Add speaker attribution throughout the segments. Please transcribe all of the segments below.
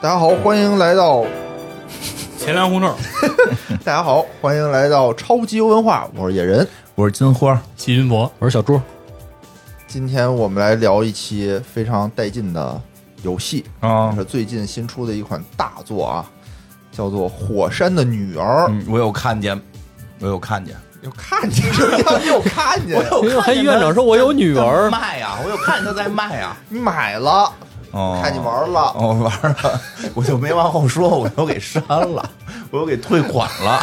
Speaker 1: 大家好，欢迎来 到
Speaker 2: 钱粮胡同，
Speaker 1: 大家好，欢迎来到超级文化，我是野人。
Speaker 3: 我是金花，
Speaker 2: 齐云博，
Speaker 3: 我是小猪
Speaker 1: 今天我们来聊一期非常带劲的游戏，
Speaker 3: 啊
Speaker 1: 这是最近新出的一款大作啊，叫做《火山的女儿》。
Speaker 3: 嗯，我有看见，我有看见，
Speaker 1: 有看见什么呀？你有看见？
Speaker 4: 因为还院长说我有女儿，
Speaker 3: 卖呀，我有看见他在卖啊呀，
Speaker 1: 你买了？
Speaker 3: 哦，
Speaker 1: 看你玩了？
Speaker 3: 哦，玩了，我就没往后说，我又给删了，我又给退款了，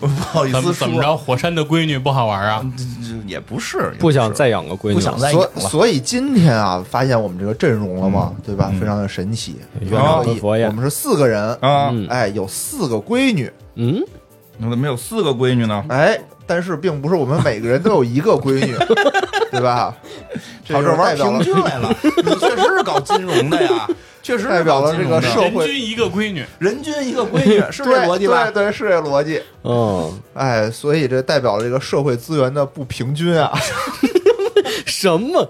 Speaker 3: 我不好意
Speaker 2: 怎么
Speaker 3: 思
Speaker 2: 怎么
Speaker 3: 说，
Speaker 2: 着？火山的闺女不好玩啊？
Speaker 3: 这这也不是，也
Speaker 4: 不
Speaker 3: 是
Speaker 4: 想再养个闺女，
Speaker 3: 不想再养
Speaker 1: 所
Speaker 3: 了，嗯
Speaker 1: 所以今天啊，发现我们这个阵容了嘛，对吧？非常的神奇。
Speaker 4: 嗯
Speaker 1: 元老
Speaker 4: 嗯
Speaker 1: 弟，
Speaker 4: 佛爷
Speaker 1: 我们是四个人，
Speaker 5: 啊，
Speaker 4: 嗯
Speaker 1: 哎，有四个闺女，
Speaker 4: 嗯，
Speaker 5: 我怎么有四个闺女呢？
Speaker 1: 哎，但是并不是我们每个人都有一个闺 女，对吧？
Speaker 3: 跑
Speaker 1: 就
Speaker 3: 这
Speaker 1: 是代
Speaker 3: 玩
Speaker 1: 表
Speaker 3: 平
Speaker 1: 了
Speaker 3: 均来了，你确实是搞金融的呀，确实是
Speaker 1: 代表
Speaker 3: 搞
Speaker 1: 了
Speaker 3: 金
Speaker 1: 这个
Speaker 3: 融的
Speaker 1: 社
Speaker 2: 人
Speaker 1: 会
Speaker 2: 均一个闺女，
Speaker 3: 人均一个 闺女，是这逻辑吧
Speaker 1: 对？对，对是这逻辑。
Speaker 4: 哦，
Speaker 1: 哎，所以这代表了这个社会资源的不平均啊，
Speaker 4: 什么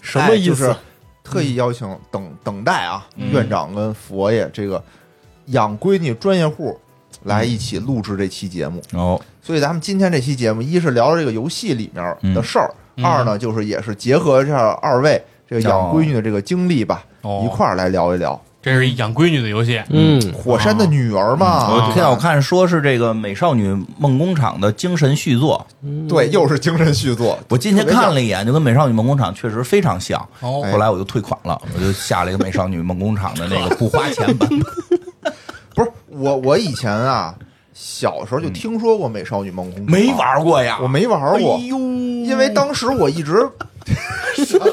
Speaker 4: 什
Speaker 1: 哎
Speaker 4: 么意
Speaker 1: 就是
Speaker 4: 思？
Speaker 1: 特意邀请等等待啊，
Speaker 3: 嗯
Speaker 1: 院长跟佛爷这个养闺女专业户来一起录制这期节目。
Speaker 3: 哦，
Speaker 1: 所以咱们今天这期节目，一是聊聊这个游戏里面
Speaker 3: 嗯
Speaker 1: 的事儿，二呢就是也是结合一下二位这个养闺女的这个经历吧，
Speaker 2: 哦
Speaker 1: 一块儿来聊一聊
Speaker 2: 这是一养闺女的游戏。
Speaker 4: 嗯，
Speaker 1: 《火山的女儿》嘛。对
Speaker 2: 哦
Speaker 1: 吧
Speaker 3: 嗯我现在我看说是这个《美少女梦工厂》的精神续作，
Speaker 1: 对，又是精神续作。
Speaker 3: 嗯我今天看了一眼，就跟《美少女梦工厂》确实非常像。
Speaker 2: 哦
Speaker 3: 后来我就退款了，我就下了一个《美少女梦工厂》的那个不花钱版本。
Speaker 1: 不是我，我以前啊，小时候就听说过《美少女梦工厂》，
Speaker 3: 嗯没，玩过呀，
Speaker 1: 我没玩过，
Speaker 3: 哎呦，
Speaker 1: 因为当时我一 直什么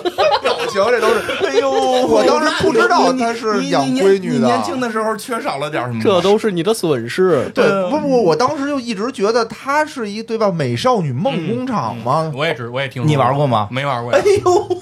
Speaker 1: 表情这都是，
Speaker 3: 哎呦，
Speaker 1: 我当时不知道她是养闺
Speaker 3: 你你你
Speaker 1: 女
Speaker 3: 你年
Speaker 1: 的
Speaker 3: 轻。的时候缺少了点什么吧？
Speaker 4: 这都是你的损失。
Speaker 1: 对，不不，我当时就一直觉得她是一对吧美少女梦工厂嘛，
Speaker 2: 我也只我也听说
Speaker 3: 你玩过吗
Speaker 2: 没玩过呀。
Speaker 3: 哎 呦，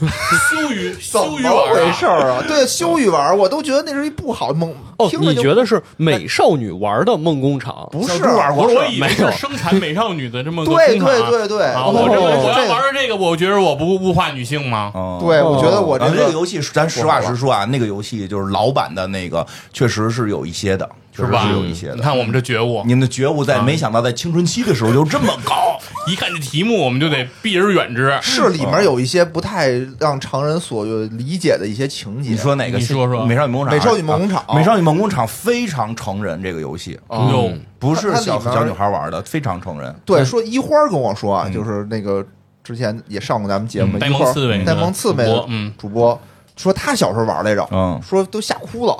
Speaker 2: 羞 于
Speaker 1: 怎
Speaker 2: 羞于
Speaker 1: 么
Speaker 2: 玩
Speaker 1: 回
Speaker 2: 啊
Speaker 1: 事！儿啊？对，羞于玩儿，我都觉得那是一不好的梦。
Speaker 4: 哦，
Speaker 1: 听着
Speaker 4: 你
Speaker 1: 就
Speaker 4: 觉得是美少女玩的梦工厂？
Speaker 1: 不是啊
Speaker 3: 小猪玩过
Speaker 2: 不是，我以为
Speaker 4: 啊没
Speaker 2: 是
Speaker 4: 有
Speaker 2: 生产美少女的这么个
Speaker 1: 对
Speaker 2: 工厂啊
Speaker 1: 对对对
Speaker 2: 啊
Speaker 1: 哦
Speaker 2: 我这我我
Speaker 1: 这
Speaker 2: 要玩儿这个，我觉得我不物化女性吗？
Speaker 3: 哦
Speaker 1: 对，我觉得我
Speaker 3: 啊，
Speaker 1: 这
Speaker 3: 这个
Speaker 1: 个
Speaker 3: 游戏咱实话实说啊，那个游戏就是老版的那个，确实是有一些的，确
Speaker 2: 是
Speaker 3: 实
Speaker 2: 吧？
Speaker 3: 有一些
Speaker 2: 你
Speaker 3: 的。
Speaker 2: 看我们这觉悟，
Speaker 3: 你们的觉悟在没想到在青春期的时候就这么高，
Speaker 2: 一看这题目我们就得避而远之。
Speaker 1: 是里面有一些不太让常人所理解的一些情节。
Speaker 3: 你说哪个？
Speaker 2: 你说说
Speaker 3: 美少女梦工厂啊？
Speaker 1: 美少女梦工厂
Speaker 3: 啊美少女梦工厂非常成人，这个游戏
Speaker 2: 哟，
Speaker 3: 不是
Speaker 1: 它它
Speaker 3: 小
Speaker 1: 里面
Speaker 3: 小女孩玩的，非常成人。
Speaker 1: 对，
Speaker 2: 嗯
Speaker 1: 说一花儿跟我说啊，就是那个之前也上过咱们节目，
Speaker 2: 嗯
Speaker 1: 一花
Speaker 2: 呆
Speaker 1: 儿
Speaker 2: 萌刺猬
Speaker 1: 呆萌刺猬
Speaker 2: 主播嗯哦
Speaker 1: 主播说他小时候玩来着，
Speaker 3: 嗯
Speaker 1: 说都吓哭了，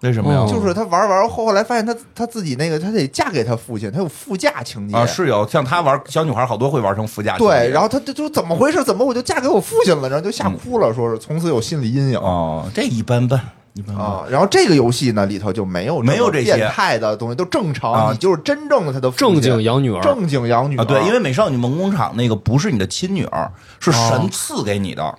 Speaker 3: 为什么呀？
Speaker 4: 哦
Speaker 1: 就是他玩玩后后来发现他他自己那个他得嫁给他父亲，他有附嫁情节
Speaker 3: 啊，是啊有像她玩小女孩，好多会玩成附加情节。
Speaker 1: 对，然后他就就怎么回事？怎么我就嫁给我父亲了？然后就吓
Speaker 3: 嗯
Speaker 1: 哭了，说是从此有心理阴影
Speaker 3: 哦，这一般般，一般般。
Speaker 1: 啊。然后这个游戏呢里头就没有
Speaker 3: 没有
Speaker 1: 么
Speaker 3: 这些
Speaker 1: 变态的东西，都正常，
Speaker 3: 啊
Speaker 1: 你就是真正的他的父
Speaker 4: 正
Speaker 1: 亲
Speaker 4: 经养女儿，
Speaker 1: 正经养女
Speaker 3: 啊，对，
Speaker 1: 儿
Speaker 3: 因为美少女梦工厂那个不是你的亲女儿，是
Speaker 1: 哦
Speaker 3: 神赐给你的，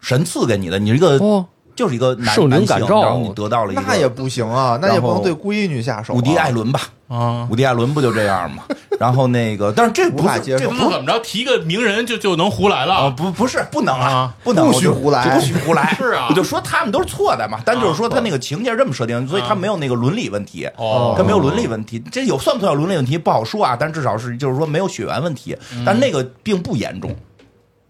Speaker 3: 神赐给你的，你一个、
Speaker 4: 哦
Speaker 3: 就是一个男
Speaker 4: 圣灵
Speaker 3: 男性
Speaker 4: 感召
Speaker 3: 然后你得到了一个
Speaker 1: 那也不行啊，那也不
Speaker 3: 然
Speaker 1: 能
Speaker 3: 后
Speaker 1: 对闺女下手、啊。
Speaker 3: 伍迪艾伦吧，
Speaker 2: 啊，
Speaker 3: 伍迪艾伦不就这样吗？然后那个，但是这
Speaker 1: 无
Speaker 3: 不
Speaker 1: 法
Speaker 3: 是
Speaker 1: 接受
Speaker 3: 这
Speaker 2: 这
Speaker 3: 不
Speaker 2: 不怎么着，提个名人就就能胡来了
Speaker 3: 啊，不不是不能
Speaker 2: 啊
Speaker 3: 啊，不能
Speaker 1: 不许
Speaker 3: 我就
Speaker 1: 胡来
Speaker 3: 就不许胡 来，啊
Speaker 2: 是啊
Speaker 3: 我就说他们都是错的嘛，但就是说他那个情节这么设定，所以他没有那个伦理问题。
Speaker 2: 哦
Speaker 3: 他没有伦理问题，这有算不算有伦理问题不好说啊，但至少是就是说没有血缘问题，但那个并不严重，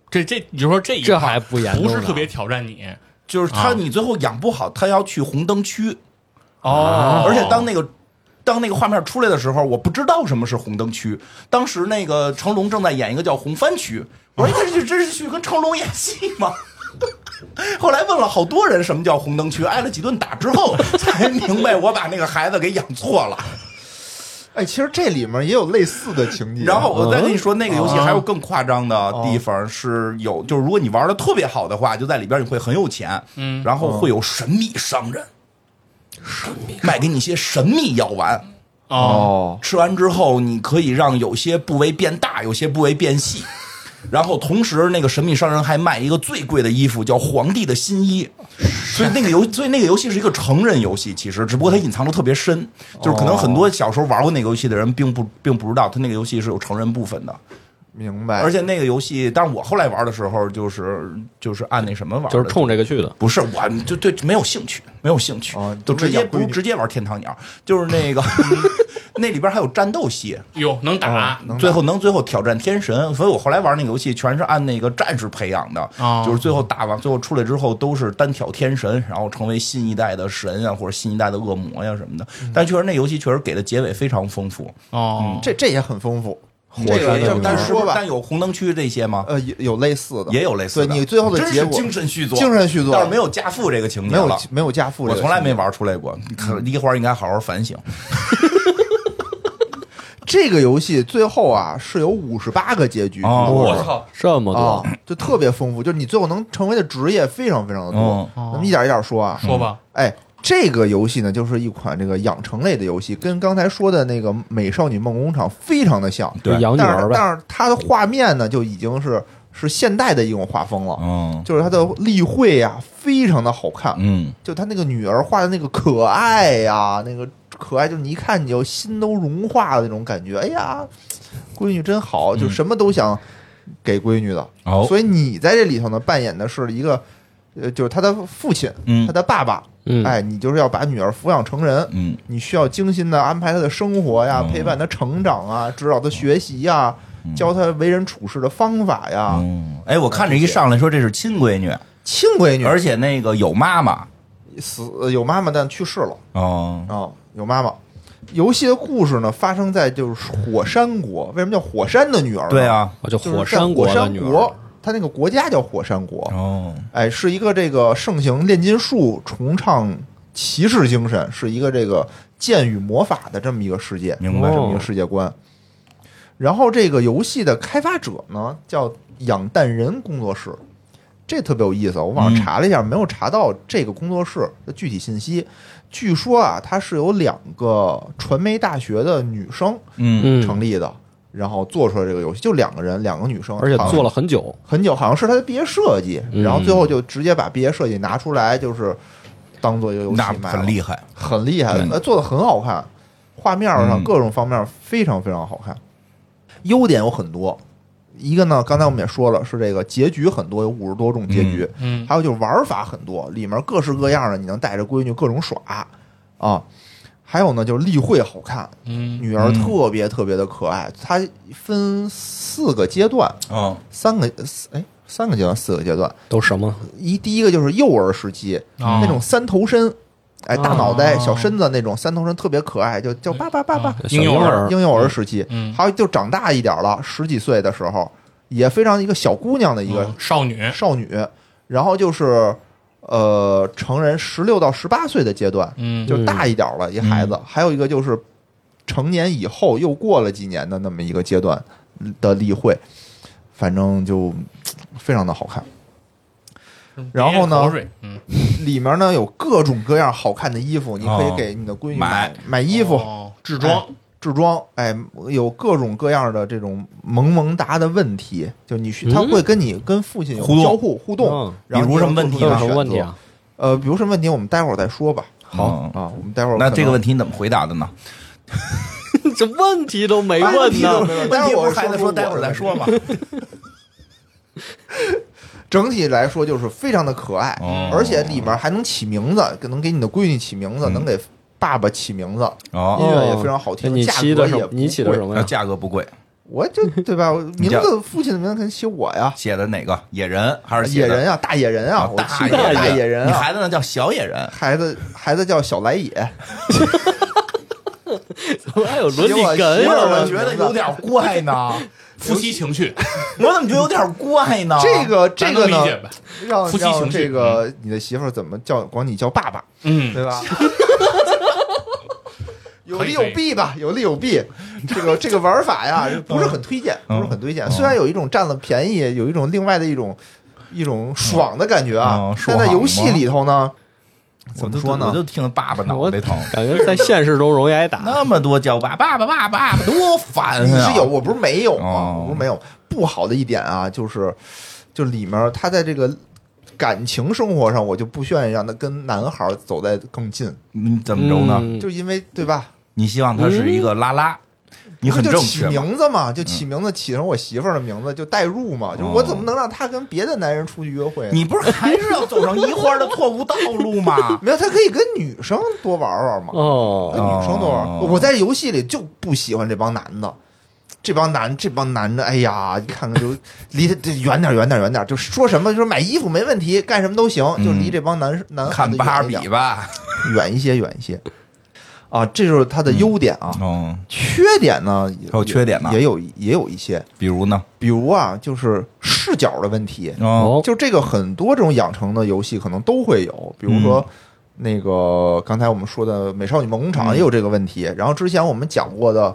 Speaker 2: 这这，你就说这一
Speaker 4: 这
Speaker 2: 块
Speaker 4: 还不严重
Speaker 2: 不
Speaker 4: 呢
Speaker 2: 是特别挑战你
Speaker 3: 就是他
Speaker 2: 啊
Speaker 3: 你最后养不好，他要去红灯区，
Speaker 2: 哦
Speaker 3: 而且当那个。当那个画面出来的时候，我不知道什么是红灯区。当时那个成龙正在演一个叫《红番区》，我说哎这是这是去跟成龙演戏吗？ 后来问了好多人什么叫红灯区，挨了几顿打之后才明白我把那个孩子给养错了。
Speaker 1: 哎，其实这里面也有类似的情节。啊
Speaker 3: 然后我再跟你说，那个游戏还有更夸张的地方是有，就是如果你玩的特别好的话，就在里边你会很有钱，嗯，然后会有神秘商人，神秘卖给你一些神秘药丸，
Speaker 2: 哦，
Speaker 3: 吃完之后你可以让有些部位变大，有些部位变细。然后同时，那个神秘商人还卖一个最贵的衣服，叫皇帝的新衣。所以那个游，所以那个游戏是一个成人游戏，其实只不过它隐藏的特别深，就是可能很多小时候玩过那个游戏的人并不并不知道，它那个游戏是有成人部分的。
Speaker 1: 明白。
Speaker 3: 而且那个游戏，但是我后来玩的时候，就是就是按那什么玩的，
Speaker 4: 就是冲这个去的。
Speaker 3: 不是我就对没有兴趣，没有兴趣，
Speaker 1: 哦
Speaker 3: 就直
Speaker 1: 不
Speaker 3: 接
Speaker 1: 是养龟
Speaker 3: 不
Speaker 1: 女
Speaker 3: 直接玩天堂鸟，就是那个 那里边还有战斗系，
Speaker 2: 哟，哦能
Speaker 4: 啊
Speaker 2: 打
Speaker 1: 能打
Speaker 3: 最后能最后挑战天神，所以我后来玩那个游戏全是按那个战士培养的，
Speaker 2: 哦
Speaker 3: 就是最后打完最后出来之后都是单挑天神，然后成为新一代的神啊或者新一代的恶魔呀、什么的。但确实那游戏确实给的结尾非常丰富，
Speaker 2: 哦，
Speaker 1: 这这也很丰富，我
Speaker 3: 这
Speaker 1: 这
Speaker 3: 个也
Speaker 1: 么
Speaker 3: 但是
Speaker 1: 说吧
Speaker 3: 但，有红灯区这些吗？
Speaker 1: 呃，有有类似的，
Speaker 3: 也有类似的，
Speaker 1: 对你最后的
Speaker 3: 真
Speaker 1: 结
Speaker 3: 是
Speaker 1: 果
Speaker 3: 精神续作，
Speaker 1: 精神续作
Speaker 3: 但是没有加父这个情节
Speaker 1: 没有
Speaker 3: 了。
Speaker 1: 没有加父这
Speaker 3: 我
Speaker 1: 个
Speaker 3: 从来
Speaker 1: 情节
Speaker 3: 没玩出来过，你可梨花应该好好反省。
Speaker 1: 这个游戏最后啊是有五十八个结局，
Speaker 3: 哦
Speaker 2: 我操，
Speaker 4: 这么
Speaker 1: 啊
Speaker 4: 多，，
Speaker 1: 就特别丰富，就是你最后能成为的职业非常非常的多
Speaker 3: 嗯。
Speaker 2: 哦
Speaker 1: 咱们一点一点说啊，
Speaker 2: 说吧，
Speaker 1: 哎，这个游戏呢，就是一款这个养成类的游戏，跟刚才说的那个《美少女梦工厂》非常的像，
Speaker 4: 就
Speaker 3: 对
Speaker 4: 养女
Speaker 1: 但是
Speaker 4: 儿呗。
Speaker 1: 但是它的画面呢，就已经是是现代的一种画风了，
Speaker 6: 嗯
Speaker 1: 就是它的立绘呀、非常的好看，
Speaker 6: 嗯，
Speaker 1: 就她那个女儿画的那个可爱呀、那个可爱，就你一看你就心都融化的那种感觉。哎呀，闺女真
Speaker 6: 嗯
Speaker 1: 好，就什么都想给闺女的。
Speaker 6: 哦
Speaker 1: 所以你在这里头呢，扮演的是一个，呃，就是她的父亲，
Speaker 6: 嗯
Speaker 1: 她的爸爸。
Speaker 4: 嗯
Speaker 1: 哎，你就是要把女儿抚养成人，
Speaker 6: 嗯
Speaker 1: 你需要精心的安排她的生活呀，
Speaker 6: 嗯
Speaker 1: 陪伴她成长啊，指导她学习呀，教她为人处事的方法呀。
Speaker 6: 嗯，
Speaker 3: 哎，我看着一上来说这是亲闺女，
Speaker 1: 亲闺女
Speaker 3: 而且那个有妈妈，
Speaker 1: 死呃有妈妈，但去世了。
Speaker 6: 哦，
Speaker 1: 啊、有妈妈。游戏的故事呢，发生在就是火山国。为什么叫火山的女儿？
Speaker 3: 对，啊，
Speaker 4: 我就
Speaker 1: 就是
Speaker 4: 火
Speaker 1: 在
Speaker 4: 山
Speaker 1: 火
Speaker 4: 国的
Speaker 1: 山
Speaker 4: 女
Speaker 1: 国
Speaker 4: 儿，，嗯
Speaker 1: 它那个国家叫火山国。
Speaker 6: 哦，
Speaker 1: 哎，是一个这个盛行炼金术、崇尚骑士精神，是一个这个剑与魔法的这么一个世界，
Speaker 6: 明白
Speaker 1: 这么
Speaker 4: 哦
Speaker 1: 一个世界观。然后这个游戏的开发者呢，叫养蛋人工作室，这特别有意思啊。我
Speaker 4: 嗯
Speaker 1: 网上查了一下，没有查到这个工作室的具体信息。据说啊，它是由两个传媒大学的女生
Speaker 6: 嗯
Speaker 1: 成
Speaker 4: 嗯，
Speaker 1: 立的，然后做出来这个游戏，就两个人，两个女生，
Speaker 4: 而且
Speaker 1: 好像
Speaker 4: 做了很久，
Speaker 1: 很久，好像是他的毕业设计，
Speaker 4: 嗯
Speaker 1: 然后最后就直接把毕业设计拿出来，就是当做一个游戏
Speaker 3: 那
Speaker 1: 卖
Speaker 3: 很
Speaker 1: 害，
Speaker 3: 厉害。
Speaker 1: 很厉害，呃，做的很好看，画面上各种方面非常非常好看。嗯优点有很多，一个呢，刚才我们也说了，是这个结局很多，有五十多种结局，
Speaker 2: 嗯，
Speaker 1: 还有就是玩法很多，里面各式各样的，你能带着闺女各种耍啊。还有呢，就是例会好看，
Speaker 2: 嗯，
Speaker 1: 女儿特别特别的可爱，它分四个阶段，
Speaker 6: 哦，
Speaker 1: 三个四哎三个阶段，四个阶段。
Speaker 4: 都什么？
Speaker 1: 一第一个就是幼儿时期、
Speaker 2: 哦
Speaker 1: 那种三头身，哎，大脑袋、
Speaker 2: 哦
Speaker 1: 小身子那种三头身特别可爱，就叫爸爸爸爸。
Speaker 4: 小
Speaker 2: 婴幼儿
Speaker 4: 儿
Speaker 1: 婴幼儿时期，
Speaker 2: 哦嗯
Speaker 1: 还有就长大一点了，十几岁的时候，也非常一个小姑娘的一个
Speaker 2: 嗯少女，
Speaker 1: 少女，然后就是呃成人十六到十八岁的阶段，
Speaker 2: 嗯，
Speaker 1: 就大一点了，一孩子，还有一个就是成年以后又过了几年的那么一个阶段的例会，反正就嘖非常的好看。然后呢
Speaker 2: 口水，嗯，
Speaker 1: 里面呢有各种各样好看的衣服，你可以
Speaker 6: 哦
Speaker 1: 给你的闺女
Speaker 6: 买
Speaker 1: 买买衣服、
Speaker 2: 哦制装，
Speaker 1: 制装，哎，有各种各样的这种萌萌哒的问题，就你需
Speaker 4: 嗯
Speaker 1: 他会跟你跟父亲有
Speaker 6: 互动
Speaker 1: 交互互动
Speaker 4: 嗯，
Speaker 1: 然后
Speaker 3: 比如什么问题
Speaker 1: 你
Speaker 4: 都
Speaker 1: 要
Speaker 4: 有
Speaker 1: 做
Speaker 4: 什
Speaker 1: 出
Speaker 4: 么
Speaker 1: 你的
Speaker 4: 问题
Speaker 1: 选择
Speaker 4: 啊？？
Speaker 1: 呃，比如什么问题，我们待会儿再说吧。
Speaker 6: 好
Speaker 1: 啊，我们待会儿
Speaker 3: 哦那这个问
Speaker 1: 题
Speaker 3: 题你怎么回答的呢？
Speaker 4: 这问题都没
Speaker 3: 问
Speaker 4: 问
Speaker 3: 题
Speaker 4: 呢，
Speaker 3: 问题不是孩子说待会儿再说 嘛？
Speaker 1: 整体来说就是非常的可爱，
Speaker 6: 哦
Speaker 1: 而且里面还能起名字，能给你的闺女起名
Speaker 3: 嗯
Speaker 1: 字，能给爸爸起名字，
Speaker 6: 哦，
Speaker 1: 音乐也非常好听
Speaker 4: 那你
Speaker 1: 价格
Speaker 4: 起的什
Speaker 1: 也
Speaker 4: 么？
Speaker 1: 不
Speaker 4: 你起的
Speaker 1: 贵
Speaker 4: 什么
Speaker 3: 那
Speaker 4: 呀？
Speaker 3: 价格不贵，
Speaker 1: 我就对吧？我名
Speaker 3: 叫
Speaker 1: 字父亲的名字肯定写我呀，
Speaker 3: 写的哪个野人还是写
Speaker 1: 野
Speaker 3: 的
Speaker 1: 人啊，大野人啊，
Speaker 3: 啊
Speaker 1: 我
Speaker 3: 大
Speaker 1: 起的大野人
Speaker 3: 你
Speaker 1: 啊，
Speaker 3: 孩子呢叫小野人，
Speaker 1: 孩子孩子叫小来也，
Speaker 4: 还有伦理
Speaker 1: 媳
Speaker 4: 哏
Speaker 3: 哎
Speaker 1: 妇儿媳妇 儿
Speaker 4: 啊
Speaker 1: 我！觉得有
Speaker 3: 点怪 呢，
Speaker 2: 夫妻情趣，
Speaker 3: 我怎么觉得有点怪呢
Speaker 1: 这个这
Speaker 2: 咱
Speaker 1: 个
Speaker 2: 能
Speaker 1: 呢，
Speaker 2: 理解吧？
Speaker 1: 让
Speaker 2: 夫妻情
Speaker 1: 让
Speaker 2: 趣
Speaker 1: 这个你的媳妇儿怎么叫管你叫爸爸，
Speaker 2: 嗯，
Speaker 1: 对吧？ 有利有
Speaker 2: 可以可
Speaker 1: 弊吧，有利有弊。这个这个玩法呀，不是很推荐，不是很推荐。虽然有一种占了便宜，有一种另外的一种一种爽的感觉
Speaker 6: 嗯
Speaker 1: 啊
Speaker 6: 嗯，
Speaker 1: 但
Speaker 6: 爽
Speaker 1: 在
Speaker 6: 吗
Speaker 1: 游戏里头呢，
Speaker 3: 我
Speaker 1: 怎
Speaker 3: 就
Speaker 1: 么说
Speaker 3: 我
Speaker 1: 呢？
Speaker 3: 就听爸爸脑
Speaker 4: 我
Speaker 3: 袋疼，
Speaker 4: 感觉在现实中容易挨打。
Speaker 3: 那么多叫爸爸爸爸爸爸，多烦啊！
Speaker 1: 你是有，我不是没有吗？
Speaker 6: 哦
Speaker 1: 我不是没有。不好的一点啊，就是就里面他在这个感情生活上，我就不愿意让他跟男孩走在更近，
Speaker 3: 你怎么着呢？
Speaker 4: 嗯
Speaker 1: 就因为对吧？
Speaker 3: 你希望他是一个拉拉，
Speaker 7: 你很
Speaker 1: 就
Speaker 7: 正
Speaker 1: 起
Speaker 7: 确嘛。嗯
Speaker 1: 名字嘛，就起名字起成我媳妇儿的名字，就代入嘛，就是我怎么能让她跟别的男人出去约会
Speaker 7: 哦
Speaker 1: 呢？？
Speaker 7: 你不是还是要走上一花的错误道路吗
Speaker 1: 没有，她可以跟女生多玩玩嘛，跟
Speaker 4: 哦，
Speaker 1: 女生多玩。
Speaker 7: 哦
Speaker 1: 我在游戏里就不喜欢这帮男的。这帮男，这帮男的，哎呀，你看看就离他这远点，远点，远点，就说什么，就说买衣服没问题，干什么都行，就
Speaker 3: 嗯
Speaker 1: 离这帮男男
Speaker 7: 看
Speaker 1: 汉子远
Speaker 7: 芭
Speaker 1: 一点
Speaker 7: 比吧，
Speaker 1: 远一些，远一些。啊，这就是它的优点啊。
Speaker 3: 哦，
Speaker 1: 缺点呢，也
Speaker 3: 还有缺点呢
Speaker 1: 也有也有一些，
Speaker 3: 比如呢？
Speaker 1: 比如啊，就是视角的问题。
Speaker 3: 哦，
Speaker 1: 就这个很多这种养成的游戏可能都会有，比如说。
Speaker 4: 嗯
Speaker 1: 那个刚才我们说的《美少女梦工厂》也有这个问题，然后之前我们讲过的，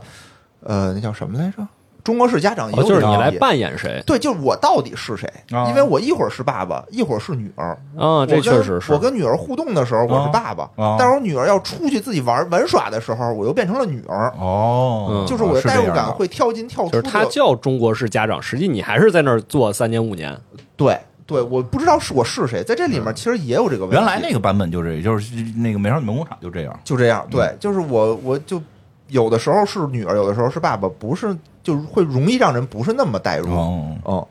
Speaker 1: 呃，那叫什么来着？中国式家长也有
Speaker 4: 哦，就是
Speaker 1: 这个
Speaker 4: 你
Speaker 1: 问
Speaker 4: 来
Speaker 1: 题
Speaker 4: 扮演谁
Speaker 1: 对，就是我到底是谁？
Speaker 3: 啊
Speaker 1: 因为我一会儿是爸爸，一会儿是女儿，
Speaker 4: 啊？这
Speaker 1: 我跟
Speaker 4: 确实是
Speaker 1: 我跟女儿互动的时候，我是爸爸；
Speaker 3: 啊
Speaker 1: 但是我女儿要出去自己玩玩耍的时候，我又变成了女儿。
Speaker 3: 哦
Speaker 4: 嗯
Speaker 1: 就是我的
Speaker 3: 是这
Speaker 1: 代入
Speaker 3: 样
Speaker 1: 感
Speaker 3: 的
Speaker 1: 会跳进跳出
Speaker 4: 就
Speaker 1: 哦的。
Speaker 4: 是他叫中国式家长，实际你还是在那儿做三年五年。
Speaker 1: 对对，我不知道是我是谁，在这里
Speaker 4: 嗯
Speaker 1: 面其实也有这个问题。
Speaker 3: 原来那个版本就这，就是那个美少女梦工厂就这样。
Speaker 1: 就这样，
Speaker 3: 嗯
Speaker 1: 对，就是我我就有的时候是女儿，有的时候是爸爸，不是就是会容易让人不是那么代入。
Speaker 3: 哦，
Speaker 1: 嗯，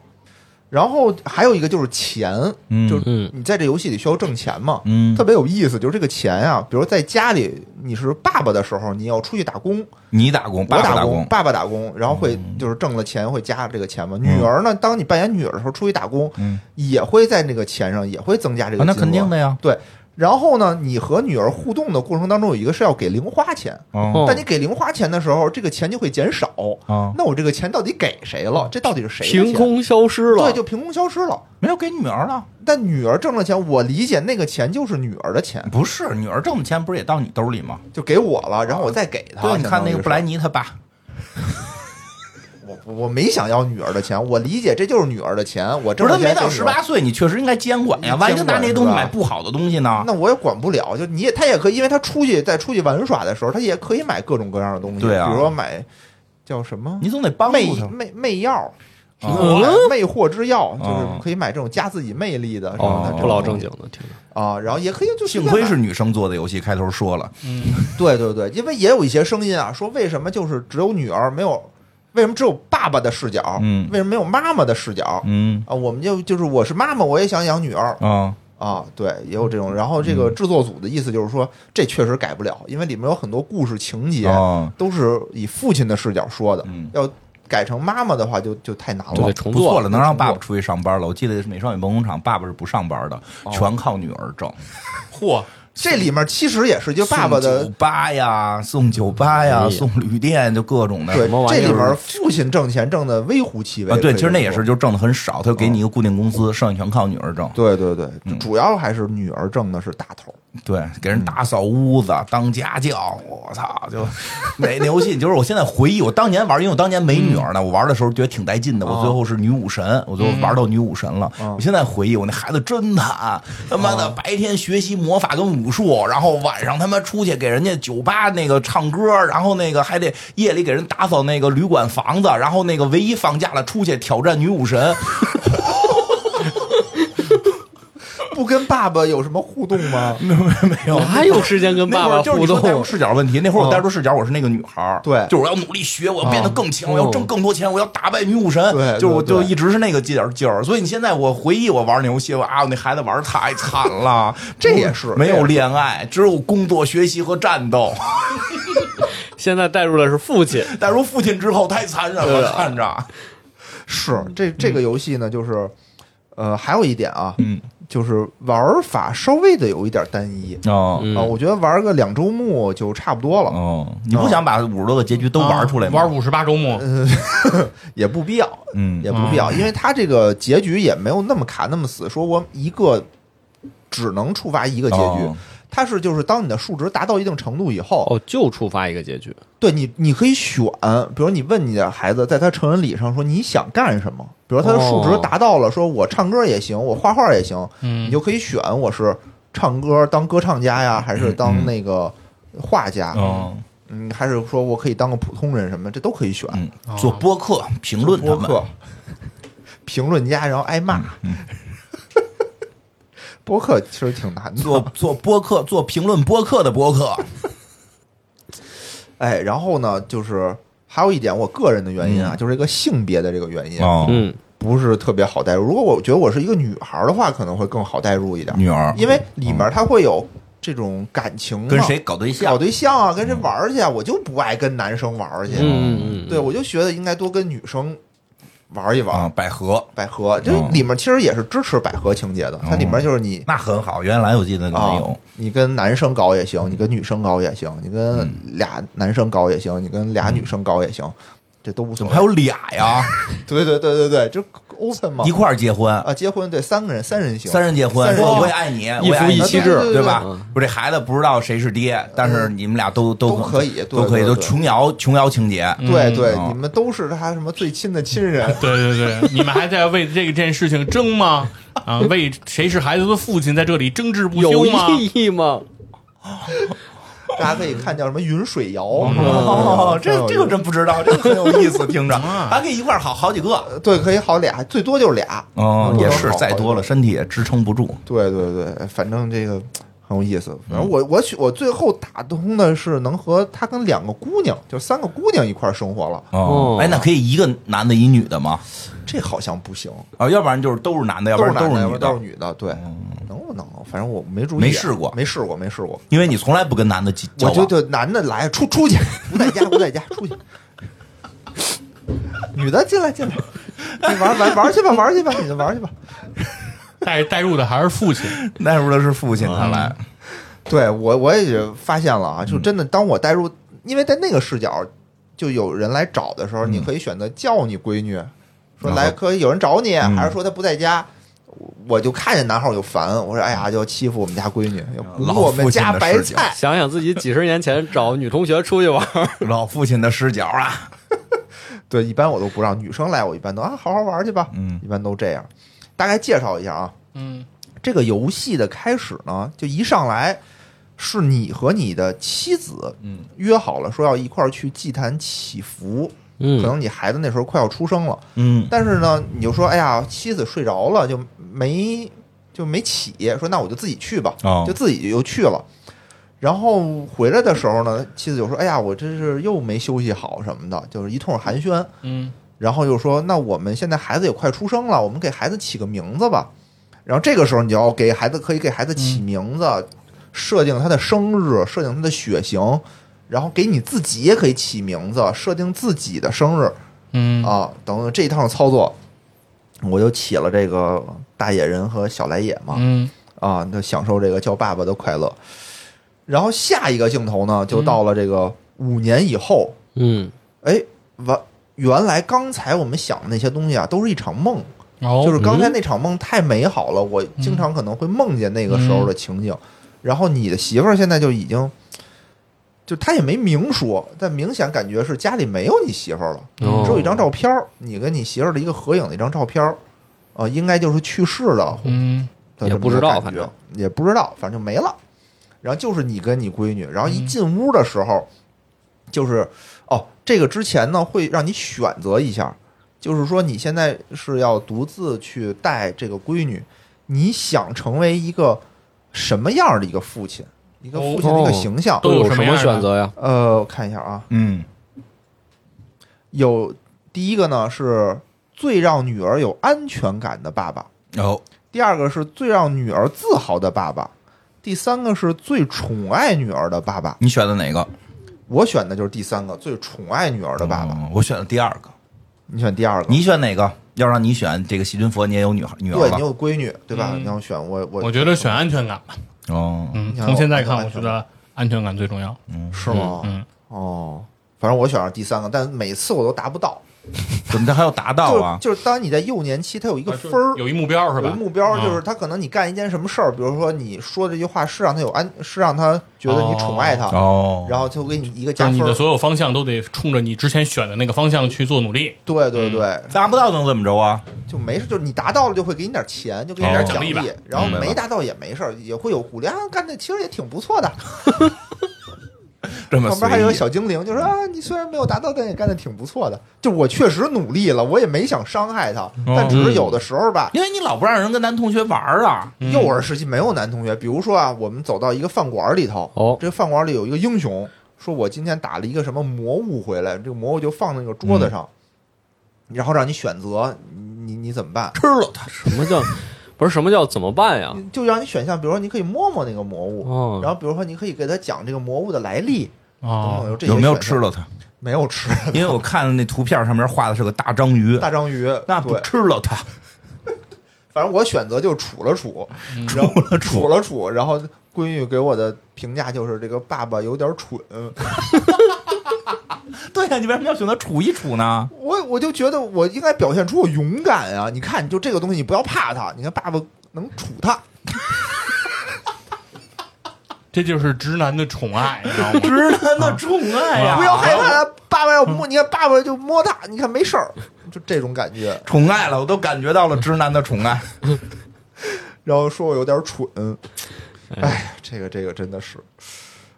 Speaker 1: 然后还有一个就是钱，
Speaker 3: 嗯
Speaker 1: 就是
Speaker 4: 嗯
Speaker 1: 你在这游戏里需要挣钱嘛，
Speaker 3: 嗯
Speaker 1: 特别有意思，就是这个钱啊，比如在家里你是爸爸的时候，你要出去打工，
Speaker 3: 你打工，爸
Speaker 1: 我
Speaker 3: 爸
Speaker 1: 打
Speaker 3: 工，嗯
Speaker 1: 爸爸打工，然后会就是挣了钱会加这个钱嘛。女儿呢，当你扮演女儿的时候出去打工，
Speaker 3: 嗯
Speaker 1: 也会在那个钱上也会增加这个、
Speaker 3: 啊那肯定的呀。
Speaker 1: 对，然后呢，你和女儿互动的过程当中，有一个是要给零花钱，
Speaker 3: 哦
Speaker 1: 但你给零花钱的时候，这个钱就会减少。
Speaker 3: 哦，
Speaker 1: 那我这个钱到底给谁了？这到底是谁的钱？
Speaker 4: 凭空消失了，
Speaker 1: 对，就凭空消失了。
Speaker 3: 没有给女儿了，
Speaker 1: 但女儿挣了钱，我理解那个钱就是女儿的钱，
Speaker 3: 不是女儿挣的钱不是也到你兜里吗？
Speaker 1: 就给我了，然后我再给她。
Speaker 3: 对，你
Speaker 1: 相
Speaker 3: 看
Speaker 1: 当于
Speaker 3: 那个
Speaker 1: 是
Speaker 3: 布莱，尼他爸，
Speaker 1: 我我没想要女儿的钱，我理解这就是女儿的钱，我
Speaker 3: 不
Speaker 1: 挣
Speaker 3: 是
Speaker 1: 了
Speaker 3: 他
Speaker 1: 钱
Speaker 3: 没到
Speaker 1: 给女
Speaker 3: 十
Speaker 1: 儿
Speaker 3: 八岁，你确实应该监管呀，
Speaker 1: 监管
Speaker 3: 万一他拿那些东西
Speaker 1: 是吧
Speaker 3: 买不好的东西呢？
Speaker 1: 那我也管不了，就你也他也可以，因为他出去在出去玩耍的时候，他也可以买各种各样的东西，
Speaker 3: 对啊
Speaker 1: 比如说买叫什么
Speaker 3: 你总得帮助
Speaker 1: 魅
Speaker 3: 他。
Speaker 1: 魅魅药、
Speaker 4: 嗯
Speaker 1: 买魅惑之药，就是
Speaker 3: 哦
Speaker 1: 可以买这种加自己魅力的，然后他这
Speaker 4: 啊哦
Speaker 1: 种
Speaker 4: 不老正经的，听着。
Speaker 1: 啊，然后也可以就随
Speaker 3: 幸
Speaker 1: 便
Speaker 3: 亏
Speaker 1: 买
Speaker 3: 是女生做的游戏，开头说了，
Speaker 2: 嗯
Speaker 1: 对对对，因为也有一些声音啊，说为什么就是只有女儿没有，为什么只有爸爸的视角，
Speaker 3: 嗯
Speaker 1: 为什么没有妈妈的视角？
Speaker 3: 嗯
Speaker 1: 啊，我们就就是我是妈妈，我也想养女儿，
Speaker 3: 啊
Speaker 4: 嗯
Speaker 1: 啊，对，也有这种。然后这个制作组的意思就是说，这确实改不了，因为里面有很多故事情节、
Speaker 3: 哦
Speaker 1: 都是以父亲的视角说的，
Speaker 3: 嗯
Speaker 1: 要改成妈妈的话就就太难
Speaker 4: 就
Speaker 1: 了
Speaker 4: 得。重
Speaker 3: 不错
Speaker 4: 做
Speaker 3: 了，能让爸爸出去上班了。我记得《美少女梦工厂》，爸爸是不上班的，
Speaker 4: 哦
Speaker 3: 全靠女儿挣。
Speaker 2: 嚯，
Speaker 1: 这里面其实也是就爸爸
Speaker 3: 送
Speaker 1: 的
Speaker 3: 酒。吧呀，送酒吧呀，
Speaker 4: 哎呀
Speaker 3: 送旅店，就各种的。
Speaker 1: 对
Speaker 4: 什么，玩
Speaker 1: 这
Speaker 4: 意儿
Speaker 1: 里面父亲挣钱挣的微乎其微
Speaker 3: 啊，
Speaker 1: 可
Speaker 3: 对，
Speaker 1: 以
Speaker 3: 其实
Speaker 1: 这么
Speaker 3: 那也
Speaker 1: 说
Speaker 3: 是，就挣的很少，他就
Speaker 4: 哦
Speaker 3: 给你一个固定工资，剩下全靠女儿挣。
Speaker 1: 对对对，
Speaker 3: 嗯
Speaker 1: 主要还是女儿挣的是大头。
Speaker 3: 对，给人打扫屋子，当家教，我操！就哪那游戏，就是我现在回忆我当年玩，因为我当年没女儿呢，我玩的时候觉得挺带劲的。我最后是女武神，我最后玩到女武神了。我现在回忆，我那孩子真惨，他妈的嗯白天学习魔法跟武术，然后晚上他妈出去给人家酒吧那个唱歌，然后那个还得夜里给人打扫那个旅馆房子，然后那个唯一放假了出去挑战女武神，
Speaker 1: 不跟爸爸有什么互动吗？
Speaker 3: 没有
Speaker 4: 哪有时间跟
Speaker 3: 那
Speaker 4: 爸
Speaker 3: 会儿
Speaker 4: 爸
Speaker 3: 就是
Speaker 4: 互
Speaker 3: 你说代
Speaker 4: 动
Speaker 3: 入？视角问题。那会儿我代入视角，我是那个女孩儿，
Speaker 1: 对
Speaker 3: 就是我要努力学，我要变得更强，
Speaker 4: 哦
Speaker 3: 我要挣更多钱，我要打败女武神，
Speaker 1: 对对
Speaker 3: 就是我就
Speaker 1: 对
Speaker 3: 一直是那个劲儿劲儿。所以你现在我回忆我玩那游戏，我啊，我那孩子玩儿太惨了，
Speaker 1: 这也是
Speaker 3: 没
Speaker 1: 这也
Speaker 3: 有
Speaker 1: 是
Speaker 3: 恋爱，只有工作、学习和战斗。
Speaker 4: 现在带入的是父亲，
Speaker 3: 但如父亲之后太残忍
Speaker 4: 对
Speaker 3: 了，
Speaker 4: 啊
Speaker 3: 看着，
Speaker 1: 是这这个游戏呢，就是，呃，还有一点啊，
Speaker 3: 嗯，
Speaker 1: 就是玩法稍微的有一点单一
Speaker 3: 哦
Speaker 4: 嗯
Speaker 1: 啊，我觉得玩个两周目就差不多了，
Speaker 3: 哦，你不想把五十多个结局都玩出来吗？
Speaker 2: 啊嗯玩五十八周目，
Speaker 1: 也不必要，
Speaker 3: 嗯
Speaker 1: 也不必要，因为它这个结局也没有那么卡那么死，说我一个只能触发一个结局
Speaker 3: 哦，
Speaker 1: 它是就是当你的数值达到一定程度以后，
Speaker 4: 哦，就触发一个结局，
Speaker 1: 对你你可以选，比如你问你的孩子，在他成人礼上说你想干什么，比如他的数值
Speaker 4: 哦
Speaker 1: 达到了，说我唱歌也行，我画画也行，你
Speaker 2: 嗯，
Speaker 1: 就可以选我是唱歌当歌唱家呀，还是当那个画家，
Speaker 3: 嗯哦，
Speaker 1: 嗯，还是说我可以当个普通人什么，这都可以选。
Speaker 3: 嗯，做播客评论他
Speaker 1: 播
Speaker 3: 们嗯
Speaker 1: 客，评论家，然后挨骂。 播客其实挺难
Speaker 3: 做
Speaker 1: 的，
Speaker 3: 做播客，做评论播客的播客，
Speaker 1: 哎，然后呢，就是还有一点，我个人的原因啊，就是这个性别的这个原因，
Speaker 3: 嗯哦，
Speaker 4: 嗯，
Speaker 1: 不是特别好代入。如果我觉得我是一个女孩的话，可能会更好代入一点，
Speaker 3: 女儿
Speaker 1: 因为里面它会有这种感情嘛，
Speaker 3: 跟谁搞对象
Speaker 1: 搞？对象啊，跟谁玩儿去啊，我就不爱跟男生玩儿去，
Speaker 4: 嗯嗯
Speaker 1: 对我就觉得应该多跟女生玩一玩。
Speaker 3: 啊，百合
Speaker 1: 百合这
Speaker 3: 哦
Speaker 1: 里面其实也是支持百合情节的，它里面就是你
Speaker 3: 那很好，原来我记得没
Speaker 1: 啊
Speaker 3: 嗯有，，
Speaker 1: 你跟男生搞也行，你跟女生搞也行，你
Speaker 3: 嗯
Speaker 1: 跟俩男生搞也行，你跟俩女生搞也行，这都无
Speaker 3: 怎
Speaker 1: 所
Speaker 3: 么
Speaker 1: 谓。
Speaker 3: 嗯还有俩呀？
Speaker 1: 对对对对对，这 open 嘛
Speaker 3: 一块儿结婚，
Speaker 1: 啊，结婚对三个人三人行，
Speaker 3: 三人结婚
Speaker 1: 三，人
Speaker 3: 我我也爱你，
Speaker 4: 一
Speaker 3: 我也爱
Speaker 4: 夫
Speaker 3: 你
Speaker 4: 一妻
Speaker 1: 对
Speaker 4: 制
Speaker 1: 对，嗯
Speaker 3: 对吧
Speaker 4: 嗯？
Speaker 3: 我这孩子不知道谁是爹，但是你们俩都都
Speaker 1: 都可以对
Speaker 3: 都可以，
Speaker 1: 对对
Speaker 3: 都琼瑶琼瑶情节。
Speaker 1: 对对，
Speaker 3: 嗯
Speaker 1: 你们都是他什么最亲的亲人，
Speaker 2: 对对对，你们还在为这个这件事情争吗？啊，为谁是孩子的父亲在这里争执不
Speaker 4: 有
Speaker 2: 休吗？
Speaker 4: 意义吗？
Speaker 1: 大家可以看叫什么云水谣， 嗯
Speaker 3: 哦，这这个
Speaker 1: 这
Speaker 3: 真不知道，这个很有意思，听着，
Speaker 1: 嗯
Speaker 3: 还可以一块儿好好几个。
Speaker 1: 对可以好俩，最多就是俩，
Speaker 3: 哦，也是
Speaker 1: 嗯，
Speaker 3: 再多了身体也支撑不住。
Speaker 1: 对对对，反正这个很有意思。反
Speaker 3: 嗯
Speaker 1: 正我我喜我最后打动的是能和他跟两个姑娘，就三个姑娘一块儿生活了，
Speaker 3: 哦
Speaker 4: 哦，
Speaker 3: 哎，那可以一个男的，一女的吗？
Speaker 1: 这好像不行。
Speaker 3: 啊，要不然就是都是男的，要不
Speaker 1: 都
Speaker 3: 然
Speaker 1: 是男的，
Speaker 3: 是
Speaker 1: 要不
Speaker 3: 女
Speaker 1: 然都是
Speaker 3: 的，嗯
Speaker 1: 女的，对，能不能？反正我没注意，啊
Speaker 3: 没试过
Speaker 1: 没试过，没试过。
Speaker 3: 因为你从来不跟男的交
Speaker 1: 我
Speaker 3: 往。
Speaker 1: 就就男的来出出去，不在家不在家出去， 女的进来进来， 你玩玩玩去吧玩去吧，你就玩去吧。
Speaker 2: 带带入的还是父亲，
Speaker 3: 那时候的是父
Speaker 1: 嗯
Speaker 3: 亲，看来
Speaker 1: 对我我也发现了啊，
Speaker 3: 嗯
Speaker 1: 就真的当我带入，因为在那个视角，就有人来找的时候，你可以选择叫你闺女，说
Speaker 3: 嗯然后嗯
Speaker 1: 来可以有人找你，还是说她不在家。我我就看见男号我就烦，我说哎呀，就欺负我们家闺女，要不
Speaker 3: 老
Speaker 1: 我们
Speaker 3: 父亲
Speaker 1: 家
Speaker 3: 的
Speaker 1: 白
Speaker 3: 视角
Speaker 1: 菜，
Speaker 4: 想想自己几十年前找女同学出去玩，
Speaker 3: 老父亲的视角啊，
Speaker 1: 对，一般我都不让女生来，我一般都啊好好玩去吧，
Speaker 3: 嗯
Speaker 1: 一般都这样。大概介绍一下啊，
Speaker 2: 嗯，
Speaker 1: 这个游戏的开始呢，就一上来是你和你的妻子，
Speaker 3: 嗯，
Speaker 1: 约好了说要一块儿去祭坛祈福，可
Speaker 4: 嗯
Speaker 1: 能你孩子那时候快要出生了，
Speaker 3: 嗯
Speaker 1: 但是呢，你就说哎呀，妻子睡着了，就没就没起，说那我就自己去吧，
Speaker 3: 哦
Speaker 1: 就自己就去了。然后回来的时候呢，妻子就说：“哎呀，我这是又没休息好什么的，就是一通寒暄。”
Speaker 2: 嗯，
Speaker 1: 然后就说：“那我们现在孩子也快出生了，我们给孩子起个名字吧。”然后这个时候你就要给孩子可以给孩子起名字，
Speaker 2: 嗯
Speaker 1: 设定他的生日，设定他的血型，然后给你自己也可以起名字，设定自己的生日
Speaker 2: 嗯
Speaker 1: 啊等等这一趟操作，我就起了这个大野人和小来也嘛，
Speaker 2: 嗯
Speaker 1: 啊，那享受这个叫爸爸的快乐。然后下一个镜头呢，就到了这个五年以后，
Speaker 4: 嗯，
Speaker 1: 哎，完，原来刚才我们想的那些东西啊，都是一场梦，
Speaker 2: 哦，
Speaker 1: 就是刚才那场梦太美好了，我经常可能会梦见那个时候的情景。然后你的媳妇儿现在就已经，就她也没明说，但明显感觉是家里没有你媳妇儿了，
Speaker 4: 哦
Speaker 1: 只有一张照片儿，你跟你媳妇儿的一个合影的一张照片儿，啊、应该就是去世的，
Speaker 2: 嗯
Speaker 1: 的
Speaker 4: 也
Speaker 1: 这么
Speaker 4: 不
Speaker 1: 一
Speaker 4: 知
Speaker 1: 个
Speaker 4: 道
Speaker 1: 感
Speaker 4: 反
Speaker 1: 觉
Speaker 4: 正
Speaker 1: 也不知道，反正就没了。然后就是你跟你闺女，然后
Speaker 4: 嗯
Speaker 1: 一进屋的时候，就是哦，这个之前呢会让你选择一下，就是说你现在是要独自去带这个闺女，你想成为一个什么样的一个父亲，一个父亲的一个
Speaker 4: 哦
Speaker 1: 形象？
Speaker 2: 都有
Speaker 4: 有
Speaker 2: 什么
Speaker 4: 什么
Speaker 2: 样的
Speaker 4: 选择呀？
Speaker 1: 呃，我看一下啊，
Speaker 3: 嗯，
Speaker 1: 有第一个呢是最让女儿有安全感的爸爸，
Speaker 3: 哦，
Speaker 1: 第二个是最让女儿自豪的爸爸，第三个是最宠爱女儿的爸爸。
Speaker 3: 你选的哪个？
Speaker 1: 我选的就是第三个，最宠爱女儿的爸爸。
Speaker 3: 嗯我选的第二个。
Speaker 1: 你选第二个，
Speaker 3: 你选哪个？要让你选这个细菌佛，你也有女孩女儿
Speaker 1: 对你
Speaker 3: 了。
Speaker 1: 有闺女对吧？
Speaker 2: 嗯
Speaker 1: 你要选我，我
Speaker 2: 我觉得选安全感吧，
Speaker 3: 哦，
Speaker 2: 嗯，
Speaker 1: 你看
Speaker 2: 从现在
Speaker 1: 我
Speaker 2: 看，
Speaker 1: 我
Speaker 2: 我觉得安全感最重要。
Speaker 1: 是吗？
Speaker 2: 嗯，
Speaker 1: 哦，反正我选了第三个，但每次我都达不到。
Speaker 3: 怎么着还要达到啊？
Speaker 1: 就就是当你在幼年期，它有一个
Speaker 2: 啊就
Speaker 1: 分儿。
Speaker 2: 有一目标
Speaker 1: 有
Speaker 2: 是吧？
Speaker 1: 一目标
Speaker 2: 嗯
Speaker 1: 就是他可能你干一件什么事儿，比如说你说这句话是让他有安，是让他觉得你宠爱他，
Speaker 3: 哦，
Speaker 1: 然 后就给你一个
Speaker 2: 嗯就
Speaker 1: 加
Speaker 2: 是你
Speaker 1: 分
Speaker 2: 的
Speaker 1: 儿。
Speaker 2: 所有方向都得冲着你之前选的那个方向去做努力，
Speaker 1: 对
Speaker 2: 嗯
Speaker 1: 对对，
Speaker 3: 达不到能怎么着啊？
Speaker 1: 就没事，就是你达到了就会给你点钱，就给你
Speaker 3: 哦
Speaker 1: 点奖
Speaker 2: 奖
Speaker 1: 励
Speaker 2: 励吧，
Speaker 1: 然后
Speaker 3: 明白
Speaker 1: 没
Speaker 3: 了
Speaker 1: 达到也没事儿，也会有鼓励啊，干的其实也挺不错的。
Speaker 3: 这么
Speaker 1: 旁
Speaker 3: 随
Speaker 1: 边还有个
Speaker 3: 意？
Speaker 1: 小精灵，就说啊，你虽然没有达到，但也干的挺不错的。就我确实努力了，我也没想伤害
Speaker 3: 哦
Speaker 1: 他，但只是有的时候吧，
Speaker 3: 因为你老不让人跟男同学玩儿啊。
Speaker 2: 嗯
Speaker 1: 幼儿时期没有男同学，比如说啊，我们走到一个饭馆里头，
Speaker 4: 哦
Speaker 1: 这个饭馆里有一个英雄，说我今天打了一个什么魔物回来，这个魔物就放在那个桌子上，
Speaker 3: 嗯
Speaker 1: 然后让你选择，你你怎么办？
Speaker 4: 吃了它。什么叫不是什么叫怎么办呀？
Speaker 1: 就让你选项，比如说你可以摸摸那个魔物，
Speaker 3: 嗯
Speaker 4: 哦
Speaker 1: 然后比如说你可以给他讲这个魔物的来历，等等
Speaker 2: 哦，
Speaker 1: 有这些
Speaker 3: 有没有
Speaker 1: 选
Speaker 3: 吃
Speaker 1: 项？
Speaker 3: 了它？
Speaker 1: 没有 吃，
Speaker 3: 因为我看那图片上面画的是个大章鱼，
Speaker 1: 大章鱼
Speaker 3: 那不
Speaker 1: 对，
Speaker 3: 吃 了它，
Speaker 1: 反正我选择就处了处，
Speaker 3: 除嗯 了除
Speaker 1: 处了处，然后闺女给我的评价就是这个爸爸有点蠢，
Speaker 3: 对呀、你为什么要选择处一 处呢？
Speaker 1: 我我就觉得我应该表现出我勇敢啊！你看，就这个东西，你不要怕它，你看爸爸能处它，
Speaker 2: 这就是直男的宠爱，你知道吗？
Speaker 3: 直男的宠爱 呀、
Speaker 1: 不要害怕它，爸爸要摸，你看爸爸就摸它，你看没事儿，就这种感觉。
Speaker 3: 宠爱了，我都感觉到了直男的宠爱。
Speaker 1: 然后说我有点蠢，哎呀，这个这个真的是，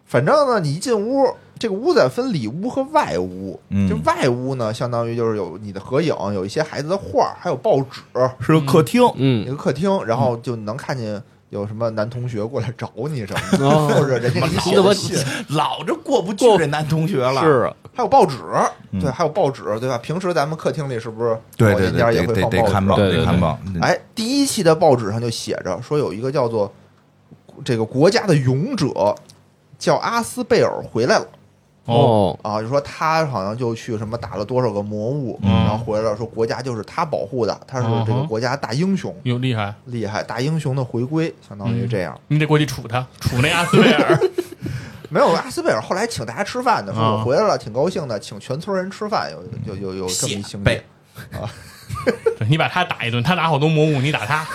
Speaker 1: 反正呢，你一进屋，这个屋子分里屋和外屋，
Speaker 3: 嗯
Speaker 1: 这外屋呢，相当于就是有你的合影，有一些孩子的画，还有报纸，
Speaker 3: 是个客厅，
Speaker 1: 一
Speaker 4: 嗯，
Speaker 1: 个客厅，然后就能看见有什么男同学过来找你什么的，
Speaker 4: 哦
Speaker 1: 或者人家给你写的
Speaker 4: 怎么
Speaker 1: 信，
Speaker 3: 老着过不去
Speaker 4: 过
Speaker 3: 这男同学了。
Speaker 4: 是啊，
Speaker 1: 还有报纸，对，还有报纸，对吧？平时咱们客厅里是不是
Speaker 3: 嗯对
Speaker 1: 老
Speaker 3: 对
Speaker 1: 人家
Speaker 3: 对，
Speaker 1: 也会
Speaker 3: 得得
Speaker 1: 放
Speaker 3: 得看
Speaker 1: 报
Speaker 3: 报，
Speaker 1: 纸？
Speaker 4: 对对
Speaker 3: 得看报。
Speaker 4: 嗯
Speaker 1: 哎，第一期的报纸上就写着说有一个叫做这个国家的勇者叫阿斯贝尔回来了。
Speaker 4: 哦，
Speaker 1: 啊，就说他好像就去什么打了多少个魔物，
Speaker 4: 嗯
Speaker 1: 然后回来了，说国家就是他保护的，他是这个
Speaker 2: 嗯哼
Speaker 1: 国家大英雄，
Speaker 2: 有厉害，
Speaker 1: 厉害大英雄的回归，相当
Speaker 4: 嗯
Speaker 1: 于这样。
Speaker 2: 你得过去杵他，杵那阿斯贝尔。
Speaker 1: 没有阿斯贝尔后来请大家吃饭的，说
Speaker 4: 嗯
Speaker 1: 我
Speaker 2: 啊
Speaker 1: 回来了，挺高兴的，请全村人吃饭，有有有有这么一情节
Speaker 3: 贝，
Speaker 2: 对你把他打一顿，他打好多魔物，你打他，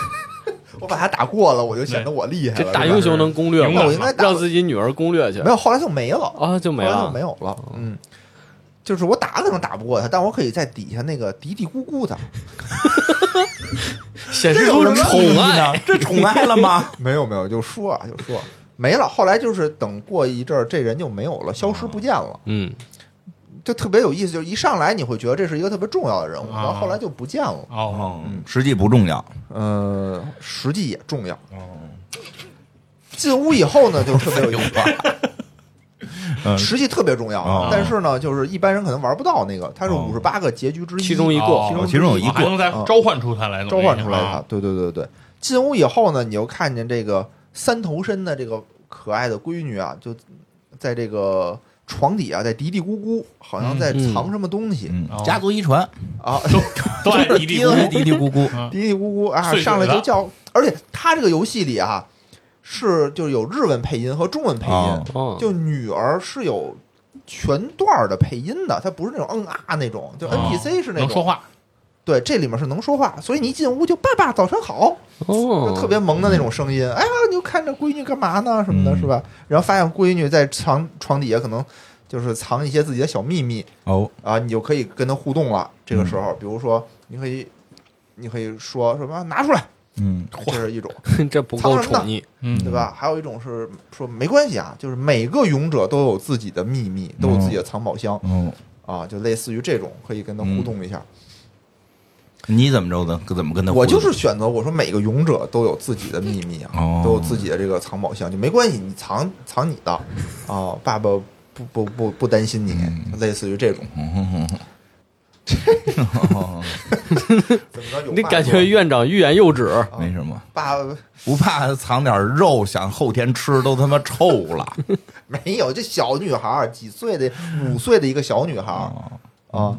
Speaker 1: 我把他打过了，我就显得我厉害
Speaker 4: 这
Speaker 1: 了。
Speaker 4: 大
Speaker 1: 是吧
Speaker 4: 英雄能攻略
Speaker 2: 勇
Speaker 4: 吗
Speaker 1: 那我应该？打
Speaker 4: 让自己女儿攻略去
Speaker 1: 没有，后来就没了，
Speaker 4: 啊，就没
Speaker 1: 后来就
Speaker 4: 了
Speaker 1: 没。有了，嗯。就是我打可能打不过他，但我可以在底下那个嘀嘀咕咕的。
Speaker 4: 显
Speaker 3: 这
Speaker 4: 示
Speaker 3: 有
Speaker 4: 出
Speaker 3: 什么
Speaker 4: 宠
Speaker 3: 意义
Speaker 4: 爱，
Speaker 3: 呢？这宠爱了 吗？
Speaker 1: 没有没有，就说啊，就说没了。后来就是等过一阵儿，这人就没有了，消失不见了，
Speaker 4: 嗯，
Speaker 1: 就特别有意思。就是一上来你会觉得这是一个特别重要的人物，然
Speaker 2: 啊
Speaker 1: 后后来就不见了。
Speaker 2: 哦，
Speaker 3: 嗯，实际不重要。
Speaker 1: 呃，实际也重要。进屋以后呢，就特 别有意思。
Speaker 3: 嗯
Speaker 1: 实际特别重
Speaker 3: 哦
Speaker 1: 要，但是呢，就是一般人可能玩不到那个，它是
Speaker 3: 哦
Speaker 1: 五十八个结局之一，
Speaker 4: 其中一
Speaker 2: 哦
Speaker 4: 个，
Speaker 3: 哦其中有一
Speaker 2: 我还
Speaker 3: 个
Speaker 2: 能再召唤出他来，
Speaker 1: 召唤出来
Speaker 2: 啊
Speaker 1: 它。对对对对，进屋以后呢，你又看见这个三头身的这个可爱的闺女啊，就在这个床底啊，在嘀嘀咕咕，好像在
Speaker 4: 嗯
Speaker 1: 藏什么东西、
Speaker 3: 嗯
Speaker 2: 哦，
Speaker 3: 家族遗传，哦
Speaker 1: 啊，
Speaker 2: 都爱嘀 嘀咕咕
Speaker 3: 嘀嘀咕咕。
Speaker 1: 嘀嘀咕咕啊，
Speaker 2: 碎嘴
Speaker 1: 上来就
Speaker 2: 了
Speaker 1: 叫，而且他这个游戏里啊，是就有日文配音和中文配音，
Speaker 3: 哦
Speaker 4: 哦，
Speaker 1: 就女儿是有。全段儿的配音的，它不是那种嗯啊那种，就 NPC 是那种、
Speaker 2: 哦能说，话，
Speaker 1: 对，这里面是能说话，所以你一进屋就爸爸早晨好，就
Speaker 4: 哦
Speaker 1: 特别萌的那种声音。哎呀，你就看着闺女干嘛呢？什么的，是吧？然后发现闺女在床床底下可能就是藏一些自己的小秘密
Speaker 3: 哦，
Speaker 1: 啊，你就可以跟她互动了。这个时候，比如说，你可以，你可以说什么拿出来，
Speaker 3: 嗯，
Speaker 1: 这是一种，
Speaker 4: 这不够宠溺，
Speaker 2: 嗯，
Speaker 1: 对吧？还有一种是说没关系啊，就是每个勇者都有自己的秘密，都有自己的藏宝箱
Speaker 3: 哦，
Speaker 1: 啊，就类似于这种，可以跟她互动一下。
Speaker 3: 你怎么着的？怎么跟他
Speaker 1: 我
Speaker 3: 互动？
Speaker 1: 就是选择，我说每个勇者都有自己的秘密啊，
Speaker 3: 哦
Speaker 1: 都有自己的这个藏宝箱，就没关系，你藏藏你的啊、爸爸不不不不担心你，类似于这种。怎么着有
Speaker 4: 你
Speaker 1: 爸
Speaker 4: 感
Speaker 1: 爸
Speaker 4: 觉院长欲言又止。啊
Speaker 3: 没什么，
Speaker 1: 爸爸
Speaker 3: 不怕藏点肉，想后天吃都他妈臭了。
Speaker 1: 没有？这小女孩儿几岁的五岁的一个小女孩儿啊，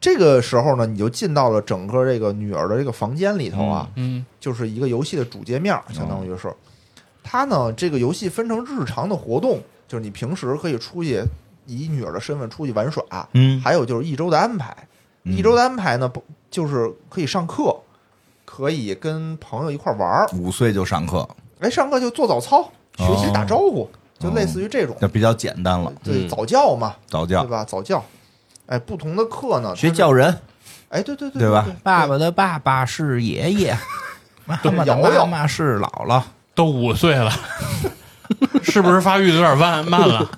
Speaker 1: 这个时候呢，你就进到了整个这个女儿的这个房间里头啊，
Speaker 2: 嗯，
Speaker 1: 就是一个游戏的主界面，
Speaker 3: 哦
Speaker 1: 相当于是。它呢，这个游戏分成日常的活动，就是你平时可以出去以女儿的身份出去玩耍，
Speaker 3: 嗯
Speaker 1: 还有就是一周的安排。一周的安排呢，不就是可以上课，可以跟朋友一块玩儿，
Speaker 3: 五岁就上课，
Speaker 1: 哎，上课就做早操，
Speaker 3: 哦
Speaker 1: 学习打招呼，就类似于这种，
Speaker 3: 那比较简单了。
Speaker 1: 对早教嘛，
Speaker 3: 早
Speaker 1: 对
Speaker 3: 教
Speaker 1: 吧？早教，哎，不同的课呢，
Speaker 3: 嗯学
Speaker 1: 它是
Speaker 3: 叫，人，
Speaker 1: 哎，对对对
Speaker 3: 对吧
Speaker 1: 对？
Speaker 3: 爸爸的爸爸是 爷爷，妈妈的
Speaker 1: 瑶瑶
Speaker 3: 妈妈是姥姥。
Speaker 2: 都五岁了， 是不是发育的有点慢慢了？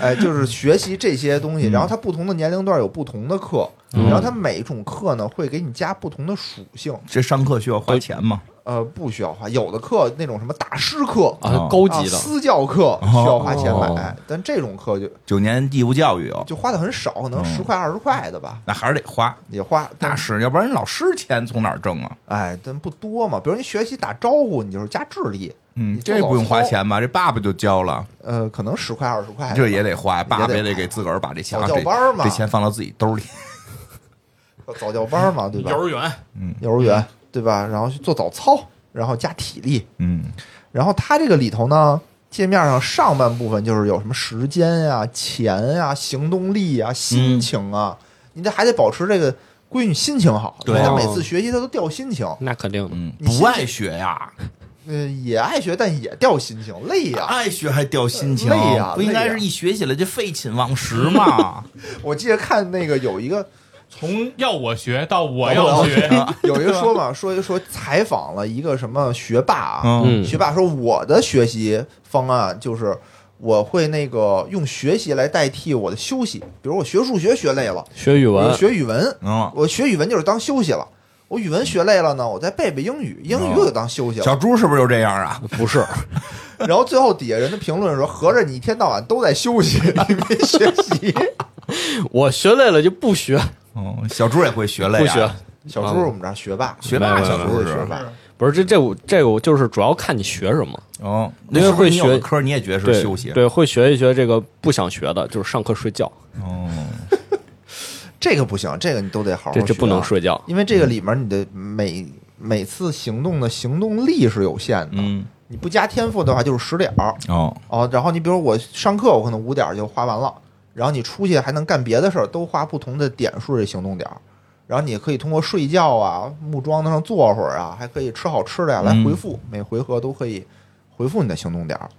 Speaker 1: 哎，就是学习这些东西，然后它不同的年龄段有不同的
Speaker 4: 嗯
Speaker 1: 课，然后它每一种课呢会给你加不同的属性，
Speaker 3: 这上课需要花钱吗？
Speaker 1: 呃，不需要花，有的课那种什么大师课
Speaker 4: 啊，高级
Speaker 1: 啊
Speaker 4: 的，
Speaker 1: 私教课需要花钱买，但这种课就
Speaker 3: 九年义务教育有，
Speaker 1: 就花的很少，可能十块二十块的吧，
Speaker 3: 那还是得花。
Speaker 1: 也花。
Speaker 3: 那
Speaker 1: 但
Speaker 3: 是，要不然老师钱从哪儿挣啊？
Speaker 1: 哎，但不多嘛。比如你学习打招呼，你就是加智力，
Speaker 3: 嗯
Speaker 1: 你，
Speaker 3: 这
Speaker 1: 做早
Speaker 3: 不用花
Speaker 1: 操，
Speaker 3: 钱吧？这爸爸就教了，
Speaker 1: 呃，可能十块二十块，
Speaker 3: 这也得花，爸爸
Speaker 1: 哎也
Speaker 3: 也
Speaker 1: 得
Speaker 3: 得给自个儿把这钱
Speaker 1: 早教
Speaker 3: 这
Speaker 1: 班儿嘛
Speaker 3: 这钱放到自己兜里。
Speaker 1: 早教班嘛，对吧
Speaker 2: 幼？
Speaker 4: 嗯
Speaker 2: 儿园
Speaker 1: 幼儿园对吧？然后去做早操，然后加体力，
Speaker 3: 嗯，
Speaker 1: 然后它这个里头呢，界面上上半部分就是有什么时间呀、钱呀、行动力呀、心情啊，你这还得保持这个闺女心情好，
Speaker 3: 对
Speaker 1: 她
Speaker 4: 哦
Speaker 1: 每次学习她都掉心情，
Speaker 4: 那肯定的。
Speaker 3: 嗯，
Speaker 1: 你
Speaker 3: 不爱学呀，
Speaker 1: 呃，也爱学但也掉心情，累呀、
Speaker 3: 爱学还掉心情，
Speaker 1: 累呀
Speaker 3: 不应该
Speaker 1: 累呀啊
Speaker 3: 是一学起来就废寝忘食 吗？
Speaker 1: 我记得看那个有一个
Speaker 2: 从要我学到
Speaker 1: 哦
Speaker 2: 我要学，
Speaker 1: 有一个说法，说说采访了一个什么学霸啊，
Speaker 4: 嗯
Speaker 1: 学霸说我的学习方案就是。我会那个用学习来代替我的休息，比如我学数学学累了，
Speaker 4: 学语文
Speaker 1: 我，学语文，
Speaker 3: 嗯，
Speaker 1: 我学语文就是当休息了。我语文学累了呢，我再背背英语，英语我就当休息了。
Speaker 3: 小猪是不是就这样啊？
Speaker 4: 不是，
Speaker 1: 然后最后底下人的评论说：“合着你一天到晚都在休息，你没学习。
Speaker 4: 我学累了就不学，
Speaker 3: 嗯，小猪也会学累
Speaker 4: 不
Speaker 3: 啊
Speaker 4: 学。。”
Speaker 1: 小猪是我们这儿学霸，
Speaker 3: 学霸
Speaker 4: 没有
Speaker 3: 小
Speaker 1: 猪
Speaker 3: 猪
Speaker 1: 是学霸。
Speaker 4: 不是这这我这我就是主要看你学什么，
Speaker 3: 哦，那
Speaker 4: 因为
Speaker 3: 是不是
Speaker 4: 会
Speaker 3: 你有的
Speaker 4: 学
Speaker 3: 科你也觉得
Speaker 4: 对
Speaker 3: 是休息，
Speaker 4: 对，会学一学这个不想学的，就是上课睡觉，
Speaker 3: 哦，
Speaker 1: 这个不行，这个你都得好好
Speaker 4: 这这
Speaker 1: 学
Speaker 4: 不能
Speaker 1: 啊
Speaker 4: 睡觉。
Speaker 1: 因为这个里面你的每每次行动的行动力是有限的。
Speaker 3: 嗯，
Speaker 1: 你不加天赋的话，就是十点儿
Speaker 3: 哦，
Speaker 1: 哦。然后你比如我上课，我可能五点儿就花完了，然后你出去还能干别的事儿，都花不同的点数这行动点儿。然后你可以通过睡觉啊、木桩子上坐会儿啊，还可以吃好吃的呀、来回复，每回合都可以回复你的行动点儿。